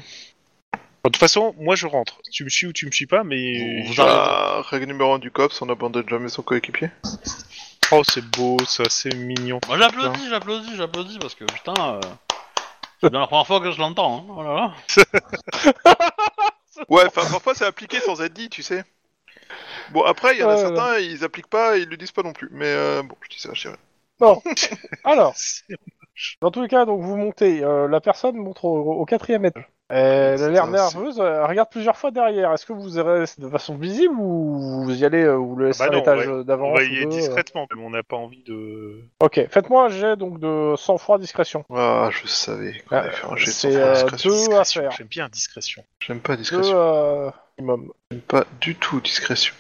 Speaker 4: De toute façon, moi je rentre. Tu me suis ou tu me suis pas, mais.
Speaker 3: Vous- vous arrêtez.
Speaker 1: Ah, règle numéro 1 du COPS, on n'abandonne jamais son coéquipier.
Speaker 4: Oh, c'est beau ça, c'est mignon.
Speaker 3: Moi, j'applaudis, j'applaudis, j'applaudis parce que putain, euh, c'est bien la première fois que je l'entends. hein. Oh là là.
Speaker 1: Ouais, enfin parfois c'est appliqué sans être dit, tu sais. Bon après il y en a
Speaker 2: Ouais, ouais.
Speaker 1: certains ils appliquent pas, et ils le disent pas non plus. Mais euh, bon, je dis ça, je dirais.
Speaker 2: Alors,
Speaker 4: C'est-
Speaker 2: dans tous les cas, donc vous montez. euh, la personne monte au, au quatrième étage. Elle a l'air
Speaker 1: C'est-
Speaker 2: nerveuse. Elle regarde plusieurs fois derrière. Est-ce que vous irez de façon visible ou vous y allez euh, ou le laissez
Speaker 4: bah
Speaker 2: à
Speaker 4: non,
Speaker 2: l'étage
Speaker 4: on
Speaker 2: euh, d'avant
Speaker 4: On va
Speaker 2: ou
Speaker 4: y aller
Speaker 2: deux, euh.
Speaker 4: discrètement, comme on n'a pas envie de.
Speaker 2: Ok, faites-moi un jet donc de sang-froid discrétion.
Speaker 1: Ah, je savais. qu'on
Speaker 2: Ah,
Speaker 1: allait faire un jet de
Speaker 2: c'est,
Speaker 1: sang-froid
Speaker 2: euh,
Speaker 1: discrétion.
Speaker 2: deux à
Speaker 4: Discrétion,
Speaker 2: faire.
Speaker 4: J'aime bien discrétion.
Speaker 1: J'aime pas
Speaker 2: Deux
Speaker 1: discrétion.
Speaker 2: euh, minimum.
Speaker 1: J'aime pas du tout discrétion.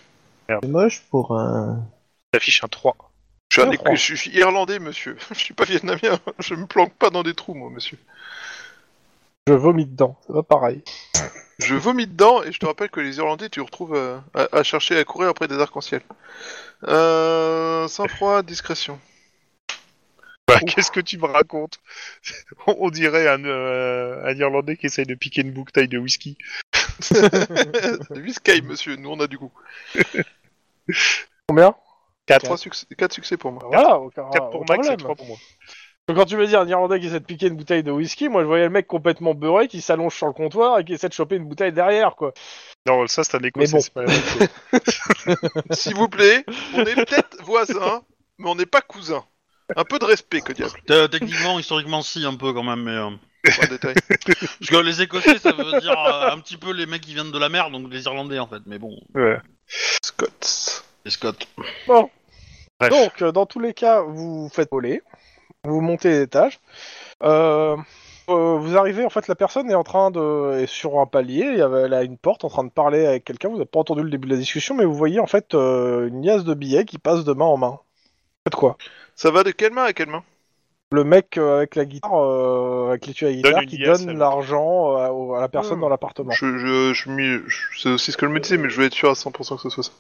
Speaker 6: C'est moche pour un.
Speaker 4: T'affiches un 3.
Speaker 1: Je suis, un
Speaker 2: Je
Speaker 1: des-
Speaker 2: crois.
Speaker 1: je suis irlandais, monsieur. Je suis pas vietnamien. Je me planque pas dans des trous, moi, monsieur.
Speaker 2: Je vomis dedans. C'est pas pareil.
Speaker 1: Je vomis dedans et je te rappelle que les Irlandais, tu retrouves euh, à, à chercher à courir après des arcs-en-ciel. Euh, sans froid, discrétion.
Speaker 4: Bah, qu'est-ce que tu me racontes On dirait un, euh, un Irlandais qui essaye de piquer une bouteille de whisky. Mm.
Speaker 1: Biscay, monsieur. Nous, on a du goût.
Speaker 2: Combien
Speaker 1: 3 succès, 4 succès pour moi.
Speaker 2: Voilà, aucun,
Speaker 4: 4 pour
Speaker 2: aucun
Speaker 4: Max et
Speaker 2: problème.
Speaker 4: 3 pour moi.
Speaker 2: Parce que Quand tu me dis un Irlandais qui essaie de piquer une bouteille de whisky, moi je voyais le mec complètement beurré qui s'allonge sur le comptoir et qui essaie de choper une bouteille derrière, quoi.
Speaker 4: Non, ça c'est un écossais,
Speaker 2: bon.
Speaker 4: c'est pas la même chose.
Speaker 1: S'il vous plaît, on est peut-être voisins, mais on n'est pas cousins. Un peu de respect, que diable.
Speaker 3: Euh, Techniquement, historiquement, si, un peu quand même, mais. euh,
Speaker 1: Pas de détail.
Speaker 3: Parce que les Écossais, ça veut dire euh, un petit peu les mecs qui viennent de la mer, donc les Irlandais en fait, mais bon,
Speaker 1: Scott.
Speaker 3: les Scots.
Speaker 4: Bref.
Speaker 2: Donc, euh, dans tous les cas, vous vous faites voler, vous montez les étages. Euh, euh, vous arrivez, en fait, la personne est en train de. est sur un palier, il y avait- elle a une porte en train de parler avec quelqu'un, vous n'avez pas entendu le début de la discussion, mais vous voyez, en fait, euh, une liasse de billets qui passe de main en main. Faites quoi
Speaker 1: Ça va de quelle main à quelle main
Speaker 2: Le mec euh, avec la guitare, euh, avec les tuyaux à guitare,
Speaker 4: une
Speaker 2: qui
Speaker 4: liasse,
Speaker 2: donne
Speaker 4: elle.
Speaker 2: l'argent euh, au- à, la personne
Speaker 1: Hmm.
Speaker 2: dans l'appartement.
Speaker 1: Je, je, je, m'y- je- C'est aussi ce que je me disais, mais je voulais être sûr à 100% que ce soit ça.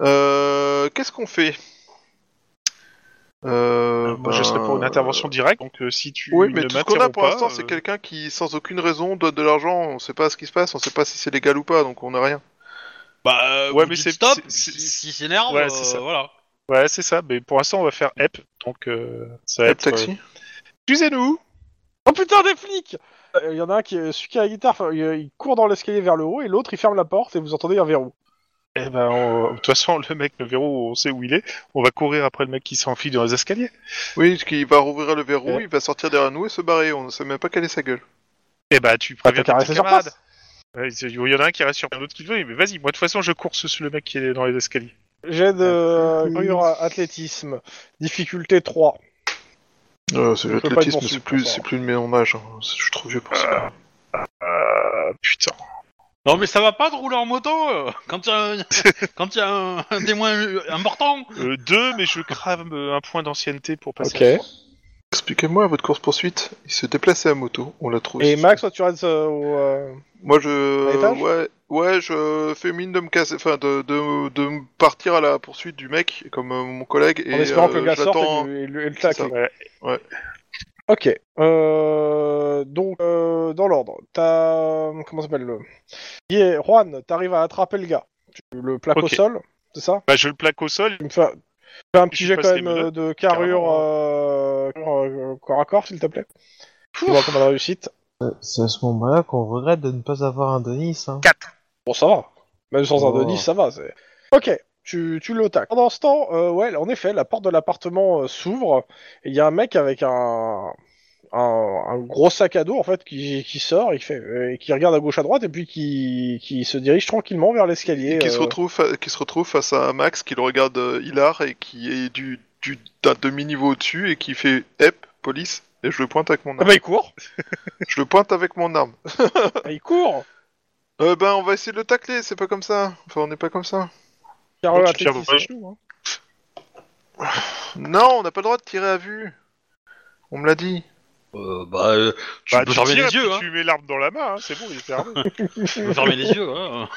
Speaker 1: Euh, Qu'est-ce qu'on fait euh,
Speaker 4: Moi, je serais pour une
Speaker 1: ben,
Speaker 4: intervention directe, donc euh, si tu
Speaker 1: Oui,
Speaker 4: ne
Speaker 1: mais tout ce qu'on a
Speaker 4: m'interromps
Speaker 1: pour
Speaker 4: pas,
Speaker 1: l'instant,
Speaker 4: euh,
Speaker 1: c'est quelqu'un qui, sans aucune raison, donne de l'argent. On sait pas ce qui se passe, on sait pas si c'est légal ou pas, donc on a rien.
Speaker 3: Bah,
Speaker 4: Ouais,
Speaker 3: vous
Speaker 4: mais
Speaker 3: dites
Speaker 4: c'est-
Speaker 3: stop,
Speaker 4: c'est-
Speaker 3: si-
Speaker 4: c'est-
Speaker 3: s'ils s'énervent,
Speaker 4: Ouais, c'est
Speaker 3: euh,
Speaker 4: ça.
Speaker 3: voilà.
Speaker 4: Ouais, c'est ça, mais pour l'instant, on va faire EP, donc euh, ça va
Speaker 1: Le
Speaker 4: être... euh,
Speaker 1: taxi.
Speaker 4: Excusez-nous
Speaker 2: Oh putain, des flics Euh, Il y en a un qui est celui qui a la guitare, enfin, il, il court dans l'escalier vers le haut, et l'autre, il ferme la porte, et vous entendez un verrou.
Speaker 4: Eh ben, on- de toute façon, le mec, le verrou, on sait où il est, on va courir après le mec qui s'enfuit dans les escaliers.
Speaker 1: Oui, qui va rouvrir le verrou,
Speaker 2: Ouais.
Speaker 1: il va sortir derrière nous et se barrer. On ne sait même pas quelle est sa gueule.
Speaker 4: Eh ben, tu
Speaker 2: Bah,
Speaker 4: préviens
Speaker 2: t'as qu'à
Speaker 4: tes
Speaker 2: rester sur
Speaker 4: camarades.
Speaker 2: place.
Speaker 4: Ouais, c'est- Il y en a un qui reste sur un autre qui le veut, mais vas-y, moi, de toute façon, je cours sur sur le mec qui est dans les escaliers.
Speaker 2: J'ai de euh, allure à athlétisme, difficulté 3.
Speaker 1: Euh, c'est
Speaker 2: pas
Speaker 1: l'athlétisme,
Speaker 2: être
Speaker 1: c'est
Speaker 2: poursuivi
Speaker 1: plus,
Speaker 2: pour ça.
Speaker 1: c'est plus de mon âge. hein. Je suis trop vieux pour ça.
Speaker 2: Ah.
Speaker 3: Ah,
Speaker 4: Euh, putain.
Speaker 3: Non, mais ça va pas de rouler en moto euh, quand il y a, un- quand il y a un, un témoin euh, important.
Speaker 4: Euh, deux, mais je crame euh, un point d'ancienneté pour passer.
Speaker 2: Ok.
Speaker 1: Expliquez-moi votre course-poursuite. Il se déplaçait à moto, on l'a trouvé.
Speaker 2: Et Max, toi, tu restes euh, au. euh,
Speaker 1: Moi
Speaker 2: À
Speaker 1: je.
Speaker 2: l'étage
Speaker 1: Ouais, ouais, je fais mine de me casser. Enfin, de, de, de me partir à la poursuite du mec, comme euh, mon collègue. Et,
Speaker 2: en espérant que le
Speaker 1: euh,
Speaker 2: gars sorte
Speaker 1: j'attends-
Speaker 2: et, lui- et lui- et le
Speaker 1: C'est
Speaker 2: tacle.
Speaker 1: ça.
Speaker 2: Ok. Euh, donc, euh, dans l'ordre, t'as. euh, Comment s'appelle le. Yeah, Juan, t'arrives à attraper le gars. Tu le plaques
Speaker 4: Ok.
Speaker 2: au sol, c'est ça
Speaker 4: Bah, je le plaque au sol.
Speaker 2: Tu me fais, tu fais un petit
Speaker 4: Je
Speaker 2: jet
Speaker 4: passe
Speaker 2: quand
Speaker 4: les
Speaker 2: même euh,
Speaker 4: menottes,
Speaker 2: de carrure
Speaker 4: carrément.
Speaker 2: euh, euh, corps à corps, s'il te plaît. Tu vois comment la réussite.
Speaker 6: C'est à ce moment-là qu'on regrette de ne pas avoir un Denis. Hein.
Speaker 2: Bon, ça va. Même sans un
Speaker 6: Oh.
Speaker 2: Denis, ça va. c'est- Ok, tu, tu le tacles. Pendant ce temps, euh, ouais, en effet, la porte de l'appartement euh, s'ouvre. et Il y a un mec avec un, un, un gros sac à dos, en fait, qui, qui sort, et qui, fait, et qui regarde à gauche, à droite, et puis qui, qui se dirige tranquillement vers l'escalier.
Speaker 1: qui, se
Speaker 2: euh.
Speaker 1: retrouve fa- qui se retrouve face à Max qui le regarde euh, hilar et qui est du, du, d'un demi-niveau au-dessus et qui fait Hep, police, et je le pointe avec mon
Speaker 2: Ah
Speaker 1: arme.
Speaker 2: bah, il court
Speaker 1: Je le pointe avec mon arme.
Speaker 2: Ah, Il court
Speaker 1: Euh, ben, on va essayer de le tacler, c'est pas comme ça. Enfin, on n'est pas comme ça.
Speaker 2: Car
Speaker 4: Donc,
Speaker 2: euh,
Speaker 4: tu tires
Speaker 2: athlétisme.
Speaker 4: dans
Speaker 1: Non, on n'a pas le droit de tirer à vue. On me l'a dit.
Speaker 3: Euh, bah, euh, tu
Speaker 4: Bah,
Speaker 3: peux fermer
Speaker 4: tires
Speaker 3: les
Speaker 4: et
Speaker 3: yeux,
Speaker 4: puis
Speaker 3: hein.
Speaker 4: Tu mets l'arme dans la main, hein, c'est bon, il est fermé.
Speaker 3: Tu peux fermer les yeux, hein.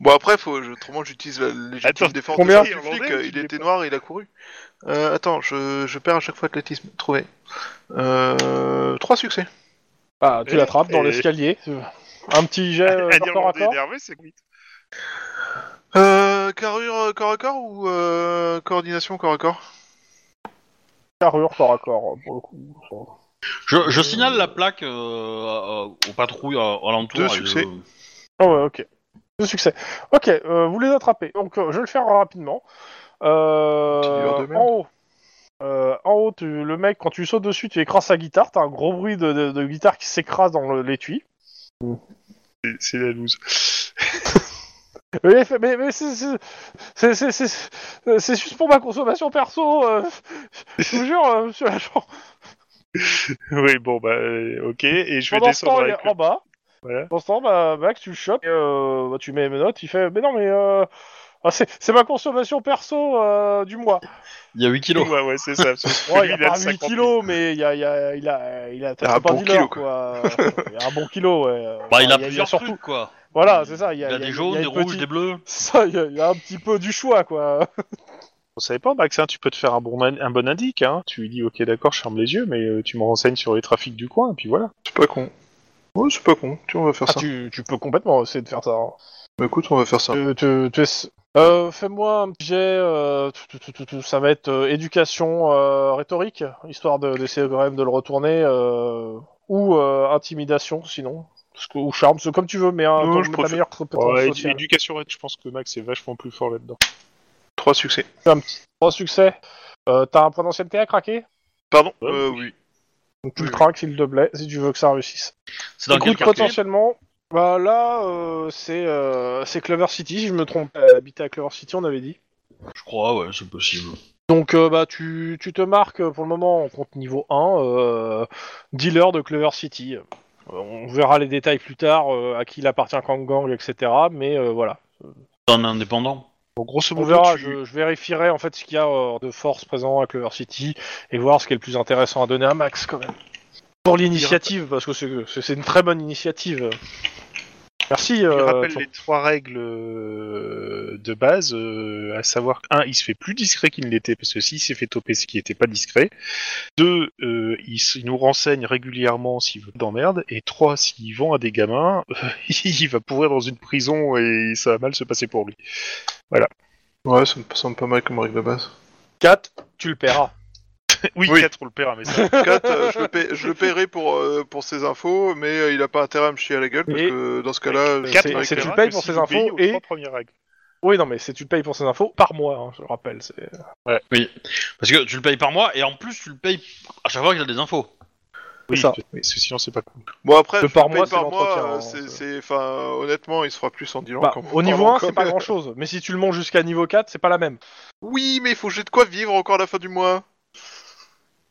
Speaker 1: Bon, après, faut, je- autrement, j'utilise la légitime
Speaker 4: Attends,
Speaker 1: défense
Speaker 2: combien
Speaker 1: de
Speaker 4: Irlandais,
Speaker 1: flic.
Speaker 4: ou tu
Speaker 1: Il
Speaker 4: l'es
Speaker 1: était
Speaker 4: pas
Speaker 1: noir et il a couru. Euh, attends, je, je perds à chaque fois athlétisme. Trouvé. Euh, trois succès.
Speaker 2: Ah, tu
Speaker 4: Et-
Speaker 2: l'attrapes dans
Speaker 4: et-
Speaker 2: l'escalier. Un petit jet euh,
Speaker 4: Un
Speaker 2: corps à
Speaker 4: Irlandais
Speaker 2: corps.
Speaker 4: énervé, c'est vite.
Speaker 1: Euh, carrure euh, corps à corps ou euh, coordination corps à corps
Speaker 2: Carrure corps à corps, pour le coup.
Speaker 3: Je, je signale la plaque euh, à- à- aux patrouilles euh, alentour.
Speaker 1: Deux
Speaker 3: et je-
Speaker 1: succès.
Speaker 2: Ah ouais, ok. Deux succès. Ok, euh, vous les attrapez. Donc, euh, je vais le faire rapidement. Euh,
Speaker 1: Petit viveur de merde.
Speaker 2: en haut. Euh, en haut, tu- le mec, quand tu sautes dessus, tu écrases sa guitare. T'as un gros bruit de, de- de guitare qui s'écrase dans le- l'étui.
Speaker 4: C'est- C'est la loose.
Speaker 2: Mais, il fait- mais, mais c'est- c'est- c'est- c'est- c'est euh, c'est juste pour ma consommation perso. euh, je vous jure, euh, monsieur l'agent.
Speaker 4: oui, bon, bah, euh, ok, et je vais
Speaker 2: Pendant ce temps,
Speaker 4: descendre
Speaker 2: il
Speaker 4: avec
Speaker 2: est
Speaker 4: le-
Speaker 2: en bas.
Speaker 4: Voilà.
Speaker 2: Pendant ce temps, bah, Max, tu le chopes. et, euh, bah, tu mets mes notes. Il fait Mais non, mais euh, ah, c'est c'est ma consommation perso euh, du mois.
Speaker 3: Il y a 8 kilos.
Speaker 4: Ouais, ouais, c'est ça. parce que
Speaker 2: Ouais, il
Speaker 4: lui,
Speaker 2: a
Speaker 4: le
Speaker 2: pas 8
Speaker 4: 50
Speaker 2: kilos, mais il y a, il y a, il a, il a,
Speaker 1: Il a un
Speaker 2: pas
Speaker 1: bon
Speaker 2: dealer,
Speaker 1: kilo,
Speaker 2: quoi. il a un bon kilo, ouais.
Speaker 3: Bah, il a
Speaker 2: y y
Speaker 3: plusieurs trucs, quoi.
Speaker 2: Voilà, c'est ça. Il y a, il y a-
Speaker 3: des
Speaker 2: il
Speaker 3: jaunes,
Speaker 2: y a
Speaker 3: des
Speaker 2: une
Speaker 3: rouges,
Speaker 2: petite-
Speaker 3: des bleus.
Speaker 2: C'est ça, il y, a, il y a un petit peu du choix, quoi.
Speaker 4: On savait pas, Max, hein, tu peux te faire un bon, in- un bon indique. Hein. Tu lui dis, ok, d'accord, je ferme les yeux, mais euh, tu me renseignes sur les trafics du coin, et puis voilà.
Speaker 1: C'est pas con. Ouais, c'est pas con. Tu on va faire
Speaker 2: Ah,
Speaker 1: ça.
Speaker 2: tu, tu peux complètement essayer de faire ça. hein.
Speaker 1: Bah, écoute, on va faire ça.
Speaker 2: Tu- tu- tu essaies- Euh, Fais-moi un petit jet, euh, tout, tout, tout, tout, tout, ça va être euh, éducation euh, rhétorique, histoire de- d'essayer quand même de le retourner, euh, ou euh, intimidation, sinon, Parce que- ou charme, c'est comme tu veux, mais un,
Speaker 1: Non,
Speaker 2: ton-
Speaker 1: je
Speaker 2: ta
Speaker 1: préfère-
Speaker 2: meilleure compétence
Speaker 4: Ouais, édu-
Speaker 2: sociale.
Speaker 4: éducation, ouais, je pense que Max est vachement plus fort là-dedans.
Speaker 1: Trois succès.
Speaker 2: Trois succès. Euh, T'as un point d'ancienneté à craquer
Speaker 1: Pardon Euh, oui.
Speaker 2: Donc tu
Speaker 1: Oui, oui.
Speaker 2: le craques s'il te plaît, si tu veux que ça réussisse.
Speaker 3: C'est dans quel
Speaker 2: Écoute,
Speaker 3: quartier
Speaker 2: potentiellement, bah là, euh, c'est euh, c'est Clover City, si je me trompe. Elle habitait à Clover City, on avait dit.
Speaker 3: Je crois, ouais, c'est possible.
Speaker 2: Donc, euh, bah, tu, tu te marques euh, pour le moment en compte niveau 1, euh, dealer de Clover City. Euh, on verra les détails plus tard, euh, à qui il appartient Kang Gang, etc. Mais euh, voilà.
Speaker 3: T'es un indépendant
Speaker 4: Bon, grosso
Speaker 2: On
Speaker 4: modo,
Speaker 2: verra,
Speaker 4: tu-
Speaker 2: je, je vérifierai en fait ce qu'il y a euh, de force présent à Clover City et voir ce qui est le plus intéressant à donner à Max quand même. Pour l'initiative, parce que c'est- c'est c'est une très bonne initiative. Merci.
Speaker 4: Je
Speaker 2: euh,
Speaker 4: rappelle
Speaker 2: ton-
Speaker 4: les trois règles euh, de base, euh, à savoir un, il se fait plus discret qu'il ne l'était parce que s'il s'est fait toper, c'est qu'il n'était pas discret. Deux, euh, il, s- il nous renseigne régulièrement s'il veut d'emmerde. Et trois, s'il vend à des gamins, euh, il va pourrir dans une prison et ça va mal se passer pour lui.
Speaker 1: Ouais, ça me semble pas mal comme règle de base.
Speaker 2: 4, tu le paieras.
Speaker 4: Oui,
Speaker 1: Oui.
Speaker 4: quatre, on le perd, mais ça.
Speaker 1: 4, euh, je, le paie- je le paierai pour, euh, pour ses infos, mais euh, il a pas intérêt à me chier à la gueule parce
Speaker 2: Et-
Speaker 1: que dans ce cas-là, je
Speaker 4: Quatre,
Speaker 1: serai
Speaker 2: c'est-
Speaker 4: on
Speaker 1: avec
Speaker 2: c'est
Speaker 1: les
Speaker 2: tu
Speaker 1: gens.
Speaker 2: le
Speaker 4: paiera
Speaker 2: payes
Speaker 4: que
Speaker 2: pour
Speaker 4: s'il
Speaker 2: ses
Speaker 4: obéit
Speaker 2: infos
Speaker 4: aux
Speaker 2: et-
Speaker 4: trois premières règles.
Speaker 2: Oui, non, mais c'est tu le payes pour ces infos par mois, hein, je le rappelle. c'est-
Speaker 3: Parce que tu le payes par mois et en plus tu le payes à chaque fois qu'il a des infos.
Speaker 4: Oui,
Speaker 2: ça.
Speaker 4: mais ce- sinon, c'est pas cool.
Speaker 1: Bon, après,
Speaker 2: Le
Speaker 1: je
Speaker 2: par
Speaker 1: le paye
Speaker 2: mois, c'est
Speaker 1: par mois,
Speaker 2: l'entretien,
Speaker 1: euh,
Speaker 2: hein,
Speaker 1: c'est-
Speaker 2: ça.
Speaker 1: c'est- enfin, honnêtement, il se fera plus en dealant
Speaker 2: Bah,
Speaker 1: qu'en
Speaker 2: au niveau
Speaker 1: parlant,
Speaker 2: 1, c'est
Speaker 1: comme-
Speaker 2: pas grand chose, mais si tu le montes jusqu'à niveau 4, c'est pas la même.
Speaker 1: Oui, mais il faut que j'ai de quoi vivre encore à la fin du mois.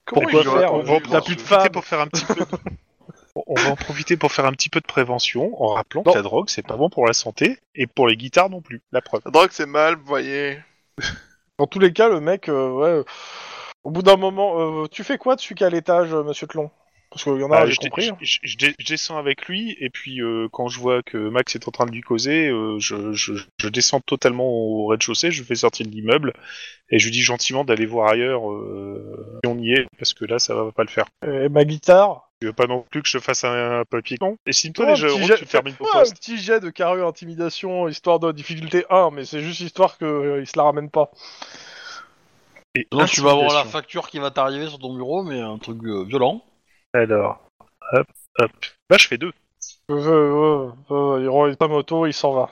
Speaker 1: Comment
Speaker 2: Pourquoi
Speaker 1: il va
Speaker 2: faire
Speaker 1: qu'on
Speaker 2: euh,
Speaker 1: vende
Speaker 2: T'as
Speaker 1: dans
Speaker 2: plus de
Speaker 1: ce-
Speaker 4: profiter
Speaker 2: femmes.
Speaker 4: pour faire un petit peu. On va en profiter pour faire un petit peu de prévention en rappelant
Speaker 2: Non.
Speaker 4: que la drogue c'est pas bon pour la santé et pour les guitares non plus. La preuve.
Speaker 1: La drogue, c'est mal, vous voyez.
Speaker 2: Dans tous les cas, le mec, euh, ouais. euh, Au bout d'un moment, euh, tu fais quoi dessus qu'à l'étage, euh, monsieur Tlon Parce qu'il y en a,
Speaker 4: Bah,
Speaker 2: j'ai
Speaker 4: je, dé-
Speaker 2: compris.
Speaker 3: hein.
Speaker 4: je- je- je dé- je descends avec lui et puis euh, quand je vois que Max est en train de lui causer, euh, je, je- je descends totalement au rez-de-chaussée, je fais sortir de l'immeuble et je lui dis gentiment d'aller voir ailleurs euh, si on y est parce que là ça va pas le faire.
Speaker 2: hein. Et ma guitare.
Speaker 4: Tu veux pas non plus que je fasse un, papier con Et si
Speaker 2: Oh,
Speaker 4: toi déjà
Speaker 2: petit
Speaker 4: Ron,
Speaker 2: jet-
Speaker 4: tu termines ton
Speaker 2: Ouais, un
Speaker 4: poste.
Speaker 2: petit jet de carrure intimidation, histoire de difficulté 1, mais c'est juste histoire qu'il se la ramène pas.
Speaker 4: Et
Speaker 3: Donc tu vas avoir la
Speaker 4: intimidation.
Speaker 3: facture qui va t'arriver sur ton bureau, mais un truc euh, violent.
Speaker 4: Alors, hop, hop. Bah je fais deux.
Speaker 2: Euh, euh, euh, il revient pas moto, il s'en va.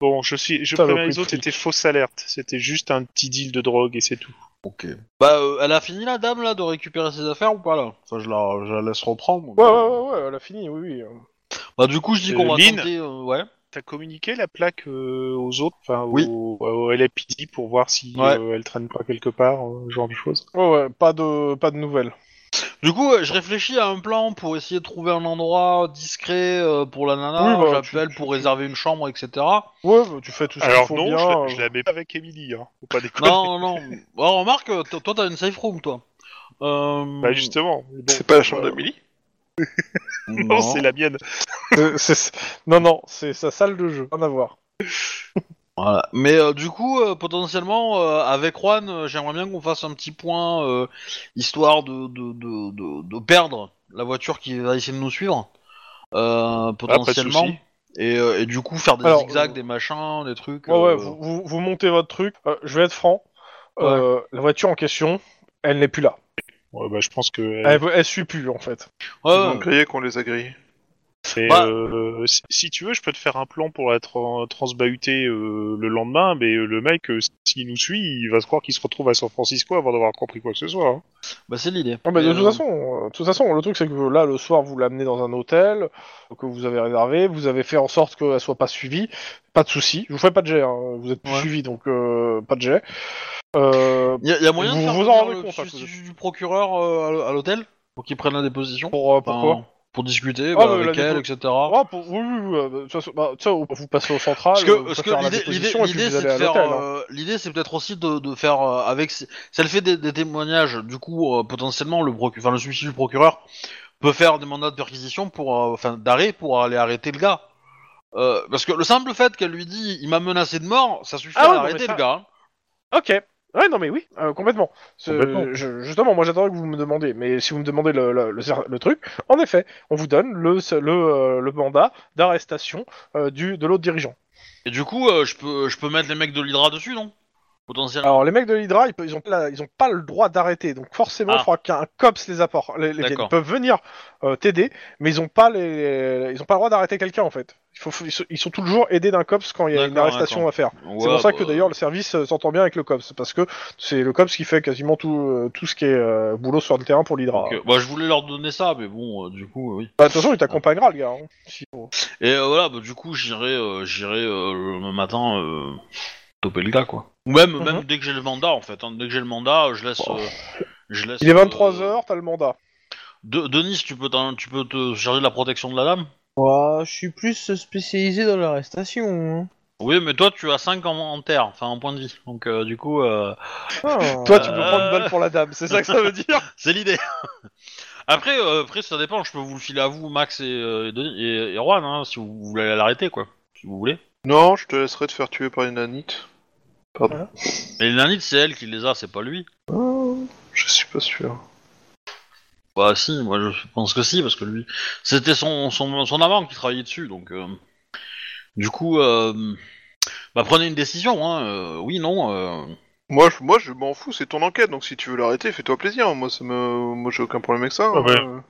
Speaker 4: Bon, je suis, je
Speaker 2: Saloperie
Speaker 4: préviens les
Speaker 2: de
Speaker 4: autres,
Speaker 2: flic.
Speaker 4: c'était fausse alerte. C'était juste un petit deal de drogue et c'est tout.
Speaker 3: Ok. Bah, euh, elle a fini la dame là de récupérer ses affaires ou pas là Enfin, je la, Ah, je la laisse reprendre.
Speaker 2: Ouais, ouais, ouais, ouais, elle a fini, oui, oui.
Speaker 3: Bah, du coup, je dis
Speaker 4: Euh,
Speaker 3: qu'on va
Speaker 4: Lynn
Speaker 3: tenter. euh, ouais.
Speaker 4: T'as communiqué la plaque euh, aux autres, enfin
Speaker 3: Oui.
Speaker 4: au, euh, au LAPD pour voir si
Speaker 3: Ouais.
Speaker 4: euh, elle traîne pas quelque part, euh, ce genre de choses.
Speaker 2: Ouais, ouais, pas de, pas de nouvelles.
Speaker 3: Du coup, euh, je réfléchis à un plan pour essayer de trouver un endroit discret euh, pour la nana.
Speaker 2: Oui, bah,
Speaker 3: J'appelle
Speaker 2: tu-
Speaker 3: pour
Speaker 2: tu-
Speaker 3: réserver une chambre, etc.
Speaker 2: Ouais, bah, tu fais tout ce qu'il
Speaker 4: Alors
Speaker 2: faut
Speaker 4: non,
Speaker 2: bien.
Speaker 4: je, la,
Speaker 2: euh.
Speaker 4: je la mets pas avec Emily, hein. Faut pas déconner.
Speaker 3: Non, non, non. Bon, remarque, euh, t- toi, t'as une safe room, toi. Euh...
Speaker 4: Bah justement. Bon,
Speaker 1: C'est pas la chambre
Speaker 4: euh,
Speaker 1: d'Amélie
Speaker 4: Non, c'est la mienne.
Speaker 2: Euh, c'est- Non, non, c'est sa salle de jeu, rien à voir.
Speaker 3: Voilà. Mais euh, du coup, euh, potentiellement, euh, avec Juan, euh, j'aimerais bien qu'on fasse un petit point, euh, histoire de, de, de, de, de perdre la voiture qui va essayer de nous suivre, euh,
Speaker 4: Ah, pas de
Speaker 3: potentiellement.
Speaker 4: souci.
Speaker 3: et, euh, et du coup, faire des
Speaker 2: Alors,
Speaker 3: zigzags,
Speaker 2: euh,
Speaker 3: des machins, des trucs.
Speaker 2: Ouais, ouais,
Speaker 3: euh,
Speaker 2: vous, vous, vous montez votre truc. Euh, je vais être franc. Euh, La voiture en question, elle n'est plus là.
Speaker 4: Ouais, bah je pense que.
Speaker 2: Elle, elle suit plus, en fait.
Speaker 3: ouais,
Speaker 1: Ils ont
Speaker 3: ouais.
Speaker 1: grillé qu'on les a grillés.
Speaker 4: Et,
Speaker 3: Bah-
Speaker 4: euh, si, si tu veux, je peux te faire un plan pour la tra- transbahuter euh, le lendemain, mais euh, le mec, euh, s'il nous suit, il va se croire qu'il se retrouve à San Francisco avant d'avoir compris quoi que ce soit. hein.
Speaker 3: Bah, c'est l'idée.
Speaker 2: Non, mais de
Speaker 3: Et,
Speaker 2: toute
Speaker 3: euh,
Speaker 2: façon, euh, de toute façon, le truc, c'est que là, le soir, vous l'amenez dans un hôtel que vous avez réservé. Vous avez fait en sorte qu'elle soit pas suivie. Pas de souci. Je vous fais pas de jet. hein, Vous êtes plus
Speaker 3: Ouais.
Speaker 2: suivi, donc euh, pas de jet. Euh,
Speaker 3: Il y, a- il y a moyen
Speaker 2: Vous
Speaker 3: de faire
Speaker 2: vous en
Speaker 3: venir
Speaker 2: rendez
Speaker 3: le
Speaker 2: compte, hein, à
Speaker 3: substitut du procureur euh, à l- à l'hôtel pour qu'il prenne la déposition
Speaker 2: pour, euh,
Speaker 3: Enfin,
Speaker 2: pourquoi
Speaker 3: Pour discuter
Speaker 2: Ah,
Speaker 3: bah,
Speaker 2: mais la
Speaker 3: avec elle,
Speaker 2: dépo-
Speaker 3: etc.
Speaker 2: Ouais, pour- oui, oui, oui, euh, de toute façon, bah, tu sais, vous passez au central,
Speaker 3: Parce
Speaker 2: euh,
Speaker 3: que,
Speaker 2: vous
Speaker 3: parce
Speaker 2: passez
Speaker 3: que
Speaker 2: à la
Speaker 3: l'idée, l'idée,
Speaker 2: déposition et puis
Speaker 3: l'idée,
Speaker 2: vous allez
Speaker 3: c'est de
Speaker 2: à
Speaker 3: faire,
Speaker 2: l'hôtel. hein.
Speaker 3: euh, l'idée, c'est peut-être aussi de, de faire euh, avec. Si elle fait des, des témoignages, du coup, euh, potentiellement, le, procu- enfin, le substitut du procureur peut faire des mandats de perquisition pour, euh, enfin, d'arrêt pour aller arrêter le gars. Euh, parce que le simple fait qu'elle lui dit, il m'a menacé de mort, ça suffit
Speaker 2: Ah
Speaker 3: à
Speaker 2: ouais, non,
Speaker 3: arrêter
Speaker 2: mais ça-
Speaker 3: le gars. hein.
Speaker 2: Ok. Ouais, non, mais oui, euh, complètement. C'est-
Speaker 4: Complètement.
Speaker 2: je- justement, moi j'attendais que vous me demandiez, mais si vous me demandez le, le, le, le truc, en effet, on vous donne le, le, euh, le mandat d'arrestation euh, du de l'autre dirigeant.
Speaker 3: Et du coup, euh, je peux, je peux mettre les mecs de l'Hydra dessus, non Potentiellement.
Speaker 2: Alors, les mecs de l'Hydra, ils, pe- ils ont, pas- ils ont pas le droit d'arrêter, donc forcément, il
Speaker 3: Ah.
Speaker 2: faudra qu'un COPS les apporte. Les, les vienne.
Speaker 3: D'accord.
Speaker 2: ils peuvent venir euh, t'aider, mais ils ont pas les, ils ont pas le droit d'arrêter quelqu'un en fait. Il faut, ils, sont, ils sont toujours aidés d'un COPS quand il y a une
Speaker 3: D'accord,
Speaker 2: arrestation
Speaker 3: d'accord.
Speaker 2: à faire. Ah, c'est
Speaker 3: Ouais,
Speaker 2: pour ça que
Speaker 3: bah,
Speaker 2: d'ailleurs le service euh, s'entend bien avec le COPS, parce que c'est le COPS qui fait quasiment tout, euh, tout ce qui est euh, boulot sur le terrain pour l'Hydra.
Speaker 3: ok. Bah, je voulais leur donner ça, mais bon, euh, du coup, euh, oui.
Speaker 2: Bah, de toute façon, il t'accompagnera, le gars. hein. Si-
Speaker 3: Et euh, voilà, bah, du coup, j'irai euh, j'irai euh, le matin euh, toper le gars, quoi. Ou même,
Speaker 2: Mhm.
Speaker 3: même dès que j'ai le mandat, en fait. hein. Dès que j'ai le mandat, euh, je laisse. euh, je laisse
Speaker 2: Il est
Speaker 3: euh,
Speaker 2: 23h, t'as le mandat.
Speaker 3: De- Denis, tu peux, t'en- tu peux te charger de la protection de la dame
Speaker 6: Ouah, je suis plus spécialisé dans l'arrestation. hein.
Speaker 3: Oui, mais toi, tu as 5 en, en terre, enfin en point de vie. Donc, euh, du coup, euh,
Speaker 6: Ah.
Speaker 2: Toi, tu peux prendre une balle pour la dame, c'est ça que ça veut dire
Speaker 3: c'est l'idée. après, euh, après, ça dépend. Je peux vous le filer à vous, Max et, euh, et, Denis- et- et Juan, hein, si vous voulez l'arrêter, quoi. Si vous voulez.
Speaker 1: Non, je te laisserai te faire tuer par une nanite.
Speaker 3: Mais les nanites, c'est elle qui les a, c'est pas lui.
Speaker 1: Je suis pas sûr.
Speaker 3: Bah si, moi je pense que si, parce que lui, c'était son, son, son amant qui travaillait dessus, donc... euh, du coup, euh, bah prenez une décision, hein, euh, oui, non, euh,
Speaker 1: Moi, je, moi, je m'en fous, c'est ton enquête, donc si tu veux l'arrêter, fais-toi plaisir. Moi, ça me, moi, j'ai aucun problème avec ça.
Speaker 4: Ah ouais.
Speaker 1: Euh,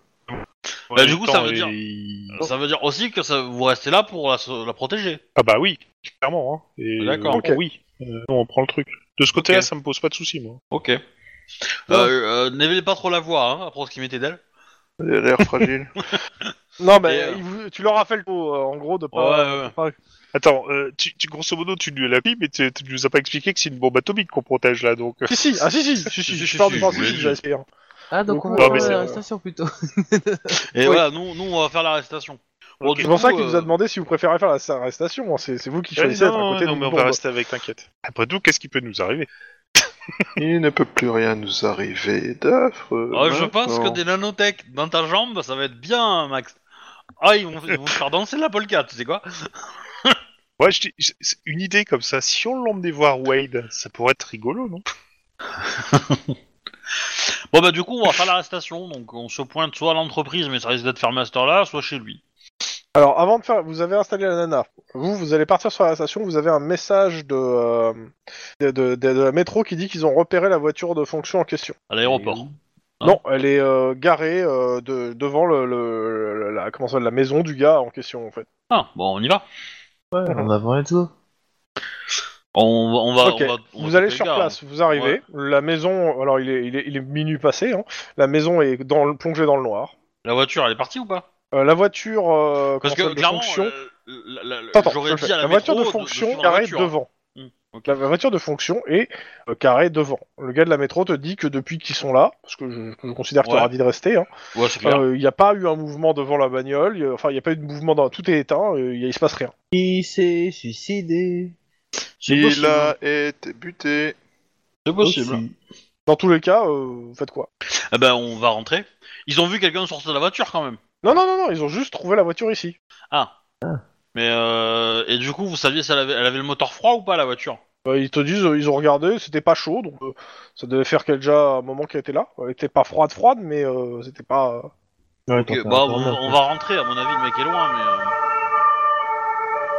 Speaker 3: Bah, du coup, ça
Speaker 4: Temps
Speaker 3: veut dire-
Speaker 4: et-
Speaker 2: Oh.
Speaker 3: ça veut dire aussi que ça, vous restez là pour la, se- la protéger.
Speaker 4: Ah bah oui, clairement. Hein. Et,
Speaker 3: D'accord.
Speaker 4: euh, bon, oui, Euh, on prend le truc. De ce côté-là,
Speaker 3: Ok.
Speaker 4: ça me pose pas de soucis, moi.
Speaker 3: Ok. Euh,
Speaker 2: Oh.
Speaker 3: euh, N'éveillez pas trop la voix, hein, à proximité d'elle.
Speaker 1: Elle a l'air fragile.
Speaker 2: Non, mais
Speaker 3: Et, euh,
Speaker 2: il vous- tu leur as fait le coup, euh, en gros, de pas...
Speaker 4: Attends, euh, tu, tu- grosso modo, tu lui as pris, mais tu, tu nous as pas expliqué que c'est une bombe atomique qu'on protège là, donc. euh,
Speaker 2: Si, si, ah si, si, si, si,
Speaker 3: Si,
Speaker 2: je
Speaker 3: si,
Speaker 2: pars
Speaker 3: si,
Speaker 2: du
Speaker 3: je
Speaker 2: principe
Speaker 3: voulais
Speaker 2: que
Speaker 3: dire.
Speaker 2: j'allais dire.
Speaker 5: Ah, donc
Speaker 2: Donc,
Speaker 5: on
Speaker 2: non,
Speaker 5: va faire
Speaker 4: mais c'est-
Speaker 5: l'arrestation plutôt.
Speaker 3: Et
Speaker 2: Oui.
Speaker 3: voilà, nous, nous, on va faire l'arrestation. Bon,
Speaker 4: Ok.
Speaker 3: du
Speaker 2: C'est pour ça
Speaker 3: coup,
Speaker 2: qu'il
Speaker 3: euh, Eh
Speaker 2: vous a demandé si vous préférez faire la arrestation, hein, c'est c'est vous qui
Speaker 4: ouais,
Speaker 2: choisissez d'être à côté
Speaker 4: non,
Speaker 2: d'une
Speaker 4: mais on
Speaker 2: bombe.
Speaker 4: va rester avec, t'inquiète. Après tout, qu'est-ce qui peut nous arriver
Speaker 1: Il ne peut plus rien nous arriver d'affreux.
Speaker 3: ah, je pense
Speaker 1: maintenant.
Speaker 3: que des nanotech dans ta jambe, ça va être bien, Max. Ah, ils vont, ils vont te faire danser la polka, tu sais quoi
Speaker 4: Ouais, je dis- c'est- c'est une idée comme ça, si on l'emmenait voir Wade, ça pourrait être rigolo, non
Speaker 3: Bon bah du coup on va faire l'arrestation, donc on se pointe soit à l'entreprise mais ça risque d'être fermé à cette heure-là, soit chez lui.
Speaker 2: Alors, avant de faire, vous avez installé la nana. Vous, vous allez partir sur la station. Vous avez un message de euh, de, de- de- de la métro qui dit qu'ils ont repéré la voiture de fonction en question.
Speaker 3: À l'aéroport. Ah.
Speaker 2: Non, elle est euh, garée euh, de, devant le, le- le- la comment ça s'appelle, la maison du gars en question en fait.
Speaker 3: Ah bon on y va.
Speaker 6: En avant et tout.
Speaker 3: On, va- on va,
Speaker 2: Ok,
Speaker 3: Bah, on va- on va
Speaker 2: vous
Speaker 3: taper
Speaker 2: allez
Speaker 3: les
Speaker 2: sur
Speaker 3: gars, hein.
Speaker 2: place, vous arrivez. La maison, alors il est, il est, il est minuit passé. hein. La maison est dans le, plongée dans le noir.
Speaker 3: hein. La voiture elle est partie ou pas
Speaker 2: Euh, la voiture euh, comment
Speaker 3: Parce que
Speaker 2: ça, de
Speaker 3: clairement
Speaker 2: fonction.
Speaker 3: euh, la- la- la-
Speaker 2: Attends, je
Speaker 3: j'aurais
Speaker 2: le fais.
Speaker 3: dit à la,
Speaker 2: la voiture de
Speaker 3: métro
Speaker 2: fonction
Speaker 3: suivre la
Speaker 2: carrée
Speaker 3: voiture.
Speaker 2: devant.
Speaker 3: Hmm, ok.
Speaker 2: La voiture de fonction est euh, carrée devant. Le gars de la métro te dit que depuis qu'ils sont là, parce que je, je considère que
Speaker 3: Ouais.
Speaker 2: t'auras dit de rester, hein,
Speaker 3: Ouais c'est
Speaker 2: euh, il
Speaker 3: clair.
Speaker 2: n'y a pas eu un mouvement devant la bagnole, il y a- enfin il n'y a pas eu de mouvement, dans, tout est éteint, euh, il y a- il se passe rien.
Speaker 6: Il s'est suicidé.
Speaker 3: C'est
Speaker 1: Il
Speaker 3: possible.
Speaker 1: a été buté.
Speaker 3: C'est possible.
Speaker 6: Aussi.
Speaker 2: Dans tous les cas, euh, vous faites quoi
Speaker 3: Eh ben on va rentrer. Ils ont vu quelqu'un sortir de la voiture quand même.
Speaker 2: Non, non, non, non, ils ont juste trouvé la voiture ici.
Speaker 3: Ah. Mais euh, et du coup vous saviez si elle avait, elle avait le moteur froid ou pas la voiture
Speaker 2: Euh, ils te disent, euh, ils ont regardé, c'était pas chaud, donc euh, ça devait faire quel- déjà un moment qu'elle était là. Elle était pas froide, froide, mais euh, c'était pas... euh,
Speaker 6: Ouais, euh,
Speaker 3: Ok,
Speaker 6: t'en fais
Speaker 3: Bah
Speaker 6: un
Speaker 3: on,
Speaker 6: peu moins.
Speaker 3: on va rentrer à mon avis le mec est loin mais. euh,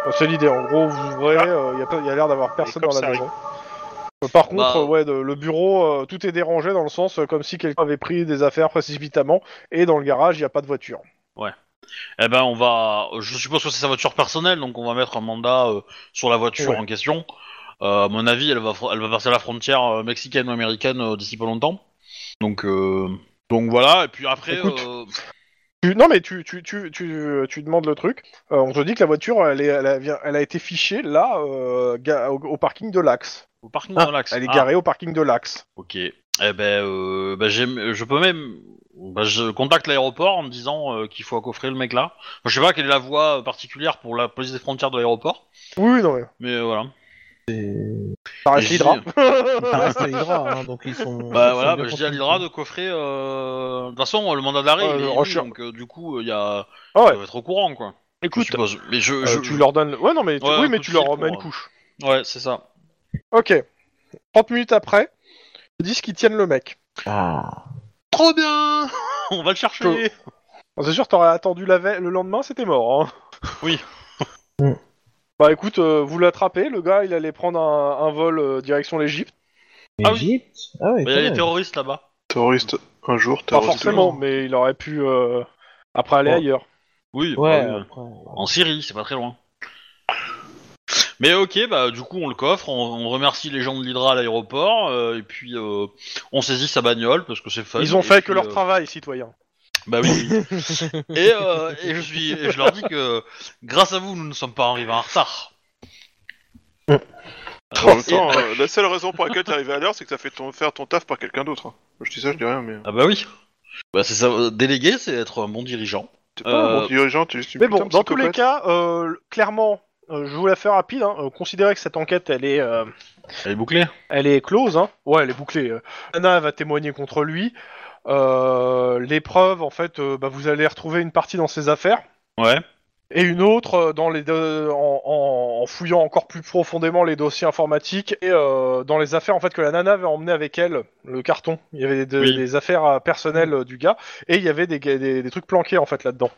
Speaker 2: Bah, C'est l'idée, en gros, vous ouvrez, il y a, l'air d'avoir personne
Speaker 4: comme
Speaker 2: dans
Speaker 4: ça
Speaker 2: la
Speaker 4: arrive.
Speaker 2: maison. Euh, par contre,
Speaker 3: Bah,
Speaker 2: euh, ouais, de- le bureau, euh, tout est dérangé dans le sens euh, comme si quelqu'un avait pris des affaires précipitamment, et dans le garage, il n'y a pas de voiture.
Speaker 3: Eh ben, on va. Je suppose que c'est sa voiture personnelle, donc on va mettre un mandat euh, sur la voiture
Speaker 2: Ouais.
Speaker 3: en question. Euh, à mon avis, elle va, fr- elle va passer la frontière euh, mexicaine ou américaine euh, d'ici pas longtemps. Donc, euh, donc voilà. Et puis après,
Speaker 2: Écoute.
Speaker 3: euh,
Speaker 2: Tu- non mais tu, tu, tu, tu, tu demandes le truc, Euh, on te dit que la voiture, elle, est, elle, a, vient- elle a été fichée là, euh, ga- au, au parking de l'Axe.
Speaker 3: au parking
Speaker 6: Ah,
Speaker 3: de l'axe.
Speaker 2: Elle est
Speaker 3: Ah,
Speaker 2: garée au parking de l'Axe.
Speaker 3: ok. Eh ben, euh, bah, j'aime- je peux même. bah, je contacte l'aéroport en me disant euh, qu'il faut accoffrer le mec là. Enfin, je sais pas quelle est la voie particulière pour la police des frontières de l'aéroport,
Speaker 2: Oui, oui, non mais,
Speaker 3: mais euh, voilà.
Speaker 2: ça
Speaker 3: Et
Speaker 2: reste
Speaker 3: je
Speaker 2: l'Hydra.
Speaker 3: dis-
Speaker 6: Ça reste les draps, hein, donc ils sont. ils
Speaker 3: Bah
Speaker 6: sont
Speaker 3: voilà,
Speaker 6: bien
Speaker 3: bah, je dis à
Speaker 6: contenus.
Speaker 3: l'Hydra de coffrer. euh, De toute façon, le mandat d'arrêt,
Speaker 2: Ouais,
Speaker 3: il
Speaker 2: le
Speaker 3: est émis,
Speaker 2: recherche.
Speaker 3: donc euh, du coup, il y a.
Speaker 2: Ah ouais.
Speaker 3: doit être au courant, quoi.
Speaker 2: Écoute,
Speaker 3: je suppose. Mais je.
Speaker 2: euh,
Speaker 3: je-
Speaker 2: tu leur donnes... Ouais, non mais tu-
Speaker 3: Ouais,
Speaker 2: oui,
Speaker 3: un
Speaker 2: mais
Speaker 3: coup
Speaker 2: tu
Speaker 3: de
Speaker 2: leur
Speaker 3: fil
Speaker 2: remets une
Speaker 3: pour, euh,
Speaker 2: couche.
Speaker 3: Ouais, c'est ça.
Speaker 2: Ok. 30 minutes après, ils disent qu'ils tiennent le mec.
Speaker 6: Ah.
Speaker 3: Trop bien On va le
Speaker 2: Que-
Speaker 3: chercher
Speaker 2: Bon, C'est sûr, t'aurais attendu la veille- le lendemain, c'était mort. Hein. Bah écoute, euh, vous l'attrapez, le gars il allait prendre un, un vol euh, direction l'Égypte.
Speaker 3: Ah oui.
Speaker 6: Égypte Ah
Speaker 3: Il
Speaker 6: oui,
Speaker 3: y
Speaker 6: quand
Speaker 3: a des
Speaker 6: même.
Speaker 3: terroristes là-bas.
Speaker 1: Terroriste un jour,
Speaker 2: Pas
Speaker 1: terroriste
Speaker 2: forcément, mais il aurait pu euh, après aller
Speaker 6: Ouais.
Speaker 2: ailleurs.
Speaker 3: Oui,
Speaker 6: Ouais,
Speaker 3: bah oui,
Speaker 2: euh,
Speaker 6: après, ouais.
Speaker 3: en Syrie, c'est pas très loin. Mais ok, bah du coup on le coffre, on, on remercie les gens de l'Hydra à l'aéroport, euh, et puis euh, on saisit sa bagnole parce que c'est fun.
Speaker 2: Ils ont
Speaker 3: Et
Speaker 2: fait
Speaker 3: puis,
Speaker 2: que leur
Speaker 3: euh,
Speaker 2: travail, citoyens.
Speaker 3: Bah oui. oui. et, euh, et je suis, et je leur dis que grâce à vous, nous ne sommes pas arrivés en retard. Ah,
Speaker 1: En même temps, euh, la seule raison pour laquelle t'es arrivé à l'heure, c'est que ça fait ton, faire ton taf par quelqu'un d'autre. hein. Je dis ça, je dis rien, mais.
Speaker 3: Ah bah oui. Bah c'est ça, euh, déléguer, c'est être un bon dirigeant.
Speaker 1: T'es pas un
Speaker 3: Euh,
Speaker 1: bon dirigeant, t'es juste une
Speaker 2: Mais
Speaker 1: putain
Speaker 2: bon,
Speaker 1: de
Speaker 2: dans tous les
Speaker 1: psychopathe.
Speaker 2: cas, euh, clairement, euh, je vous la fais rapide, hein, euh, considérez que cette enquête elle est, euh,
Speaker 3: Elle est bouclée.
Speaker 2: elle est close. Hein. Ouais, elle est bouclée. euh. Anna elle va témoigner contre lui. Euh, les preuves, en fait, euh, bah, vous allez retrouver une partie dans ses affaires.
Speaker 3: Ouais.
Speaker 2: et une autre euh, dans les deux- en, en- en fouillant encore plus profondément les dossiers informatiques et euh, dans les affaires en fait que la nana avait emmené avec elle le carton il y avait des,
Speaker 3: Oui.
Speaker 2: des affaires euh, personnelles euh, du gars et il y avait des, ga- des- des trucs planqués en fait là-dedans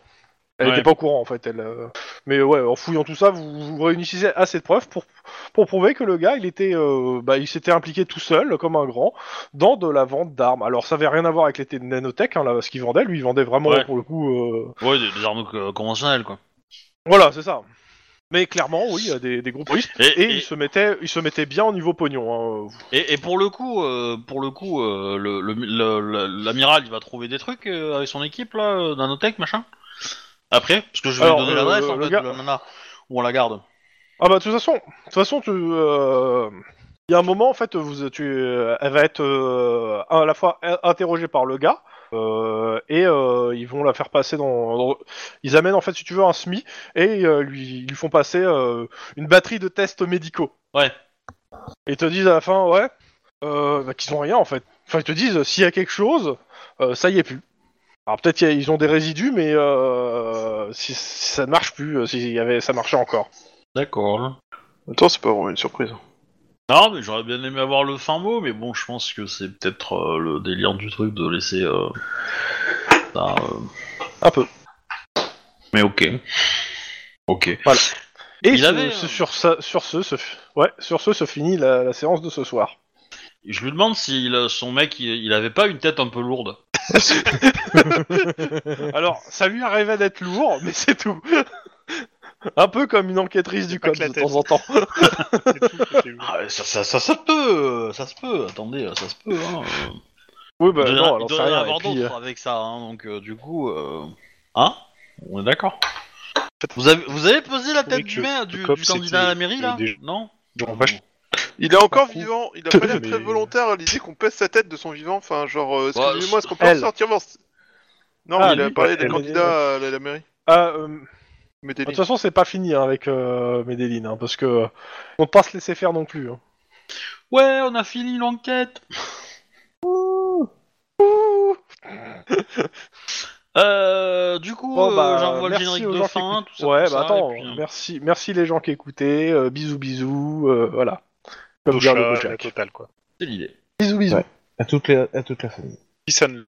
Speaker 2: elle
Speaker 3: Ouais.
Speaker 2: n'était pas au courant en fait elle euh, mais ouais en fouillant tout ça vous, vous réunissez assez de preuves pour pour prouver que le gars il était euh, bah, il s'était impliqué tout seul comme un grand dans de la vente d'armes alors ça avait rien à voir avec les t- nanotech hein, là, ce qu'il vendait lui il vendait vraiment
Speaker 3: Ouais.
Speaker 2: pour le coup euh,
Speaker 3: Ouais, des, des armes euh, conventionnelles quoi.
Speaker 2: voilà, c'est ça. Mais clairement, oui, il y a des, des groupes russes.
Speaker 3: Et,
Speaker 2: Et,
Speaker 3: et-
Speaker 2: ils, se mettaient, ils se mettaient bien au niveau pognon. hein.
Speaker 3: et- et pour le coup, euh, pour le coup, euh, le- le- le- le- l'amiral il va trouver des trucs euh, avec son équipe là, euh, nanotech machin. Après, parce que je vais
Speaker 2: Alors,
Speaker 3: lui donner
Speaker 2: euh,
Speaker 3: l'adresse en
Speaker 2: le
Speaker 3: fait
Speaker 2: gars-
Speaker 3: de la nana où on la garde.
Speaker 2: Ah bah, de toute façon, de toute façon, tu. euh, Il y a un moment, en fait, vous, tu, euh, elle va être euh, à la fois in- interrogée par le gars, euh, et euh, ils vont la faire passer dans, dans- Ils amènent, en fait, si tu veux, un SMI, et euh, lui, ils lui font passer euh, une batterie de tests médicaux.
Speaker 3: Ouais.
Speaker 2: Et ils te disent à la fin, ouais, euh, bah, qu'ils ont rien, en fait. Enfin, ils te disent, s'il y a quelque chose, euh, ça y est plus. Alors peut-être qu'il y a- ils ont des résidus, mais euh, si, si ça ne marche plus, euh, si y avait, ça marchait encore.
Speaker 3: D'accord.
Speaker 1: Attends, c'est pas vraiment une surprise. hein.
Speaker 3: Non, mais j'aurais bien aimé avoir le fin mot, mais bon, je pense que c'est peut-être euh, le délire du truc de laisser. euh, ça, euh,
Speaker 2: Un peu.
Speaker 3: Mais ok. Ok.
Speaker 2: Et
Speaker 3: Il
Speaker 2: ce-
Speaker 3: avait,
Speaker 2: ce-
Speaker 3: euh,
Speaker 2: sur, ça- sur ce, se, fi- ouais, sur ce se finit la, la séance de ce soir.
Speaker 3: Je lui demande si il a- son mec, il, il avait pas une tête un peu lourde.
Speaker 2: Alors, ça lui arrivait d'être lourd, mais c'est tout. Un peu comme une enquêtrice du
Speaker 4: pas
Speaker 2: code
Speaker 4: que la
Speaker 2: de
Speaker 4: tête.
Speaker 2: temps en temps.
Speaker 4: C'est tout, c'est tout.
Speaker 3: Ah, ça, ça, ça, ça se peut, euh, ça se peut. Attendez, euh, ça se peut. Hein. euh.
Speaker 2: Oui, bah non,
Speaker 3: il doit, il
Speaker 2: alors
Speaker 3: doit
Speaker 2: c'est
Speaker 3: y en
Speaker 2: rien.
Speaker 3: avoir
Speaker 2: et puis,
Speaker 3: d'autres avec ça, hein, donc euh, du coup, euh, hein On est d'accord. Vous avez, vous avez pesé la tête
Speaker 4: Je trouvais
Speaker 3: du
Speaker 4: que
Speaker 3: maire, du,
Speaker 4: le cop,
Speaker 3: du candidat à la mairie là
Speaker 4: c'était-
Speaker 3: Non
Speaker 4: Genre, vache-
Speaker 2: euh,
Speaker 1: Il est encore
Speaker 4: Par contre,
Speaker 1: vivant, il a pas l'air
Speaker 4: mais-
Speaker 1: très volontaire à l'idée qu'on pèse sa tête de son vivant. Enfin, genre, euh,
Speaker 3: Bah,
Speaker 1: excusez-moi, est-ce qu'on peut
Speaker 2: elle.
Speaker 1: ressortir voir ce- Non,
Speaker 2: Ah,
Speaker 1: il a
Speaker 2: lui,
Speaker 1: parlé des
Speaker 2: elle,
Speaker 1: candidats à la, la mairie.
Speaker 2: euh, ah, euh,
Speaker 1: Mais
Speaker 2: de
Speaker 1: t'es
Speaker 2: toute façon, c'est pas fini hein, avec euh, Medellin, hein, parce que euh, on peut pas se laisser faire non plus. hein.
Speaker 3: Ouais, on a fini l'enquête. Euh, du coup,
Speaker 2: Bon,
Speaker 3: euh,
Speaker 2: bah,
Speaker 3: j'envoie le
Speaker 2: merci
Speaker 3: générique
Speaker 2: aux
Speaker 3: de
Speaker 2: gens qui
Speaker 3: fin, tout ça.
Speaker 2: ouais,
Speaker 3: tout
Speaker 2: bah
Speaker 3: ça,
Speaker 2: attends,
Speaker 3: et puis, euh,
Speaker 2: merci, merci les gens qui écoutaient, euh, bisous bisous, euh, voilà. Comme
Speaker 4: Docha,
Speaker 2: dire le beau
Speaker 4: la
Speaker 2: Jack.
Speaker 4: totale, quoi.
Speaker 3: c'est l'idée.
Speaker 2: Bisous bisous.
Speaker 6: À toute la- à toute la famille.
Speaker 4: Qui sonne